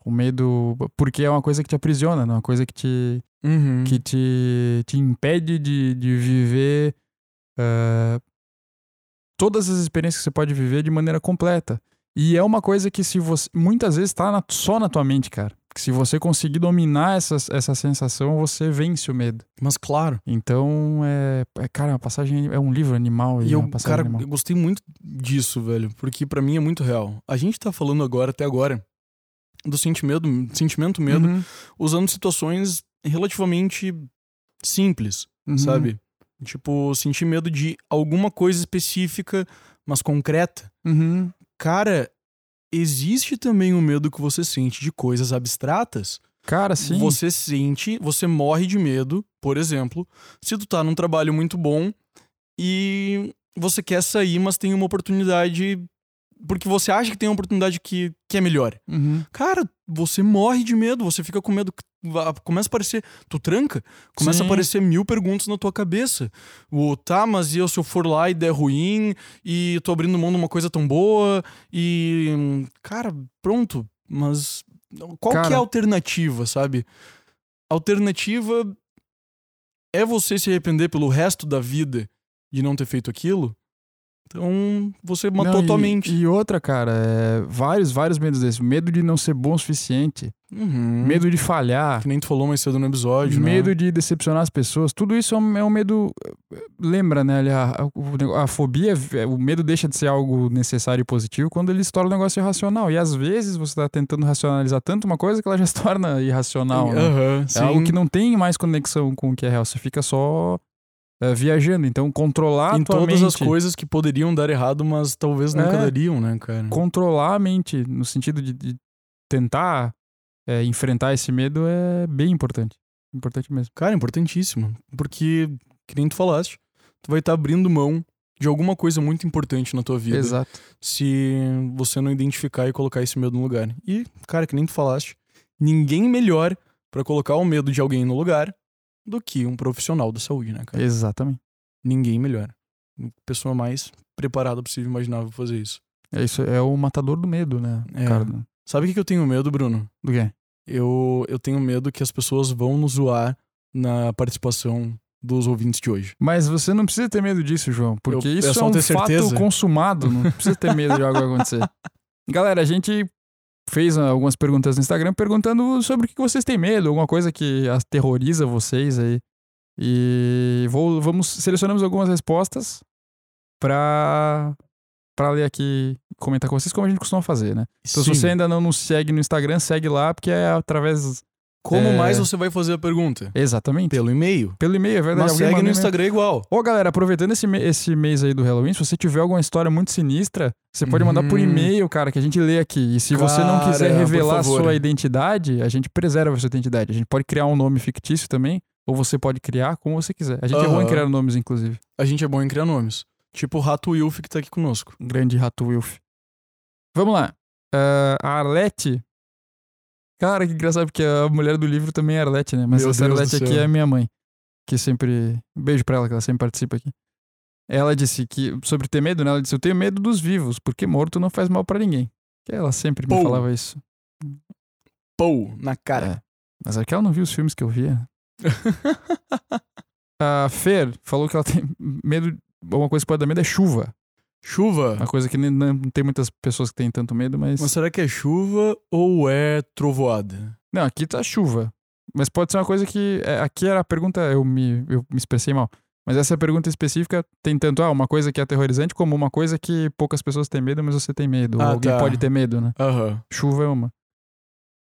B: O medo, porque é uma coisa que te aprisiona, né? uma coisa que te,
A: uhum.
B: que te, te impede de, de viver eh, todas as experiências que você pode viver de maneira completa. E é uma coisa que se você muitas vezes está só na tua mente, cara. Que se você conseguir dominar essa, essa sensação, você vence o medo.
A: Mas claro.
B: Então, é, é, cara, uma passagem é um livro animal e,
A: E
B: é
A: eu,
B: uma passagem
A: cara,
B: animal.
A: eu gostei muito disso, velho, porque pra mim é muito real. A gente tá falando agora, até agora, do sentimento, sentimento medo,
B: Uhum,
A: usando situações relativamente simples,
B: uhum.
A: sabe? Tipo, sentir medo de alguma coisa específica, mas concreta.
B: Uhum.
A: Cara, existe também o medo que você sente de coisas abstratas.
B: Cara, sim.
A: Você sente, você morre de medo, por exemplo, se tu tá num trabalho muito bom e você quer sair, mas tem uma oportunidade. Porque você acha que tem uma oportunidade que, que é melhor.
B: Uhum.
A: Cara, você morre de medo, você fica com medo. que vá- Começa a aparecer. Tu tranca? Começa
B: Sim.
A: a aparecer mil perguntas na tua cabeça. O tá, mas e eu, se eu for lá e der ruim? E tô abrindo mão de uma coisa tão boa? E. hum, Cara, pronto. Mas. Qual que é
B: Cara.
A: a alternativa, sabe? Alternativa é você se arrepender pelo resto da vida de não ter feito aquilo? Então, você matou
B: Não,
A: tua
B: e-
A: mente.
B: E outra, cara, é, vários, vários medos desses. O medo de não ser bom o suficiente.
A: Uhum.
B: Medo de falhar,
A: Que nem tu falou mais cedo no episódio, né?
B: medo de decepcionar as pessoas. Tudo isso é um, é um medo. Lembra, né? ali, A, a- o nego- a fobia, é, o medo deixa de ser algo necessário e positivo quando ele se torna um negócio irracional. E às vezes você tá tentando racionalizar tanto uma coisa que ela já se torna irracional. né?
A: Aham,
B: É
A: sim.
B: algo que não tem mais conexão com o que é real. Você fica só é, viajando. Então, controlar a
A: Em
B: tua
A: todas as
B: mente-
A: coisas que poderiam dar errado, mas talvez nunca
B: É.
A: dariam, né, cara?
B: Controlar a mente, no sentido de, de tentar é, enfrentar esse medo, é bem importante. Importante mesmo.
A: Cara, importantíssimo. Porque, que nem tu falaste, tu vai estar abrindo mão de alguma coisa muito importante na tua vida.
B: Exato.
A: Se você não identificar e colocar esse medo no lugar. E, cara, que nem tu falaste, ninguém melhor pra colocar o medo de alguém no lugar do que um profissional da saúde, né, cara?
B: Exatamente.
A: Ninguém melhor. A pessoa mais preparada possível imaginar pra fazer isso.
B: É isso, é o matador do medo, né,
A: É.
B: cara?
A: Sabe o que que eu tenho medo, Bruno?
B: Do quê?
A: eu, eu tenho medo que as pessoas vão nos zoar na participação dos ouvintes de hoje.
B: Mas você não precisa ter medo disso, João, porque
A: Eu- é
B: isso é,
A: só
B: um
A: ter certeza.
B: fato consumado, não precisa ter medo de algo acontecer. Galera, a gente fez ah, algumas perguntas no Instagram perguntando sobre o que vocês têm medo, alguma coisa que aterroriza vocês aí. E vou, vamos selecionamos algumas respostas pra para ler aqui, comentar com vocês como a gente costuma fazer, né? Então se você ainda não nos segue no Instagram, segue lá, porque é através
A: Como
B: é-
A: mais você vai fazer a pergunta?
B: exatamente
A: Pelo e-mail.
B: pelo e-mail, é verdade.
A: Mas
B: alguém
A: segue
B: mandou
A: no
B: e-mail.
A: Instagram igual.
B: Ô, galera, aproveitando esse, me- esse mês aí do Halloween, se você tiver alguma história muito sinistra, você pode mandar por
A: Uhum.
B: e-mail, cara, que a gente lê aqui. E se você não
A: Cara,
B: quiser
A: por
B: revelar a
A: favor.
B: sua identidade, a gente preserva a sua identidade. A gente pode criar um nome fictício também, ou você pode criar como você quiser. A gente é bom em
A: Aham.
B: criar nomes, inclusive.
A: A gente é bom em criar nomes. Tipo o Rato Wilf que tá aqui conosco.
B: Grande Rato Wilf. Vamos lá. Ah, a Arlete. Cara, que engraçado, porque a mulher do livro também é Arlete, né? Mas
A: Meu
B: essa
A: Deus do
B: Arlete aqui
A: céu.
B: é minha mãe. Que sempre. Beijo pra ela, que ela sempre participa aqui. Ela disse que. Sobre ter medo, né? Ela disse: Eu tenho medo dos vivos, porque morto não faz mal pra ninguém. Que ela sempre me
A: Pou.
B: falava isso.
A: Pou, na cara.
B: É. Mas é que ela não viu os filmes que eu via. A Fer falou que ela tem medo. Uma coisa que pode dar medo é chuva.
A: chuva.
B: Uma coisa que nem, não tem muitas pessoas que têm tanto medo, Ah, mas.
A: Mas será que é chuva ou é trovoada?
B: Não, aqui tá chuva. Mas pode ser uma coisa que. é, Aqui era a pergunta, eu me, eu me expressei mal. Mas essa pergunta específica tem tanto ah, uma coisa que é aterrorizante, como uma coisa que poucas pessoas têm medo, mas você tem medo.
A: Ah,
B: ou alguém
A: tá.
B: pode ter medo, né?
A: Aham.
B: Chuva é uma.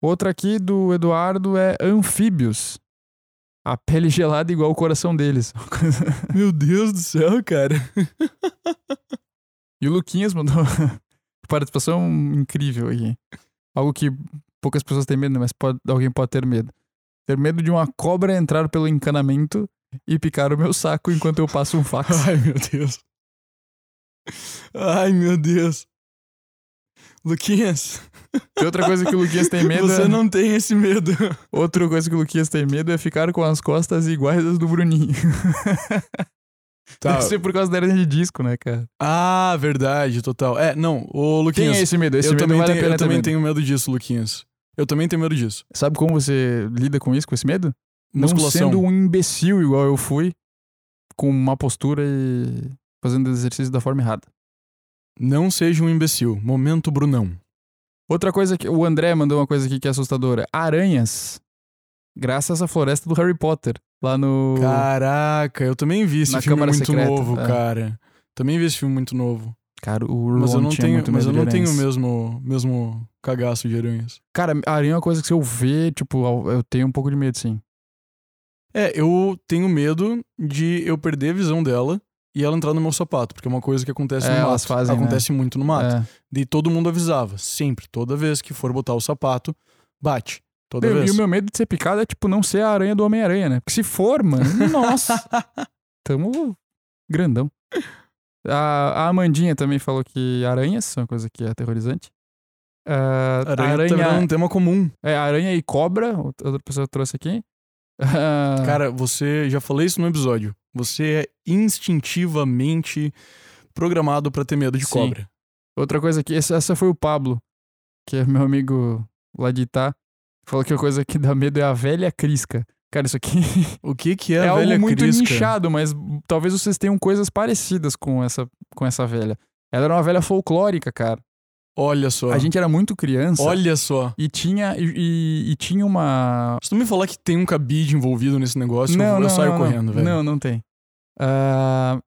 B: Outra aqui do Eduardo é anfíbios. A pele gelada igual o coração deles.
A: Meu Deus do céu, cara.
B: E o Luquinhas mandou participação incrível aqui. Algo que poucas pessoas têm medo, né? mas pode- alguém pode ter medo. Ter medo de uma cobra entrar pelo encanamento e picar o meu saco enquanto eu passo um fax.
A: Ai, meu Deus. Ai, meu Deus. Luquinhas,
B: Tem outra coisa que o Luquinhas tem medo.
A: você
B: é-
A: não tem esse medo.
B: Outra coisa que o Luquinhas tem medo é ficar com as costas iguais às do Bruninho. Deve ser por causa da hernia de disco, né, cara?
A: Tá. Ah, verdade, total. É, não, ô
B: Tem
A: Luquinhas.
B: esse medo. Esse
A: eu
B: medo
A: também,
B: vale a
A: tenho,
B: pena
A: eu
B: ter
A: também
B: medo.
A: tenho medo disso, Luquinhas. Eu também tenho medo disso.
B: Sabe como você lida com isso, com esse medo?
A: Musculação.
B: Não sendo um imbecil igual eu fui, com uma postura e fazendo exercício da forma errada.
A: Não seja um imbecil. Momento Brunão.
B: Outra coisa que o André mandou uma coisa aqui que é assustadora: aranhas. Graças à floresta do Harry Potter, lá no
A: Caraca, eu também vi esse
B: Na
A: filme
B: Câmara
A: muito
B: Secreta,
A: novo,
B: é.
A: cara. Também vi esse filme muito novo.
B: Cara, o
A: Mas eu
B: Ron
A: não
B: tinha
A: tenho,
B: muito
A: mas
B: medo
A: eu
B: de
A: não tenho
B: aranhas.
A: mesmo, mesmo cagaço de aranhas.
B: Cara, aranha é uma coisa que se eu ver, tipo, ao- eu tenho um pouco de medo, sim.
A: É, eu tenho medo de eu perder a visão dela e ela entrar no meu sapato, porque é uma coisa que acontece
B: É,
A: no
B: elas
A: mato.
B: fazem, né?
A: acontece muito no mato.
B: É.
A: E todo mundo avisava, sempre, toda vez que for botar o sapato, bate. Toda
B: Meu,
A: vez.
B: E o meu medo de ser picado é, tipo, não ser a aranha do Homem-Aranha, né? Porque se for, mano, nossa, tamo grandão. A, a Amandinha também falou que aranhas são uma coisa que é aterrorizante. Ah,
A: Aranha, também é um tema comum.
B: É, aranha e cobra, out- outra pessoa trouxe aqui. Ah,
A: Cara, você já falei isso no episódio. Você é instintivamente programado pra ter medo de
B: Sim.
A: cobra.
B: outra coisa aqui, essa, essa foi o Pablo, que é meu amigo lá de Itá. Falou que a coisa que dá medo é a velha crisca. Cara, isso aqui
A: O que que é,
B: é,
A: a
B: algo
A: velha
B: muito
A: crisca?
B: nichado, mas talvez vocês tenham coisas parecidas com essa, com essa velha. Ela era uma velha folclórica, cara.
A: Olha só.
B: A gente era muito criança
A: Olha só.
B: e tinha e, e- e tinha uma
A: Se tu me falar que tem um cabide envolvido nesse negócio, eu, eu saio
B: não,
A: correndo,
B: não.
A: velho.
B: Não, não tem. Ah,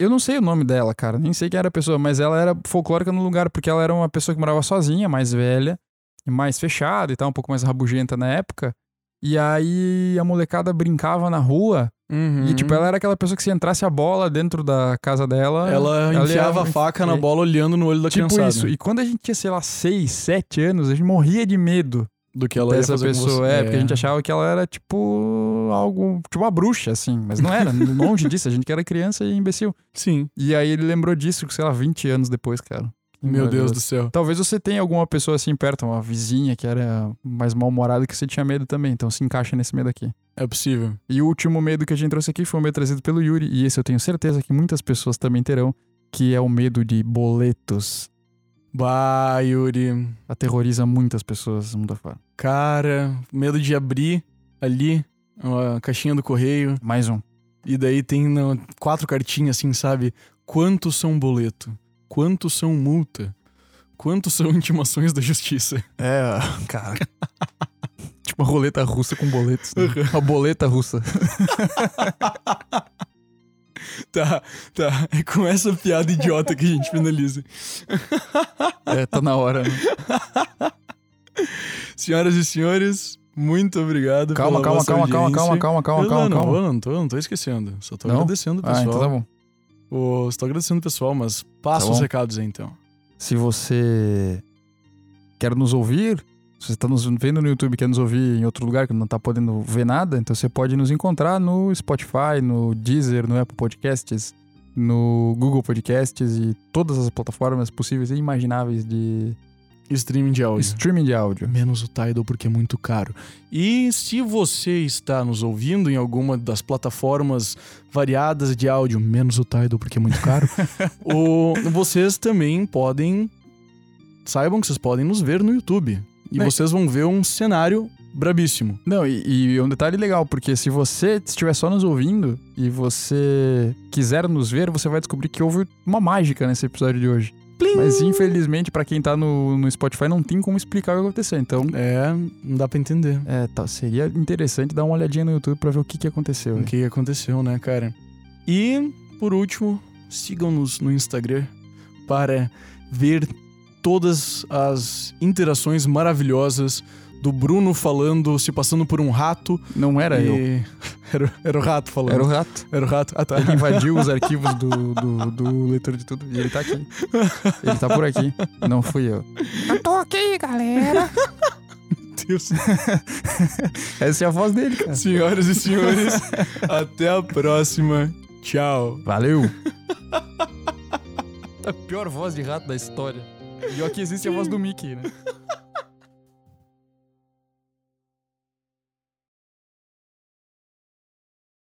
B: eu não sei o nome dela, cara. Nem sei quem era a pessoa, mas ela era folclórica no lugar, porque ela era uma pessoa que morava sozinha, mais velha, e mais fechada e tal, um pouco mais rabugenta na época. E aí a molecada brincava na rua.
A: Uhum.
B: E tipo, ela era aquela pessoa que se entrasse a bola dentro da casa dela.
A: Ela
B: ela
A: enfiava a
B: ia-
A: faca na
B: é.
A: bola olhando no olho da
B: Tipo
A: criançada.
B: isso. E quando a gente tinha, sei lá, 6, 7 anos, a gente morria de medo
A: Do que ela ia
B: dessa
A: fazer com
B: pessoa.
A: você.
B: É, porque a gente achava que ela era tipo algo, tipo uma bruxa, assim. Mas não era, longe disso. A gente que era criança e imbecil.
A: Sim.
B: E aí ele lembrou disso, sei lá, 20 anos depois, cara. Que
A: Meu Deus
B: maravilhoso.
A: do céu.
B: Talvez você tenha alguma pessoa assim perto, uma vizinha que era mais mal-humorada que você tinha medo também. Então se encaixa nesse medo aqui.
A: É possível.
B: E o último medo que a gente trouxe aqui foi o medo trazido pelo Yuri, e esse eu tenho certeza que muitas pessoas também terão, que é o medo de boletos.
A: Bah, Yuri.
B: Aterroriza muitas pessoas mundo afora.
A: Cara, medo de abrir ali a caixinha do correio.
B: Mais um.
A: E daí tem não, quatro cartinhas assim, sabe? Quantos são boleto? Quantos são multa? Quantos são intimações da justiça?
B: É, cara. tipo uma roleta russa com boletos. Né? Uma boleta russa.
A: Tá, tá. É com essa piada idiota que a gente finaliza.
B: É, tá na hora, né?
A: Senhoras e senhores, muito obrigado
B: Calma,
A: pela
B: calma,
A: vossa
B: calma, calma, calma,
A: audiência.
B: calma, calma,
A: Eu
B: calma,
A: não,
B: calma.
A: Não, não, tô, não tô esquecendo. Só tô
B: Não?
A: agradecendo o pessoal.
B: Ah, então tá bom.
A: Ô, Estou agradecendo o pessoal, mas passa
B: Tá
A: os
B: bom.
A: recados aí então.
B: Se você quer nos ouvir, se você está nos vendo no YouTube e quer nos ouvir em outro lugar que não está podendo ver nada, então você pode nos encontrar no Spotify, no Deezer, no Apple Podcasts, no Google Podcasts e todas as plataformas possíveis e imagináveis de
A: Streaming de áudio.
B: streaming de áudio.
A: Menos o Tidal porque é muito caro. E se você está nos ouvindo em alguma das plataformas variadas de áudio, menos o Tidal porque é muito caro, o- vocês também podem. Saibam que vocês podem nos ver no YouTube. E
B: Bem-
A: vocês vão ver um cenário brabíssimo.
B: Não, e, e um detalhe legal, porque se você estiver só nos ouvindo e você quiser nos ver, você vai descobrir que houve uma mágica nesse episódio de hoje.
A: Plim!
B: Mas infelizmente, pra quem tá no, no Spotify, não tem como explicar o que aconteceu. Então,
A: É, não dá pra entender.
B: é, tá, seria interessante dar uma olhadinha no YouTube pra ver o que, que aconteceu.
A: o que aconteceu, né, cara? E, por último, sigam-nos no Instagram para ver todas as interações maravilhosas do Bruno falando, se passando por um rato.
B: Não era eu.
A: e... era, era o rato falando.
B: Era o rato.
A: Era o rato. Ah, tá.
B: Ele invadiu os arquivos do, do, do leitor de tudo. E ele tá aqui. Ele tá por aqui. Não fui eu. Eu tô aqui, galera.
A: Deus.
B: Essa é a voz dele, cara.
A: Senhoras e senhores, até a próxima. Tchau.
B: Valeu! a pior voz de rato da história. E ó, que existe a voz do Mickey, né?